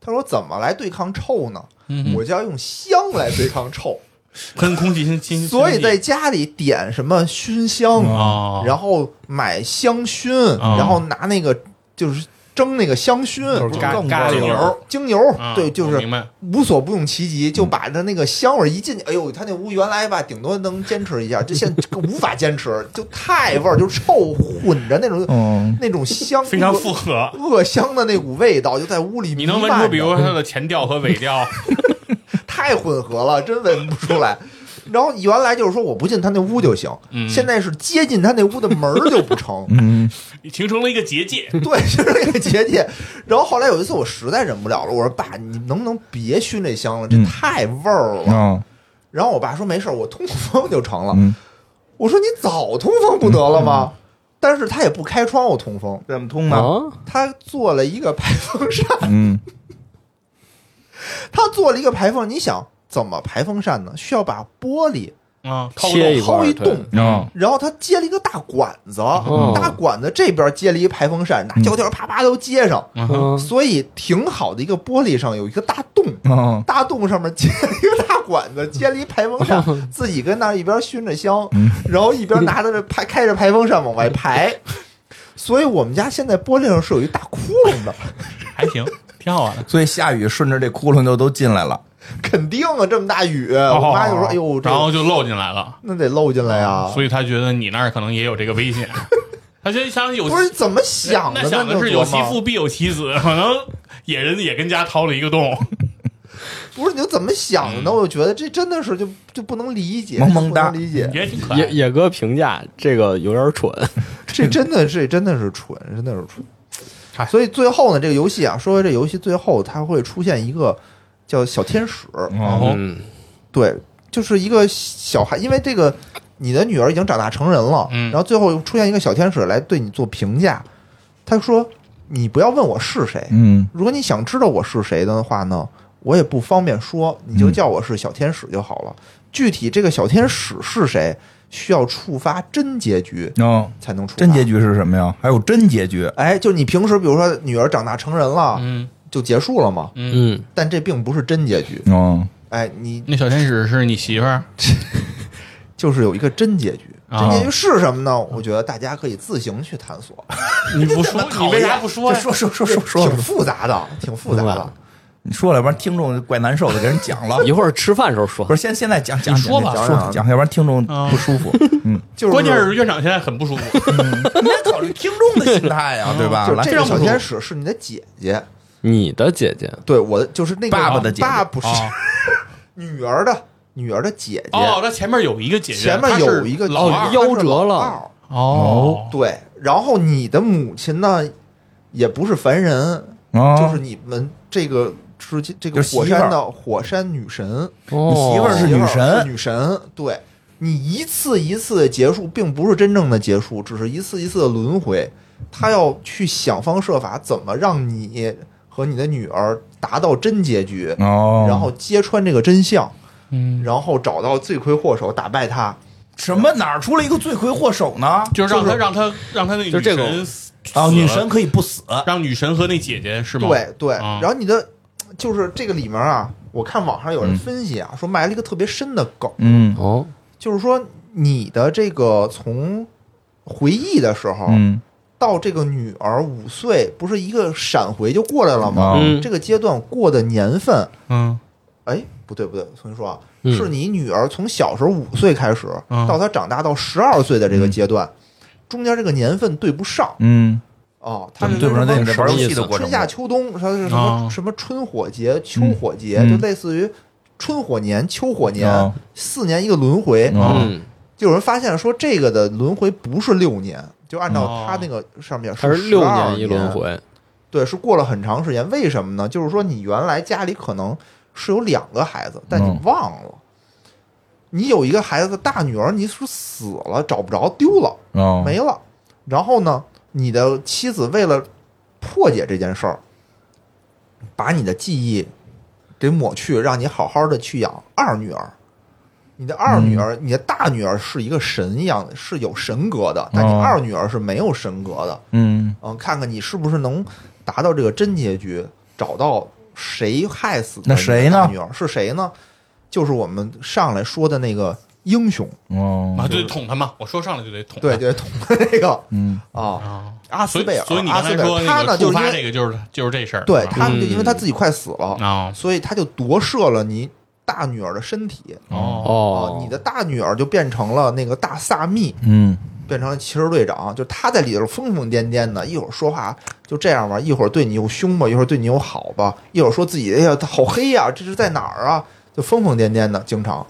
Speaker 1: 他说怎么来对抗臭呢？
Speaker 2: 嗯，
Speaker 1: 我就要用香来对抗臭，
Speaker 2: 跟空气清新，
Speaker 1: 所以在家里点什么熏香，
Speaker 2: 啊，
Speaker 1: 然后买香薰，
Speaker 2: 啊
Speaker 1: 然后拿那个就是蒸那个香薰，
Speaker 4: 就是咖
Speaker 3: 更
Speaker 4: 咖
Speaker 3: 过
Speaker 4: 喱
Speaker 3: 分
Speaker 4: 油
Speaker 3: 了
Speaker 4: 儿，
Speaker 1: 精油，
Speaker 2: 啊
Speaker 1: 对，就
Speaker 2: 我
Speaker 1: 是
Speaker 2: 明白，
Speaker 1: 无所不用其极，就把他那个香味儿一进去，哎呦，他那屋原来吧，顶多能坚持一下，这现在这个无法坚持， 就太味儿，就臭混着那种、
Speaker 3: 嗯，
Speaker 1: 那种香，
Speaker 2: 非常复合。
Speaker 1: 恶香的那股味道就在屋里弥
Speaker 2: 你
Speaker 1: 漫
Speaker 2: 能
Speaker 1: 着，
Speaker 2: 闻出，比如说它的前调和尾调，
Speaker 1: 太混合了，真闻不出 来。然后原来就是说我不进他那屋就行，
Speaker 2: 嗯
Speaker 1: 现在是接近他那屋的门儿就不成
Speaker 3: 嗯
Speaker 2: 你形成了一个 结界。
Speaker 1: 对，就是那个结界。然后后来有一次我实在忍不了了，我说爸，你能不能别熏这香了，这
Speaker 3: 嗯
Speaker 1: 太味儿了。
Speaker 3: 嗯
Speaker 1: 然后我爸说没事儿，我通风就成了。
Speaker 3: 嗯，
Speaker 1: 我说你早通风不得了吗？
Speaker 4: 嗯
Speaker 1: 但是他也不开窗户通风，
Speaker 3: 怎么通呢？
Speaker 4: 啊，
Speaker 1: 他做了一个排风扇，
Speaker 3: 嗯
Speaker 1: 他做了一个排风。你想怎么排风扇呢？需要把玻璃
Speaker 2: 啊，掏个
Speaker 4: 切
Speaker 2: 洞
Speaker 4: 一块
Speaker 1: 掏
Speaker 4: 儿
Speaker 1: 一
Speaker 4: 对
Speaker 1: 洞，
Speaker 3: 嗯
Speaker 1: 然后他接了一个大管子，
Speaker 4: 哦
Speaker 1: 大管子这边接了一排风扇，拿胶条啪啪都接上，
Speaker 4: 嗯
Speaker 1: 所以挺好的一个玻璃上有一个大 洞，
Speaker 3: 嗯
Speaker 1: 大洞上面接了一个大管子，接了一排风扇， 自己跟那儿一边熏着香，
Speaker 2: 嗯
Speaker 1: 然后一边拿着这排开着排风扇往外排。 所以我们家现在玻璃上是有一大窟窿 的，
Speaker 2: 还行，挺好玩的。
Speaker 3: 所以下雨顺着这窟窿就都进来了。
Speaker 1: 肯定啊，这么大雨，我妈就说：“哎呦，这
Speaker 2: 哦然后就漏进来了，
Speaker 1: 那得漏进来啊。”
Speaker 2: 所以他觉得你那儿可能也有这个危 险。他就想有
Speaker 1: 不是怎么想的
Speaker 2: 那
Speaker 1: 呢？
Speaker 2: 想的
Speaker 1: 就是
Speaker 2: 有
Speaker 1: 琢
Speaker 2: 其
Speaker 1: 磨
Speaker 2: 父必有其子，可能野人也跟家掏了一个洞。
Speaker 1: 不是你就怎么想的
Speaker 2: 嗯
Speaker 1: 呢？我就觉得这真的是就就不能理解，
Speaker 3: 萌萌哒
Speaker 1: 不能理解，
Speaker 2: 也挺可
Speaker 4: 野
Speaker 2: 爱。
Speaker 4: 野哥评价这个有点蠢，
Speaker 1: 这真的这真的是蠢，真的是蠢
Speaker 2: 嗨。
Speaker 1: 所以最后呢，这个游戏啊，说回这游戏最后它会出现一个叫小天使，
Speaker 2: 哦，
Speaker 4: 嗯
Speaker 1: 对，就是一个小孩，因为这个你的女儿已经长大成人了，
Speaker 2: 嗯
Speaker 1: 然后最后出现一个小天使来对你做评价，他说你不要问我是谁，
Speaker 3: 嗯
Speaker 1: 如果你想知道我是谁的话呢，我也不方便说，你
Speaker 3: 嗯
Speaker 1: 就叫我是小天使就好了。具体这个小天使是谁，需要触发真结局
Speaker 3: 嗯，
Speaker 1: 才能触发。
Speaker 3: 真结，局是什么呀？还有真结局？
Speaker 1: 哎，就你平时比如说女儿长大成人了，
Speaker 2: 嗯
Speaker 1: 就结束了嘛。
Speaker 2: 嗯，
Speaker 4: 嗯，
Speaker 1: 但这并不是真结局，
Speaker 3: 嗯
Speaker 1: 哎，你
Speaker 2: 那小天使是你媳妇儿
Speaker 1: 就是有一个真结局。
Speaker 2: 啊？
Speaker 1: 这
Speaker 2: 啊
Speaker 1: 结局是什么呢？我觉得大家可以自行去探索，
Speaker 2: 你不说，你为啥不说呀？
Speaker 3: 说说说说说
Speaker 1: 挺，复杂的，挺复杂
Speaker 4: 明白
Speaker 1: 的。
Speaker 3: 你说了，要不然听众怪难受的，给人讲了。
Speaker 4: 嗯一会儿吃饭时候说
Speaker 3: 不。是，先现在讲讲
Speaker 2: 你说吧
Speaker 3: 讲讲
Speaker 1: 讲
Speaker 3: 讲讲，要不然听众不舒服。 嗯，
Speaker 1: 就是
Speaker 2: 关键是院长现在很不舒 服，
Speaker 3: 你得考虑听众的心态呀，对吧？
Speaker 1: 就
Speaker 3: 来
Speaker 1: 这啊个小天使是你的姐姐，
Speaker 4: 你的姐姐
Speaker 1: 对我的就是那个
Speaker 3: 爸爸的姐姐
Speaker 1: 爸不是
Speaker 2: 哦
Speaker 1: 女儿的女儿的姐姐，
Speaker 2: 哦，他前面有一个姐姐，
Speaker 1: 前面有一个
Speaker 2: 她是老
Speaker 1: 姐姐
Speaker 2: 二
Speaker 4: 幺
Speaker 1: 她
Speaker 4: 折了
Speaker 1: 是老二
Speaker 2: 哦，
Speaker 1: 对，然后你的母亲呢，也不是凡人，
Speaker 3: 啊，
Speaker 1: 就是你们这个之间这个
Speaker 3: 就是媳妇
Speaker 1: 火
Speaker 3: 儿
Speaker 1: 山的火山女神，
Speaker 3: 你哦媳妇儿是
Speaker 1: 媳
Speaker 3: 女神，
Speaker 1: 女神，对你一次一次的结束，并不是真正的结束，只是一次一次的轮回。她要去想方设法，怎么让你和你的女儿达到真结局，
Speaker 3: 哦
Speaker 1: 然后揭穿这个真相，
Speaker 2: 嗯，
Speaker 1: 然后找到罪魁祸首，打败他。
Speaker 3: 什么哪儿出了一个罪魁祸首呢？
Speaker 2: 就是让他让他让他那
Speaker 4: 就
Speaker 2: 个
Speaker 4: 是这个
Speaker 2: 女神死
Speaker 3: 啊，女神可以不死，
Speaker 2: 让女神和那姐姐是吗？
Speaker 1: 对对，
Speaker 2: 啊
Speaker 1: 然后你的就是这个里面啊，我看网上有人
Speaker 3: 嗯
Speaker 1: 分析啊，说埋了一个特别深的梗，
Speaker 3: 嗯
Speaker 4: 哦，
Speaker 1: 就是说你的这个从回忆的时候，
Speaker 3: 嗯
Speaker 1: 到这个女儿五岁，不是一个闪回就过来了吗？
Speaker 3: 哦
Speaker 4: 嗯
Speaker 1: 这个阶段过的年份，
Speaker 2: 嗯，
Speaker 1: 哎，不对不对，重新说啊，
Speaker 4: 嗯
Speaker 1: 是你女儿从小时候五岁开始，
Speaker 2: 嗯
Speaker 1: 到她长大到十二岁的这个阶段，中间这个年份对不上
Speaker 3: 嗯，
Speaker 1: 哦，她
Speaker 3: 怎
Speaker 1: 是
Speaker 3: 么对不上？那你在玩游戏的过程
Speaker 1: 春夏
Speaker 3: 中，
Speaker 1: 秋冬，它是什
Speaker 2: 哦
Speaker 1: 么什么春火节、秋火节，
Speaker 3: 嗯嗯
Speaker 1: 就类似于春火年、秋火年，
Speaker 3: 哦
Speaker 1: 四年一个轮回。
Speaker 3: 哦
Speaker 4: 嗯，
Speaker 1: 就有人发现说，这个的轮回不是六年，就按照
Speaker 2: 哦
Speaker 1: 他那个上面
Speaker 4: 她是
Speaker 1: 是
Speaker 4: 六
Speaker 1: 12
Speaker 4: 年一轮，回，
Speaker 1: 对，是过了很长时间。为什么呢？就是说你原来家里可能是有两个孩子，但你
Speaker 3: 嗯
Speaker 1: 忘了。你有一个孩子，大女儿你是死了，找不着，丢了，
Speaker 3: 哦
Speaker 1: 没了。然后呢，你的妻子为了破解这件事儿，把你的记忆给抹去，让你好好的去养二女儿。你的二女
Speaker 3: 嗯
Speaker 1: 儿，你的大女儿是一个神一样的，是有神格的，但你
Speaker 3: 哦
Speaker 1: 二女儿是没有神格的。
Speaker 3: 嗯
Speaker 1: 嗯，看看你是不是能达到这个真结局，找到谁害死的
Speaker 3: 那谁呢
Speaker 1: 你的大女儿是谁呢？就是我们上来说的那个英雄，
Speaker 3: 哦
Speaker 2: 啊，对，捅他嘛，我说上来就得捅他，
Speaker 1: 对对，捅的那个
Speaker 3: 嗯
Speaker 1: 啊，
Speaker 2: 啊，
Speaker 1: 阿
Speaker 2: 所
Speaker 1: 斯
Speaker 2: 以
Speaker 1: 贝尔，
Speaker 2: 所以你
Speaker 1: 阿
Speaker 2: 刚
Speaker 1: 斯
Speaker 2: 才
Speaker 1: 贝
Speaker 2: 说
Speaker 1: 尔，他呢
Speaker 2: 那个
Speaker 1: 就
Speaker 2: 触
Speaker 1: 是因
Speaker 2: 发
Speaker 1: 为
Speaker 2: 这个啊就是就是这事儿，
Speaker 1: 对
Speaker 2: 是吧
Speaker 1: 他呢就因为他
Speaker 4: 嗯
Speaker 1: 自己快死了，
Speaker 2: 哦
Speaker 1: 所以他就夺舍了你大女儿的身体。
Speaker 2: 哦
Speaker 4: 哦
Speaker 1: 啊，你的大女儿就变成了那个大萨密，
Speaker 3: 嗯
Speaker 1: 变成了骑士队长，就他在里头疯疯癫癫的，一会儿说话就这样吧，一会儿对你又凶吧，一会儿对你又好吧，一会儿说自己哎呀他好黑呀、这是在哪儿啊？就疯疯癫癫的，经常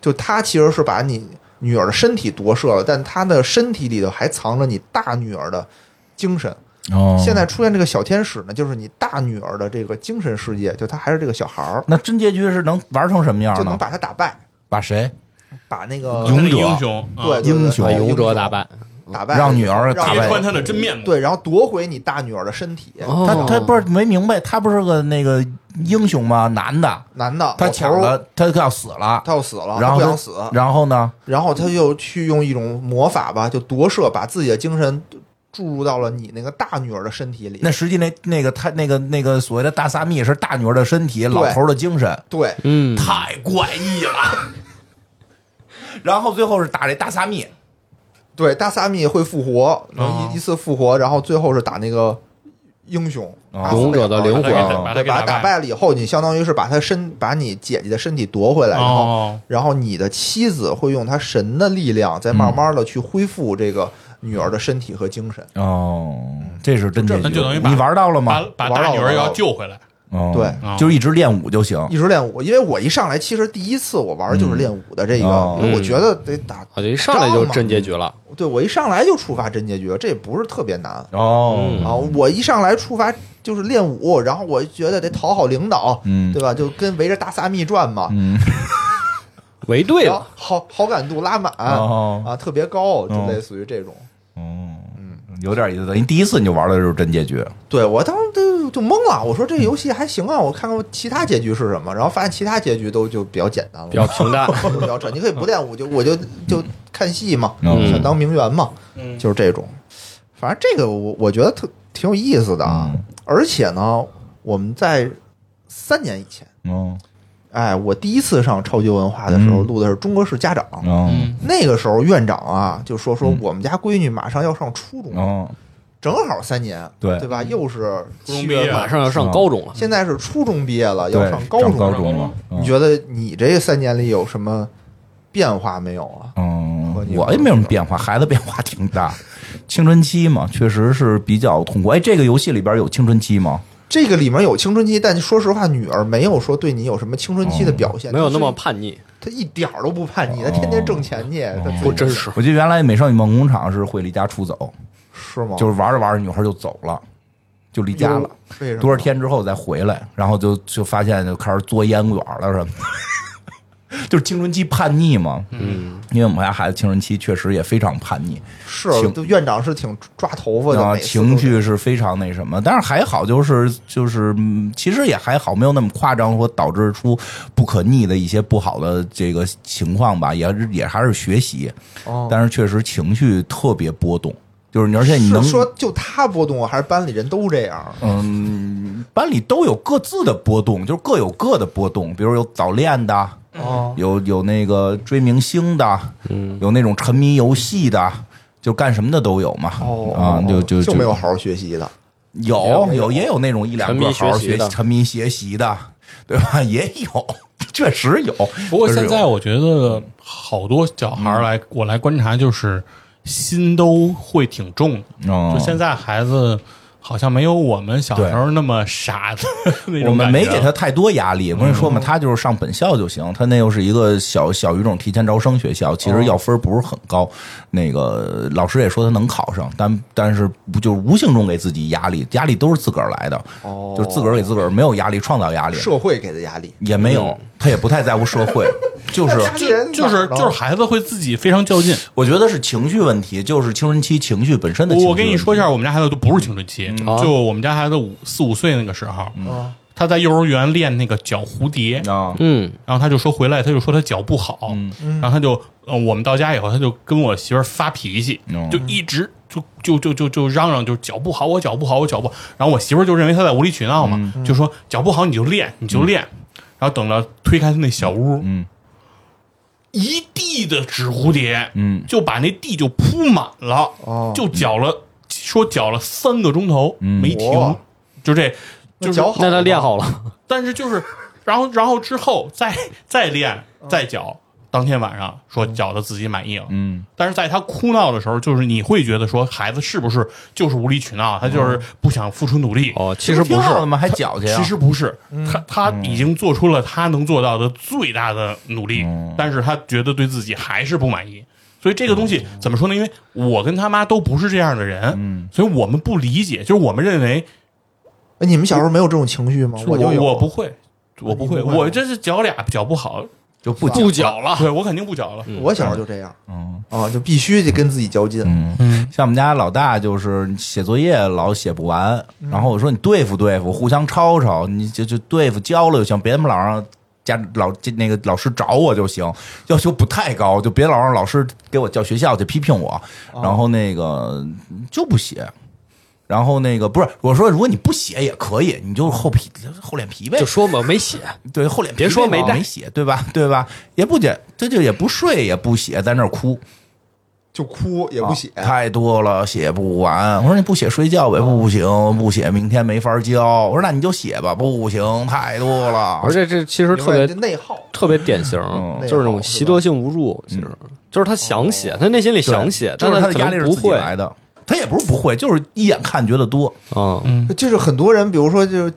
Speaker 1: 就他其实是把你女儿的身体夺舍了，但他的身体里头还藏着你大女儿的精神。
Speaker 3: 哦
Speaker 1: 现在出现这个小天使呢，就是你大女儿的这个精神世界，就她还是这个小孩儿，
Speaker 3: 那真结局是能玩成什么样
Speaker 1: 就能
Speaker 3: 呢？
Speaker 1: 把她打败，
Speaker 3: 把谁
Speaker 1: 把那个
Speaker 2: 他那
Speaker 3: 勇者
Speaker 2: 英雄，啊
Speaker 1: 对对对
Speaker 3: 英雄
Speaker 4: 把
Speaker 1: 把
Speaker 4: 勇者打败。
Speaker 1: 打败，
Speaker 3: 让女儿
Speaker 1: 让
Speaker 3: 打
Speaker 1: 女
Speaker 2: 揭
Speaker 3: 败
Speaker 2: 穿他的真面目，
Speaker 1: 对，然后夺回你大女儿的身体。
Speaker 4: 哦
Speaker 3: 他他不是没明白，他不是个那个英雄吗？男的，
Speaker 1: 男的，
Speaker 3: 他
Speaker 1: 老头
Speaker 3: 抢
Speaker 1: 儿
Speaker 3: 了，他要死了，
Speaker 1: 他要死了，啊
Speaker 3: 然
Speaker 1: 他
Speaker 3: 后
Speaker 1: 不
Speaker 3: 他
Speaker 1: 想死，
Speaker 3: 然后呢？
Speaker 1: 然后他就去用一种魔法吧，就夺舍，把自己的精神注入到了你那个大女儿的身体里。
Speaker 3: 那实际那那个他那个那个所谓的大萨密是大女儿的身体，老头儿的精神，
Speaker 1: 对，
Speaker 4: 嗯，
Speaker 3: 太怪异了。 然后最后是打这大萨密，
Speaker 1: 对，大萨米会复活，
Speaker 2: 哦
Speaker 1: 能一一次复活，然后最后是打那个英雄
Speaker 3: 哦
Speaker 1: 阿斯
Speaker 4: 勇者的灵
Speaker 2: 把
Speaker 4: 魂
Speaker 2: 他给打把他
Speaker 1: 对，
Speaker 2: 给
Speaker 1: 把他打
Speaker 2: 打败，
Speaker 1: 败了以后，你相当于是把他身把你姐姐的身体夺回来，然后、
Speaker 2: 哦
Speaker 1: 然后你的妻子会用她神的力量，再
Speaker 4: 嗯
Speaker 1: 慢慢的去恢复这个女儿的身体和精神。
Speaker 3: 哦，这是真结
Speaker 2: 那
Speaker 3: 局
Speaker 2: 就等于。把
Speaker 3: 你玩到了
Speaker 2: 把
Speaker 3: 吗？
Speaker 2: 把
Speaker 1: 玩
Speaker 2: 大
Speaker 1: 到
Speaker 2: 女
Speaker 1: 了
Speaker 2: 儿要
Speaker 1: 玩到
Speaker 2: 救回来，
Speaker 3: 哦
Speaker 1: 对
Speaker 3: 就是一直练武就行。
Speaker 1: 一直练武，因为我一上来其实第一次我玩就是练武的这个，
Speaker 3: 嗯哦
Speaker 1: 因为我觉得得打
Speaker 4: 我这一上来就真结局了。
Speaker 1: 对我一上来就触发真结局，这也不是特别难
Speaker 3: 哦，
Speaker 1: 啊。我一上来触发就是练武，然后我觉得得讨好领导，
Speaker 3: 嗯
Speaker 1: 对吧？就跟围着大萨密转嘛，
Speaker 3: 嗯，
Speaker 4: 围对
Speaker 1: 然后
Speaker 4: 了，
Speaker 1: 好好感度拉满、
Speaker 3: 哦
Speaker 1: 啊，特别高，就类似于这种。嗯
Speaker 3: 哦，有点意思。你第一次你就玩的就是真结局，
Speaker 1: 对我当时就就懵了，我说这游戏还行啊，我看看其他结局是什么，然后发现其他结局都就比较简单了，
Speaker 4: 比较平淡。
Speaker 1: 都比较扯。你可以不练武，就我就就看戏嘛，
Speaker 3: 嗯
Speaker 1: 想当名媛嘛，
Speaker 2: 嗯
Speaker 1: 就是这种。反正这个我我觉得特挺有意思的啊，
Speaker 3: 嗯
Speaker 1: 而且呢，我们在三年以前
Speaker 3: 哦，
Speaker 1: 哎，我第一次上超级文化的时候
Speaker 3: 嗯
Speaker 1: 录的是中国式家长，
Speaker 3: 嗯
Speaker 1: 那个时候院长啊就说说我们家闺女马上要上初中，
Speaker 3: 嗯，
Speaker 1: 正好三年，
Speaker 3: 对
Speaker 1: 对吧？
Speaker 4: 嗯
Speaker 1: 又是
Speaker 2: 初中
Speaker 1: 七
Speaker 2: 毕
Speaker 1: 月
Speaker 2: 业
Speaker 1: 份
Speaker 4: 马上要上高中了，
Speaker 1: 啊现在是初中毕业了，要
Speaker 3: 对，
Speaker 1: 上高
Speaker 3: 高
Speaker 1: 中了。嗯
Speaker 3: 中嗯了，
Speaker 1: 你觉得你这三年里有什么变化没有啊？
Speaker 3: 嗯
Speaker 1: 和，你
Speaker 3: 我也没什么变化，孩子变化挺大。青春期嘛，确实是比较痛苦。哎，这个游戏里边有青春期吗？
Speaker 1: 这个里面有青春期，但说实话，女儿没有说对你有什么青春期的
Speaker 3: 哦
Speaker 1: 表现，
Speaker 4: 没有那么
Speaker 1: 就是
Speaker 4: 叛逆，
Speaker 1: 她一点儿都不叛逆，她天天挣钱去，
Speaker 3: 哦
Speaker 1: 她自己
Speaker 4: 不真实。
Speaker 3: 我记得原来《美少女梦工厂》是会离家出走，
Speaker 1: 是吗？
Speaker 3: 就是玩着玩着女孩就走了，就离家了。
Speaker 1: 为什么
Speaker 3: 多少天之后再回来，然后就就发现就开始嘬烟卷了什么的， 就是青春期叛逆嘛。嗯，因为我们家孩子青春期确实也非常叛逆，
Speaker 1: 是
Speaker 3: 情
Speaker 1: 就院长是挺抓头发的，
Speaker 3: 啊，
Speaker 1: 每次都
Speaker 3: 情绪是非常那什么，但是还好，就是就是、嗯其实也还好，没有那么夸张，说导致出不可逆的一些不好的这个情况吧，也是也还是学习，
Speaker 1: 哦
Speaker 3: 但是确实情绪特别波动，就是你而且你能
Speaker 1: 是说就她波动，啊还是班里人都这样？
Speaker 3: 嗯，班里都有各自的波动，就是各有各的波动，比如有早恋的，
Speaker 1: 哦，
Speaker 3: 有有那个追明星的，
Speaker 1: 嗯
Speaker 3: 有那种沉迷游戏的。就干什么的都有嘛，
Speaker 1: 哦
Speaker 3: 啊，就就
Speaker 1: 就没有好好学习的，
Speaker 3: 有有也有那种一两
Speaker 4: 沉
Speaker 3: 个
Speaker 4: 迷
Speaker 3: 好好
Speaker 4: 学习
Speaker 3: 学
Speaker 4: 的
Speaker 3: 沉迷学习的，对吧？ 也有，确实有。
Speaker 2: 不过
Speaker 3: 确
Speaker 2: 现
Speaker 3: 实有嗯
Speaker 2: 在我觉得好多小孩儿来，我来观察，就是心都会挺重的。
Speaker 3: 哦
Speaker 2: 就现在孩子好像没有我们小时候那么傻 的那
Speaker 3: 我
Speaker 2: 种感
Speaker 3: 们
Speaker 2: 觉。啊嗯
Speaker 3: 没给他太多压力，我跟你说嘛，他就是上本校就行。他那又是一个小小语种提前招生学校，其
Speaker 2: 哦
Speaker 3: 实要分儿不是很高。那个老师也说他能考上，但但是不就是无形中给自己压力，压力都是自个儿来的，
Speaker 1: 哦
Speaker 3: 就是自个儿给自个儿没有压力，创造压力
Speaker 1: 社会给的压力，
Speaker 3: 也没
Speaker 2: 嗯
Speaker 3: 有，他也不太在乎社会， 就是
Speaker 2: 就是就是孩子会自己非常较劲。
Speaker 3: 我觉得是情绪问题，就是青春期情绪本身的嗯情绪
Speaker 2: 我我
Speaker 3: 问题。
Speaker 2: 跟你说一下，我们家孩子都不是青春期，
Speaker 4: 啊
Speaker 2: 就我们家孩子五四五岁那个时候，他在幼儿园练那个脚蝴蝶，
Speaker 3: 啊，
Speaker 4: 嗯，
Speaker 2: 然后他就说回来，他就说他脚不好，
Speaker 3: 嗯
Speaker 1: 嗯
Speaker 2: 然后他就呃，我们到家以后，他就跟我媳妇儿发脾气，
Speaker 3: 嗯
Speaker 2: 就一直就就就就就嚷嚷，就脚不好，我脚不好，我脚不好。然后我媳妇儿就认为他在无理取闹嘛，
Speaker 3: 嗯
Speaker 2: 就说脚不好你就练，你就练。然后等到推开他那小屋，
Speaker 3: 嗯
Speaker 2: 一地的纸蝴蝶，
Speaker 3: 嗯
Speaker 2: 就把那地就铺满了，
Speaker 1: 哦
Speaker 2: 就搅了，说搅了三个钟头、
Speaker 3: 嗯
Speaker 2: 没停
Speaker 1: 哇，
Speaker 2: 就这，就
Speaker 1: 那
Speaker 2: 是
Speaker 1: 脚好，
Speaker 4: 那他练，好了，
Speaker 2: 但是就是，然后然后之后再再练再搅，当天晚上
Speaker 1: 嗯
Speaker 2: 说搅的自己满意了。
Speaker 3: 嗯，
Speaker 2: 但是在他哭闹的时候，就是你会觉得说孩子是不是就是无理取闹，他
Speaker 1: 嗯
Speaker 2: 就是不想付出努力。
Speaker 4: 哦，其实不
Speaker 3: 挺
Speaker 4: 是，
Speaker 3: 好的吗？还矫情。
Speaker 2: 其实不是，
Speaker 1: 嗯
Speaker 2: 他他已经做出了他能做到的最大的努力，
Speaker 1: 嗯
Speaker 2: 但是他觉得对自己还是不满意。所以这个东西
Speaker 1: 嗯
Speaker 2: 怎么说呢？因为我跟他妈都不是这样的人，所以我们不理解，就是我们认为
Speaker 1: 哎，你们小时候没有这种情绪吗？
Speaker 2: 我
Speaker 1: 就有，
Speaker 2: 我不会，我不会，
Speaker 1: 你不会
Speaker 2: 我这是脚俩脚不好，
Speaker 3: 就不
Speaker 4: 不搅了，
Speaker 2: 对我肯定不搅了。
Speaker 1: 我小时候就这样
Speaker 3: 嗯
Speaker 1: 啊，就必须得跟自己较劲。
Speaker 2: 嗯，
Speaker 3: 像我们家老大就是写作业老写不完，然后我说你对付对付，互相抄抄，你就就对付交了就行，别他妈老让家老那个老师找我就行， 要求不太高，就别老让老师给我叫学校去批评我，然后那个就不写。然后那个不是我说，如果你不写也可以，你就厚皮厚脸皮呗，
Speaker 4: 就说嘛，没写，
Speaker 3: 对，厚脸皮
Speaker 4: 别说
Speaker 3: 没
Speaker 4: 没带
Speaker 3: 没写，对吧？对吧？也不写，这就也不睡，也不写，在那儿哭，
Speaker 1: 就哭也不写，
Speaker 3: 啊太多了，写不完。我说你不写睡觉呗，不不行，不写明天没法交。我说那你就写吧，不行，太多了。
Speaker 4: 而且这其实
Speaker 1: 明
Speaker 4: 特
Speaker 1: 白
Speaker 4: 别
Speaker 1: 这内耗。
Speaker 4: 特别典型，
Speaker 2: 嗯
Speaker 3: 嗯
Speaker 4: 就是那种习得性无助，其实就是他想写，他内心里
Speaker 3: 哦对
Speaker 4: 想写，
Speaker 3: 就
Speaker 4: 但
Speaker 3: 是他的
Speaker 4: 可
Speaker 3: 压力
Speaker 4: 能
Speaker 3: 是
Speaker 4: 不
Speaker 3: 自己
Speaker 4: 会
Speaker 3: 来的。他也不是不会，就是一眼看觉得多。
Speaker 4: 啊，
Speaker 1: 就是很多人，比如说就，就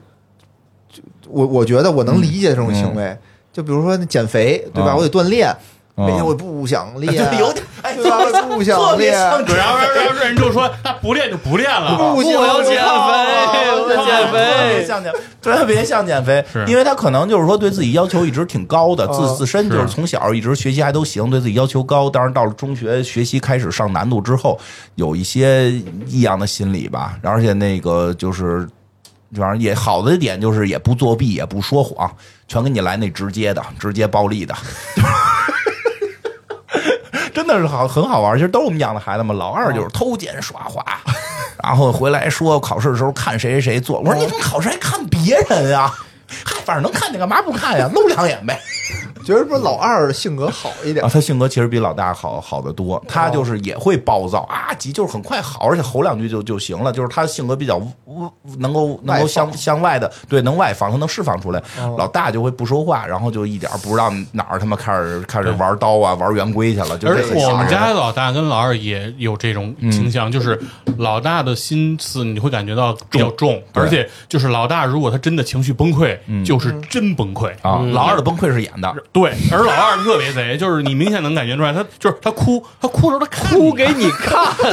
Speaker 1: 我我觉得我能理解这种行为，就比如说减肥，对吧？
Speaker 3: 嗯
Speaker 1: 我得锻炼，
Speaker 3: 嗯
Speaker 1: 每天我不想练，
Speaker 3: 对有点哎
Speaker 1: 对吧？我不想
Speaker 3: 特别
Speaker 1: 练，
Speaker 3: 像
Speaker 2: 对，然后然后人就说那不练就不练
Speaker 3: 嗯
Speaker 2: 了，
Speaker 1: 不行，
Speaker 4: 我要减肥
Speaker 1: 我不
Speaker 4: 我要
Speaker 1: 想
Speaker 4: 减肥
Speaker 3: 特别像减，特别像减肥
Speaker 2: 是，
Speaker 3: 因为他可能就是说对自己要求一直挺高的，
Speaker 1: 嗯
Speaker 3: 自自身就是
Speaker 2: 是
Speaker 3: 从小一直学习还都行，对自己要求高。当然到了中学学习开始上难度之后，有一些异样的心理吧，而且那个就是。反正也好的一点就是也不作弊，也不说谎，全给你来那直接的、直接暴力的，真的是好很好玩。其实都是我们养的孩子嘛。老二就是偷奸耍 滑，哦然后回来说考试的时候看谁谁谁做。我说你怎么考试还看别人啊？嗨，反正能看见，干嘛不看呀？露两眼呗。
Speaker 1: 觉得不是老二的性格好一点
Speaker 3: 啊，，他性格其实比老大好好得多，他就是也会暴躁啊，急就是很快好，而且吼两句就就行了，就是他性格比较呃能够能够向向外的，对，能外放，他能释放出来。老大就会不说话，然后就一点儿不知道哪儿他妈开始开始玩刀啊，玩圆规去了，就
Speaker 2: 而
Speaker 3: 这个嗯
Speaker 2: 我
Speaker 3: 吓
Speaker 2: 们
Speaker 3: 人。
Speaker 2: 家老大跟老二也有这种倾向，就是老大的心思你会感觉到比较重，而且就是老大如果他真的情绪崩溃，就是真崩溃
Speaker 3: 嗯啊，老二的崩溃是演的，
Speaker 2: 对，而老二特别贼，就是你明显能感觉出来，他就是他哭，他哭的时候他看
Speaker 4: 哭
Speaker 2: 你
Speaker 4: 给你看，
Speaker 3: 对，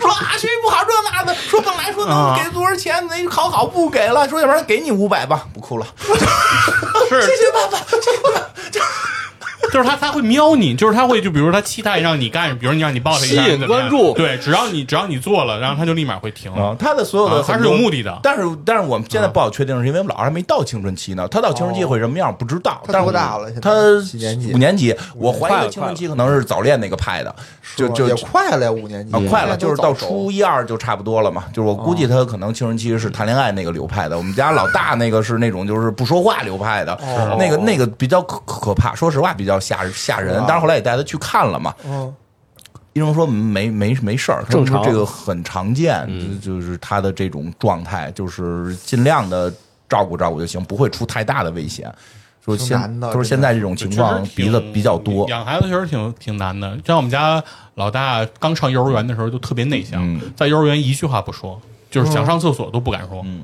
Speaker 3: 说啊学习不好这那的，说本来说能给多少钱，那考好不给了，说要不然给你五百吧，不哭了，
Speaker 2: 是
Speaker 3: 谢谢爸爸，谢谢爸爸。
Speaker 2: 就是他他会瞄你，就是他会就比如他期待让你干，比如你让你抱他一下，
Speaker 4: 吸引
Speaker 2: 怎么样
Speaker 4: 关注
Speaker 2: 对，只要你只要你做了，然后他就立马会停。
Speaker 3: 啊，他的所有的啊
Speaker 2: 啊他
Speaker 3: 很
Speaker 2: 是有
Speaker 3: 多
Speaker 2: 目的的
Speaker 3: 但是但是我们现在不好确定，是因为我们老二还没到青春期呢。他到青春期会什么样不知道，
Speaker 1: 他
Speaker 3: 但是
Speaker 1: 多
Speaker 3: 我
Speaker 1: 大了现在
Speaker 3: 他
Speaker 1: 几年级
Speaker 3: 五年级，我怀疑
Speaker 4: 快
Speaker 3: 他
Speaker 4: 了
Speaker 3: 青春期可能是早恋那个派的，就
Speaker 1: 吧
Speaker 3: 就
Speaker 1: 也
Speaker 3: 就
Speaker 1: 快了呀，五年级
Speaker 3: 啊快了，
Speaker 1: 现在都
Speaker 3: 就是到
Speaker 1: 早熟
Speaker 3: 初一二就差不多了嘛。就是我估计他可能青春期是谈恋爱那个流派的，我们家老大那个是那种就是不说话流派的，那个那个比较可可怕，说实话比较吓吓人。但是后来也带他去看了嘛，
Speaker 1: 嗯，
Speaker 3: 医生说没没没事儿，他
Speaker 4: 正
Speaker 3: 说
Speaker 4: 常
Speaker 3: 这个很常见，就就是他的这种状态，就是尽量的照顾照顾就行，不会出太大的危险。说
Speaker 1: 挺
Speaker 3: 现
Speaker 1: 难的
Speaker 3: 说
Speaker 1: 真
Speaker 3: 现
Speaker 1: 的
Speaker 3: 在这种情
Speaker 2: 确实
Speaker 3: 况
Speaker 2: 挺
Speaker 3: 鼻子比较多，
Speaker 2: 养孩子确实挺挺难的。像我们家老大刚上幼儿园的时候就特别内向，
Speaker 3: 嗯
Speaker 2: 在幼儿园一句话不说，就是想上厕所都不敢说，
Speaker 3: 嗯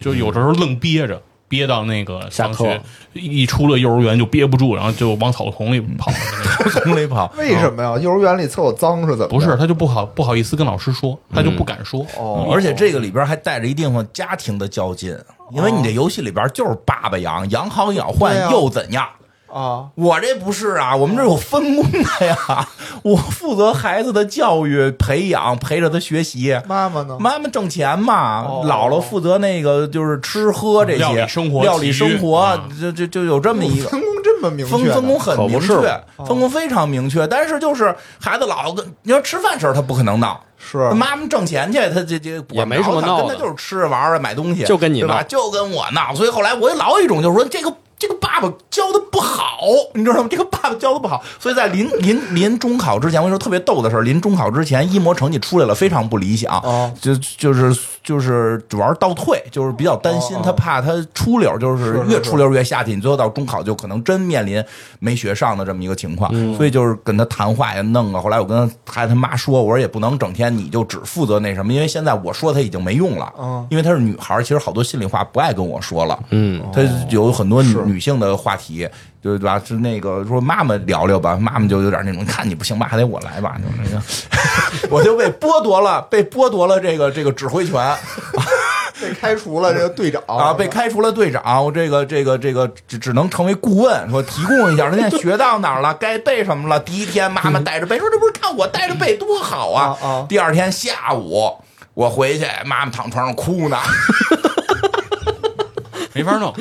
Speaker 2: 就有的时候愣憋着。憋到那个上
Speaker 4: 下
Speaker 2: 学
Speaker 4: 课，
Speaker 2: 一出了幼儿园就憋不住，然后就往草丛里
Speaker 3: 嗯
Speaker 2: 跑的那种。
Speaker 3: 从里跑。
Speaker 1: 为什么呀？幼儿园里厕所脏是怎么着？
Speaker 2: 不是，他就不好不好意思跟老师说，他
Speaker 3: 嗯
Speaker 2: 就不敢说。
Speaker 1: 哦，
Speaker 3: 而且这个里边还带着一定的家庭的较劲，因为你这游戏里边就是爸爸养，养好养
Speaker 1: 对啊
Speaker 3: 坏又怎样？
Speaker 1: 啊，
Speaker 3: 我这不是啊，我们这有分工的呀， 我负责孩子的教育培养，陪着他学习。
Speaker 1: 妈妈呢？
Speaker 3: 妈妈挣钱嘛，
Speaker 1: 哦
Speaker 3: 姥姥负责那个就是吃喝这些
Speaker 2: 料理生活
Speaker 3: 料理
Speaker 2: 其余
Speaker 3: 生活
Speaker 2: 啊，
Speaker 3: 就就就有这么一个。
Speaker 1: 分工这么明确哦
Speaker 3: 分
Speaker 1: 呢，
Speaker 3: 分工很
Speaker 4: 可不
Speaker 3: 明
Speaker 4: 是
Speaker 3: 确
Speaker 4: 嘛，
Speaker 3: 分工非常明确，但是就是孩子姥姥跟你说吃饭时候他不可能闹，
Speaker 1: 是
Speaker 3: 妈妈挣钱去，他这这
Speaker 4: 也没什
Speaker 3: 管不着
Speaker 4: 么闹
Speaker 3: 他
Speaker 4: 的
Speaker 3: 跟他就是吃着玩儿啊买东西，
Speaker 4: 就跟你
Speaker 3: 对吧？
Speaker 4: 闹
Speaker 3: 就跟我闹，所以后来我老有一种就是说这个这个爸爸教的不好，你知道吗？这个爸爸教的不好，所以在临临临中考之前，我跟你说特别逗的事儿，临中考之前一模成绩出来了，非常不理想，
Speaker 1: 哦
Speaker 3: 就就是就是玩倒退，就是比较担心，
Speaker 1: 哦
Speaker 3: 他怕他出溜儿，就是越出溜儿越下去，你最后到中考就可能真面临没学上的这么一个情况，所以就是跟他谈话呀弄啊。后来我跟他他妈说，我说也不能整天你就只负责那什么，因为现在我说他已经没用了，
Speaker 1: 嗯
Speaker 3: 因为她是女孩儿，其实好多心里话不爱跟我说了，
Speaker 4: 嗯，
Speaker 3: 她有很多女女性的话题。对吧？是那个说妈妈聊聊吧，妈妈就有点那种，看你不行吧，还得我来吧，就那个。 我就被剥夺了，被剥夺了这个这个指挥权
Speaker 1: 被开除了这个队长
Speaker 3: 啊，被开除了队长，我这个这个这个只只能成为顾问，说提供一下，他现在学到哪儿了，该背什么了。第一天妈妈带着背，说这不是看我带着背多好啊。
Speaker 1: 啊啊
Speaker 3: 第二天下午我回去，妈妈躺床上哭呢，
Speaker 2: 没法弄。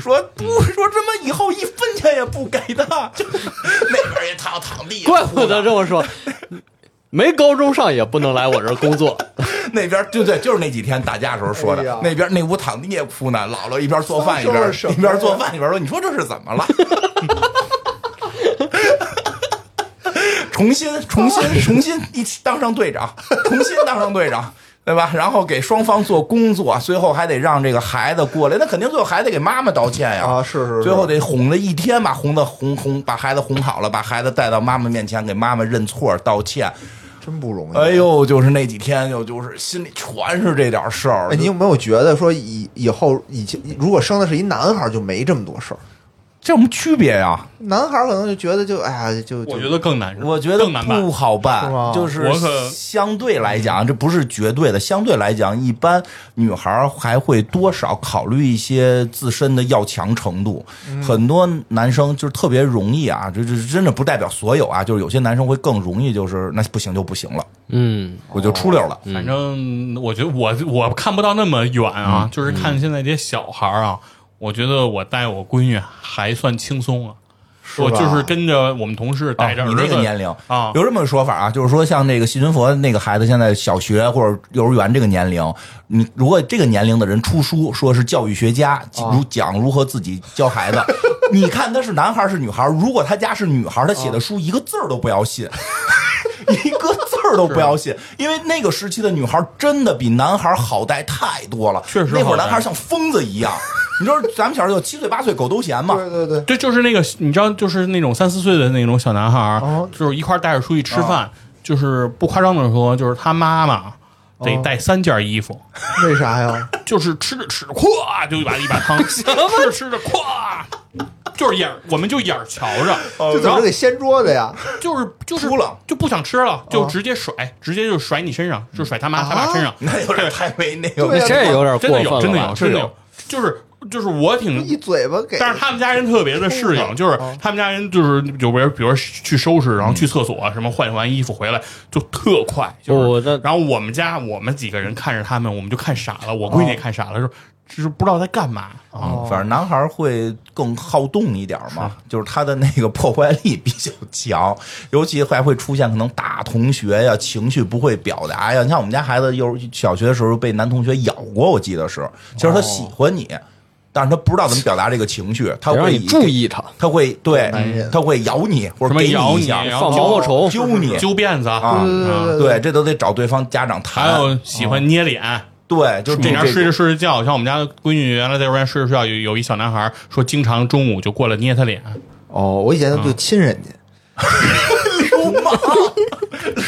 Speaker 3: 说不说这么以后一分钱也不给他，就 那边也躺躺地，
Speaker 4: 怪不得这么说，没高中上也不能来我这儿 工作，
Speaker 3: 那边对对，就是那几天打架时候说的
Speaker 1: 哎呀。
Speaker 3: 那边那屋躺地也哭呢，姥姥一边做饭一
Speaker 1: 都
Speaker 3: 边
Speaker 1: 说什么
Speaker 3: 一边做饭一边说：“你说这是怎么了？” 重新重新重新一起当上队长，重新当上队长。对吧？然后给双方做工作，最后还得让这个孩子过来，那肯定最后还得给妈妈道歉呀。
Speaker 1: 啊，是是，是
Speaker 3: 最后得哄了一天吧，哄的哄哄，把孩子哄好了，把孩子带到妈妈面前，给妈妈认错道歉。
Speaker 1: 真不容易。
Speaker 3: 哎呦，就是那几天，就就是心里全是这点事儿。
Speaker 1: 哎，你有没有觉得说以以后以前如果生的是一男孩儿就没这么多事儿，
Speaker 3: 这有什么区别呀？
Speaker 1: 男孩儿可能就觉得就哎呀就就
Speaker 2: 我觉得更难，
Speaker 3: 我觉得
Speaker 2: 更难
Speaker 3: 不
Speaker 2: 办。
Speaker 3: 好办
Speaker 1: 是吗，
Speaker 3: 就是嗯
Speaker 2: 我可
Speaker 3: 相对来讲，这不是绝对的。相对来讲，一般女孩儿还会多少考虑一些自身的要强程度。很多男生就是特别容易啊，这这真的不代表所有啊，就是有些男生会更容易，就是那不行就不行了，
Speaker 4: 嗯，
Speaker 3: 我就出溜了。
Speaker 2: 反正我觉得我我看不到那么远啊，就是看现在这些小孩儿啊，我觉得我带我闺女还算轻松啊。我
Speaker 1: 吧
Speaker 2: 就是跟着我们同事带着
Speaker 3: 啊
Speaker 2: 儿
Speaker 3: 你
Speaker 2: 子
Speaker 3: 那个年龄
Speaker 2: 啊，
Speaker 3: 有这么个说法啊，就是说像那个细菌佛那个孩子，现在小学或者幼儿园这个年龄，你如果这个年龄的人出书，说是教育学家，如讲如何自己教孩子，你看他是男孩儿是女孩儿，如果他家是女孩儿，他写的书一个字儿都不要信。 一个字儿都不要信，因为那个时期的女孩真的比男孩好带太多了。
Speaker 2: 确实
Speaker 3: 那会
Speaker 2: 好
Speaker 3: 儿男
Speaker 2: 带
Speaker 3: 孩像疯子一样。你知道咱们小时候有七岁八岁狗都嫌嘛？
Speaker 1: 对对对，
Speaker 2: 对，就是那个你知道，就是那种三四岁的那种小男孩儿，
Speaker 1: 哦
Speaker 2: 就是一块儿带着出去吃
Speaker 3: 哦
Speaker 2: 饭，就是不夸张的说，就是他妈妈
Speaker 3: 哦
Speaker 2: 得带三件衣服，
Speaker 1: 为啥呀？
Speaker 2: 就是吃着吃着，咵就一把一把 汤，吃着吃着，咵。就是眼儿，我们就眼儿瞧着，
Speaker 1: 这怎
Speaker 2: 哦然
Speaker 1: 么
Speaker 2: 后
Speaker 1: 给掀桌子呀？
Speaker 2: 就是就是
Speaker 3: 出了
Speaker 2: 就不想吃了，哦就直接甩，直接就甩你身上，就甩他妈他爸身上，
Speaker 3: 那有点太没那个
Speaker 1: 对呀
Speaker 4: 这有点
Speaker 2: 真
Speaker 4: 过
Speaker 2: 的
Speaker 4: 分了
Speaker 2: 有
Speaker 4: 吧，
Speaker 2: 真的有真的
Speaker 3: 有
Speaker 2: 有，就是就是我挺
Speaker 1: 一嘴巴给，
Speaker 2: 但是他们家人特别的适应，就是他们家人就是有别人，比如说去收拾，然后去厕所啊，什么换完衣服回来就特快，就
Speaker 4: 哦我
Speaker 2: 是
Speaker 4: 这。
Speaker 2: 然后我们家我们几个人看着他们，我们就看傻了，我闺女也看傻了，说就是不知道在干嘛啊。
Speaker 3: 嗯反正男孩儿会更好动一点儿嘛，就是他的那个破坏力比较强， 尤其还会出现可能打同学呀，情绪不会表达呀。你像我们家孩子幼儿小学的时候被男同学咬过，我记得是，其实他喜欢你，但是他不知道怎么表达这个情绪，他
Speaker 4: 得让
Speaker 3: 会
Speaker 4: 你
Speaker 3: 以
Speaker 4: 注，意他，
Speaker 3: 他会对
Speaker 1: 男人，
Speaker 3: 他会咬你或
Speaker 2: 什
Speaker 3: 者
Speaker 2: 么
Speaker 3: 给
Speaker 2: 咬
Speaker 3: 一
Speaker 2: 你，
Speaker 3: 下，
Speaker 2: 然后
Speaker 4: 放毛毛虫
Speaker 3: 揪你
Speaker 2: 揪辫子
Speaker 3: 啊
Speaker 1: 对
Speaker 2: 啊
Speaker 1: 对
Speaker 3: 对，，这都得找对方家长
Speaker 2: 还
Speaker 3: 谈。
Speaker 2: 有喜欢捏脸。
Speaker 3: 啊嗯对，就是
Speaker 2: 这
Speaker 3: 这
Speaker 2: 边
Speaker 3: 这
Speaker 2: 睡着睡着觉，像我们家闺女原来在外边睡着睡觉，有有一小男孩说，经常中午就过来捏她脸，
Speaker 1: 哦，我以前
Speaker 3: 嗯
Speaker 1: 就亲人家，
Speaker 3: 流氓，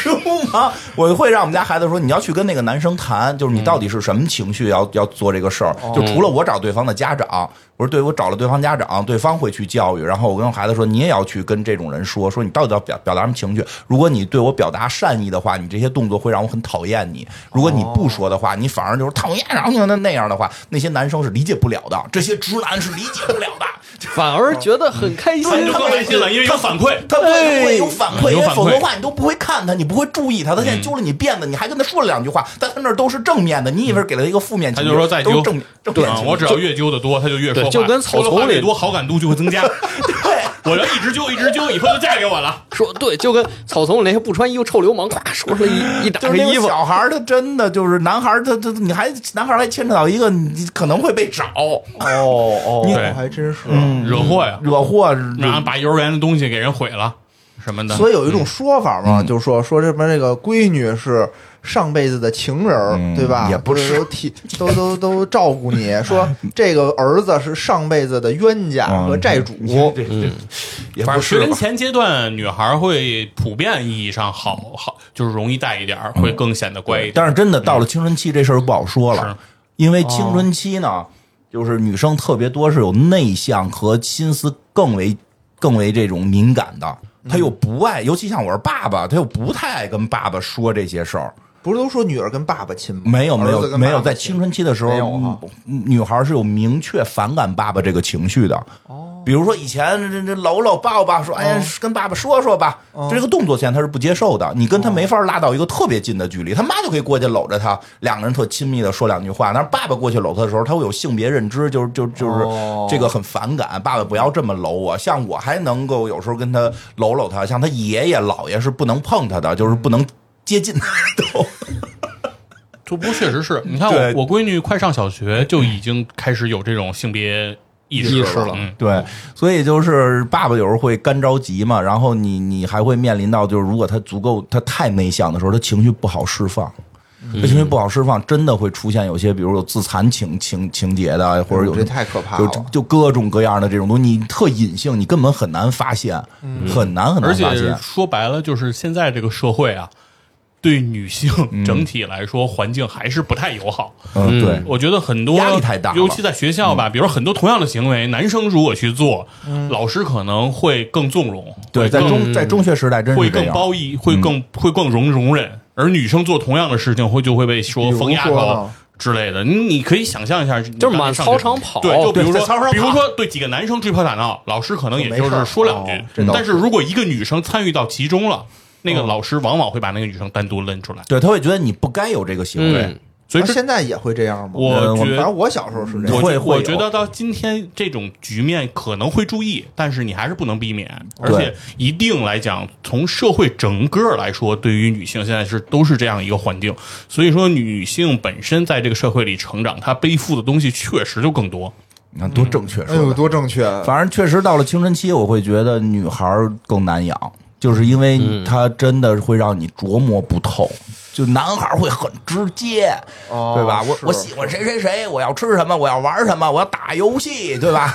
Speaker 3: 流氓！ 我会让我们家孩子说，你要去跟那个男生谈，就是你到底是什么情绪要，要做这个事儿。就除了我找对方的家长，我说对，我找了对方家长，对方会去教育。然后我跟我孩子说，你也要去跟这种人说，说你到底要表表达什么情绪。如果你对我表达善意的话，你这些动作会让我很讨厌你；如果你不说的话，你反而就是讨厌，然后那那样的话，那些男生是理解不了的，这些直男是理解不了的。
Speaker 4: 反而觉得很开心。
Speaker 2: 就更开心了，因为有反馈。
Speaker 3: 他不会有反馈，
Speaker 2: 哎
Speaker 3: 因为
Speaker 2: 有反馈
Speaker 3: 否则的话你都不会看他，你不会注意他。他现在揪了你辫子，你还跟他说了两句话，但他那儿都是正面的，你以为是给了他一个负面
Speaker 2: 他
Speaker 3: 情绪，
Speaker 2: 就说再
Speaker 3: 都
Speaker 2: 揪
Speaker 3: 是正面正面
Speaker 2: 啊，
Speaker 3: 情绪
Speaker 2: 我只要越揪的多，他就越说话，
Speaker 4: 对就跟草丛里
Speaker 2: 说的话越多，好感度就会 增加。我要一直揪，一直揪，以后就嫁给我了。
Speaker 4: 说对，就跟草丛里那些不穿衣服臭流氓，咵说了一一打
Speaker 3: 就
Speaker 4: 个
Speaker 3: 是那
Speaker 4: 衣
Speaker 3: 个
Speaker 4: 服，
Speaker 3: 小孩儿，他真的就是男孩儿，他他你还男孩儿还牵扯到一个你可能会被找
Speaker 1: 哦哦
Speaker 2: 你
Speaker 1: 还真是。
Speaker 3: 嗯
Speaker 2: 惹祸呀，
Speaker 3: 惹祸，
Speaker 2: 然后把幼儿园的东西给人毁了什么的。
Speaker 1: 所以有一
Speaker 3: 嗯
Speaker 1: 种说法嘛，就是说说这边这个闺女是上辈子的情人儿，对吧？
Speaker 3: 嗯也不是
Speaker 1: 都替都都都照顾你，说这个儿子是上辈子的冤家
Speaker 3: 嗯
Speaker 1: 和债主。
Speaker 3: 对对，也
Speaker 2: 反
Speaker 3: 不
Speaker 2: 正学
Speaker 3: 是
Speaker 2: 龄
Speaker 3: 吧。
Speaker 2: 前阶段，女孩会普遍意义上好好，就是容易带一点儿，会更显得乖一点。
Speaker 3: 但是真的到了青春期，这事儿不好说
Speaker 2: 是
Speaker 3: 了，因为青春期呢，就是女生特别多是有内向和心思更为更为这种敏感的，她又不爱，尤其像我是爸爸，她又不太爱跟爸爸说这些事儿。
Speaker 1: 不是都说女儿跟爸爸亲吗？
Speaker 3: 没有没
Speaker 1: 儿子
Speaker 3: 有
Speaker 1: 跟爸
Speaker 3: 没
Speaker 1: 爸
Speaker 3: 有，在
Speaker 1: 亲
Speaker 3: 青春期的时候
Speaker 1: 没有哈，
Speaker 3: 嗯女孩是有明确反感爸爸这个情绪的。哦，比如说以前这这搂搂抱抱，说哎
Speaker 1: 哦
Speaker 3: 呀跟爸爸说说吧，这个动作现在她是不接受的。你跟
Speaker 1: 哦
Speaker 3: 她没法拉到一个特别近的距离，他妈就可以过去搂着她，两个人特亲密的说两句话。但是爸爸过去搂她的时候，他会有性别认知，就是就就是
Speaker 1: 哦
Speaker 3: 这个很反感，爸爸不要这么搂我。像我还能够有时候跟他搂搂他，像他爷爷姥爷是不能碰他的，就是不能接近他都。
Speaker 2: 这不确实是你看
Speaker 3: 对
Speaker 2: 我，我闺女快上小学就已经开始有这种性别意识
Speaker 4: 意识了
Speaker 2: 嗯，
Speaker 3: 对，所以就是爸爸有时候会干着急嘛，然后你你还会面临到就是如果他足够他太内向的时候，他情绪不好释放。
Speaker 2: 嗯
Speaker 3: 他情绪不好释放，真的会出现有些，比如有自残情情情节的，或者有
Speaker 1: 嗯这太可怕
Speaker 3: 就
Speaker 1: 了
Speaker 3: 就就各种各样的这种东西，你特隐性，你根本很难发现，很难很难
Speaker 2: 而
Speaker 3: 发
Speaker 2: 且
Speaker 3: 现。
Speaker 2: 说白了，就是现在这个社会啊，对女性整体来说环境还是不太友好。
Speaker 3: 嗯，对，
Speaker 2: 我觉得很多
Speaker 3: 压力太大了嗯
Speaker 2: 尤其在学校吧，比如很多同样的行为，男生如果去做，老师可能会更纵容，
Speaker 3: 对，
Speaker 2: 会
Speaker 3: 在
Speaker 2: 更
Speaker 3: 中在中学时代真
Speaker 2: 会
Speaker 3: 是这
Speaker 2: 更
Speaker 3: 样。
Speaker 2: 包容，会更
Speaker 1: 嗯
Speaker 2: 会更容容忍，而女生做同样的事情会就会被说
Speaker 1: 比如
Speaker 2: 疯丫
Speaker 1: 说啊
Speaker 2: 头
Speaker 1: 呢。
Speaker 2: 之类的，你你可以想象一下，就是
Speaker 4: 满操场跑
Speaker 2: 对，就比如说
Speaker 3: 对在操场跑
Speaker 2: 比如说对几个男生追跑打闹，老师可能也就
Speaker 1: 就没事
Speaker 2: 是
Speaker 1: 儿
Speaker 2: 说两句
Speaker 1: 哦这，倒哦
Speaker 2: 但是如果一个女生参与到其中了，那个老师往往会把那个女生单独拎出来。
Speaker 3: 对，他会觉得你不该有这个行为
Speaker 4: 嗯，
Speaker 2: 所以
Speaker 1: 那
Speaker 2: 这
Speaker 1: 现在也会这样吗？
Speaker 2: 我
Speaker 1: 嗯
Speaker 2: 觉
Speaker 1: 反正我小时候是这样。
Speaker 2: 我觉
Speaker 3: 会会
Speaker 2: 我
Speaker 3: 有
Speaker 2: 觉得到今天这种局面可能会注意，但是你还是不能避免，而
Speaker 3: 对
Speaker 2: 且一定来讲，从社会整个来说，对于女性现在是都是这样一个环境，所以说女性本身在这个社会里成长，她背负的东西确实就更多。
Speaker 3: 你看多正确
Speaker 1: 哎
Speaker 3: 说
Speaker 1: 呦，
Speaker 3: 的。
Speaker 1: 多正确！
Speaker 3: 反正确实到了青春期，我会觉得女孩儿更难养，就是因为她真的会让你琢磨不透。就男孩儿会很直接，
Speaker 1: 哦
Speaker 3: 对吧？我
Speaker 1: 是
Speaker 3: 我喜欢谁谁谁，我要吃什么，我要玩什么，我要打游戏，对吧？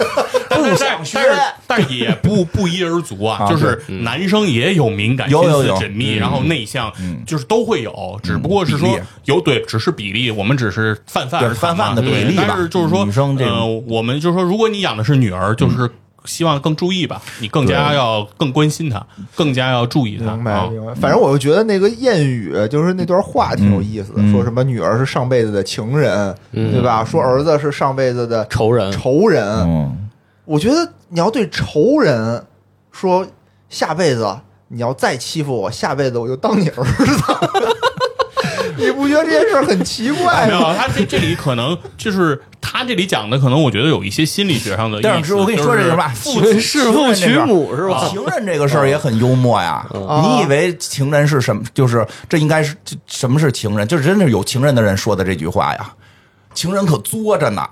Speaker 3: 不想学
Speaker 2: 但。是但是也不不一而足啊，
Speaker 3: 啊
Speaker 2: 就是男生也有敏感、
Speaker 3: 有
Speaker 2: 心
Speaker 3: 有
Speaker 2: 思
Speaker 3: 有嗯
Speaker 2: 缜密，然后内向，就是都会有，只不过是
Speaker 3: 比
Speaker 2: 说
Speaker 3: 例
Speaker 2: 有对，只是比例，我们只是泛泛
Speaker 3: 对
Speaker 2: 而谈嘛
Speaker 3: 泛泛的
Speaker 2: 对
Speaker 3: 比例吧
Speaker 2: 但是就是说，
Speaker 3: 女生这种嗯
Speaker 2: 呃，我们就是说，如果你养的是女儿，就是希望更注意吧，你更加要更关心她，更加要注意她。
Speaker 1: 明白
Speaker 2: 啊
Speaker 1: 明白。反正我就觉得那个谚语，就是那段话挺有意思的，
Speaker 3: 嗯嗯
Speaker 1: 说什么女儿是上辈子的情人，
Speaker 4: 嗯
Speaker 1: 对吧？说儿子是上辈子的
Speaker 4: 仇人，
Speaker 1: 仇人。
Speaker 3: 嗯，
Speaker 1: 我觉得你要对仇人说下辈子你要再欺负我，下辈子我就当你儿子。 你不觉得这件事儿很奇怪
Speaker 3: 哎
Speaker 2: 没有
Speaker 1: 吗？，
Speaker 2: 他这这里可能就是他这里讲的，可能我觉得有一些心理学上的意思。
Speaker 3: 但是我跟你说
Speaker 2: 就
Speaker 3: 这
Speaker 2: 是
Speaker 3: 什么，父
Speaker 4: 娶弑父娶母是吧？
Speaker 3: 情人这个事儿也很幽默呀。你以为情人是什么？就是这应该是这什么是情人？就是真是有情人的人说的这句话呀。情人可作着呢，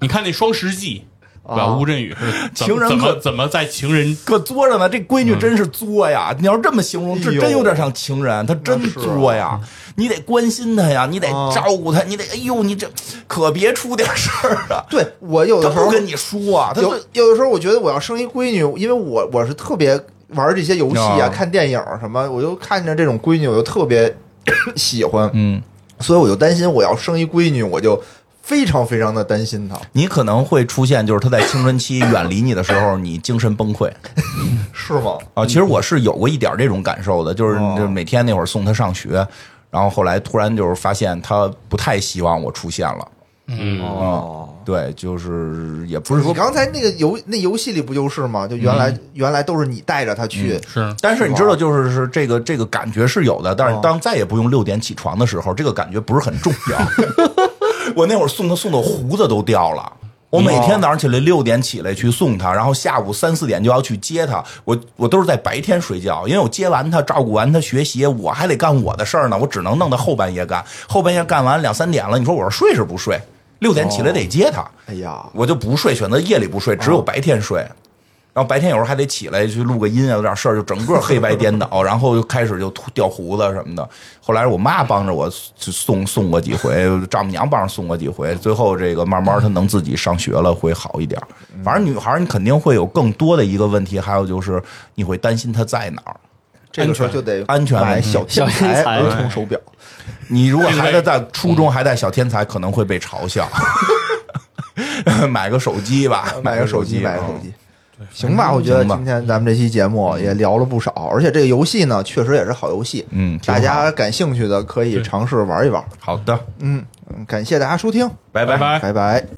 Speaker 2: 你看那双十记，对吧？
Speaker 1: 啊
Speaker 2: 吴镇宇是怎
Speaker 3: 情人
Speaker 2: 怎么
Speaker 3: 可
Speaker 2: 怎么在情人
Speaker 3: 可作着呢。这闺女真是作呀！你要这么形容，
Speaker 1: 嗯
Speaker 3: 这
Speaker 1: 哎呦
Speaker 3: 真有点像情人，她真作呀。你得关心她呀，你得
Speaker 1: 啊
Speaker 3: 照顾她，你得哎呦，你这可别出点事儿啊！
Speaker 1: 对我有
Speaker 3: 她
Speaker 1: 的时候
Speaker 3: 不跟你说，她
Speaker 1: 有
Speaker 3: 啊就
Speaker 1: 有的时候，我觉得我要生一闺女，因为我我是特别玩这些游戏啊、
Speaker 3: 啊
Speaker 1: 看电影儿什么，我就看着这种闺女，我就特别 喜欢，
Speaker 3: 嗯。
Speaker 1: 所以我就担心我要生一闺女，我就非常非常的担心她。
Speaker 3: 你可能会出现，就是她在青春期远离你的时候，你精神崩溃。
Speaker 1: 是吗？
Speaker 3: 啊，其实我是有过一点儿这种感受的，就是
Speaker 1: 嗯哦
Speaker 3: 就每天那会儿送他上学，然后后来突然就是发现他不太希望我出现了。
Speaker 2: 嗯，
Speaker 1: 哦，
Speaker 3: 对，就是也不是
Speaker 1: 你
Speaker 3: 说，
Speaker 1: 刚才那个游那游戏里不就是吗？就原来、
Speaker 3: 嗯
Speaker 1: 原来都是你带着她去，
Speaker 2: 是
Speaker 3: 但是你知道，就是是这个这个感觉是有的，但
Speaker 1: 哦
Speaker 3: 是当再也不用六点起床的时候，这个感觉不是很重 要。我那会儿送他送的胡子都掉了。我每天早上起来
Speaker 1: 哦
Speaker 3: 六点起来去送他，然后下午三四点就要去接他。我我都是在白天睡觉，因为我接完他，照顾完他学习，我还得干我的事儿呢。我只能弄到后半夜干，后半夜干完两三点了，你说我是睡是不睡？六点起来得接他。
Speaker 1: 哎呀，哦
Speaker 3: 我就不睡，选择夜里不睡，只有白天睡。然后白天有时候还得起来去录个音啊，有点事儿，就整个黑白颠倒，然后就开始就秃掉胡子什么的。后来是我妈帮着我送送过几回，丈母娘帮着送过几回，最后这个慢慢她能自己上学了，会好一点儿。
Speaker 1: 嗯
Speaker 3: 反正女孩儿你肯定会有更多的一个问题，还有就是你会担心她在哪儿。
Speaker 1: 这个时候就得
Speaker 3: 安全哎
Speaker 1: 买小天
Speaker 4: 小天才
Speaker 1: 儿童手表。
Speaker 3: 你如果孩子在初中还带小天才，可能会被 嘲笑。买个手机吧，
Speaker 1: 买个手机，买
Speaker 3: 买
Speaker 1: 个手机。行吧，我觉得
Speaker 3: 嗯行吧
Speaker 1: 今天咱们这期节目也聊了不少，而且这个游戏呢，确实也是好游戏，
Speaker 3: 嗯挺
Speaker 1: 大
Speaker 3: 好
Speaker 1: 家感兴趣的可以尝试玩一玩。
Speaker 3: 好的，
Speaker 1: 嗯，嗯感谢大家收听，
Speaker 3: 拜
Speaker 2: 哎拜拜。
Speaker 1: 拜拜。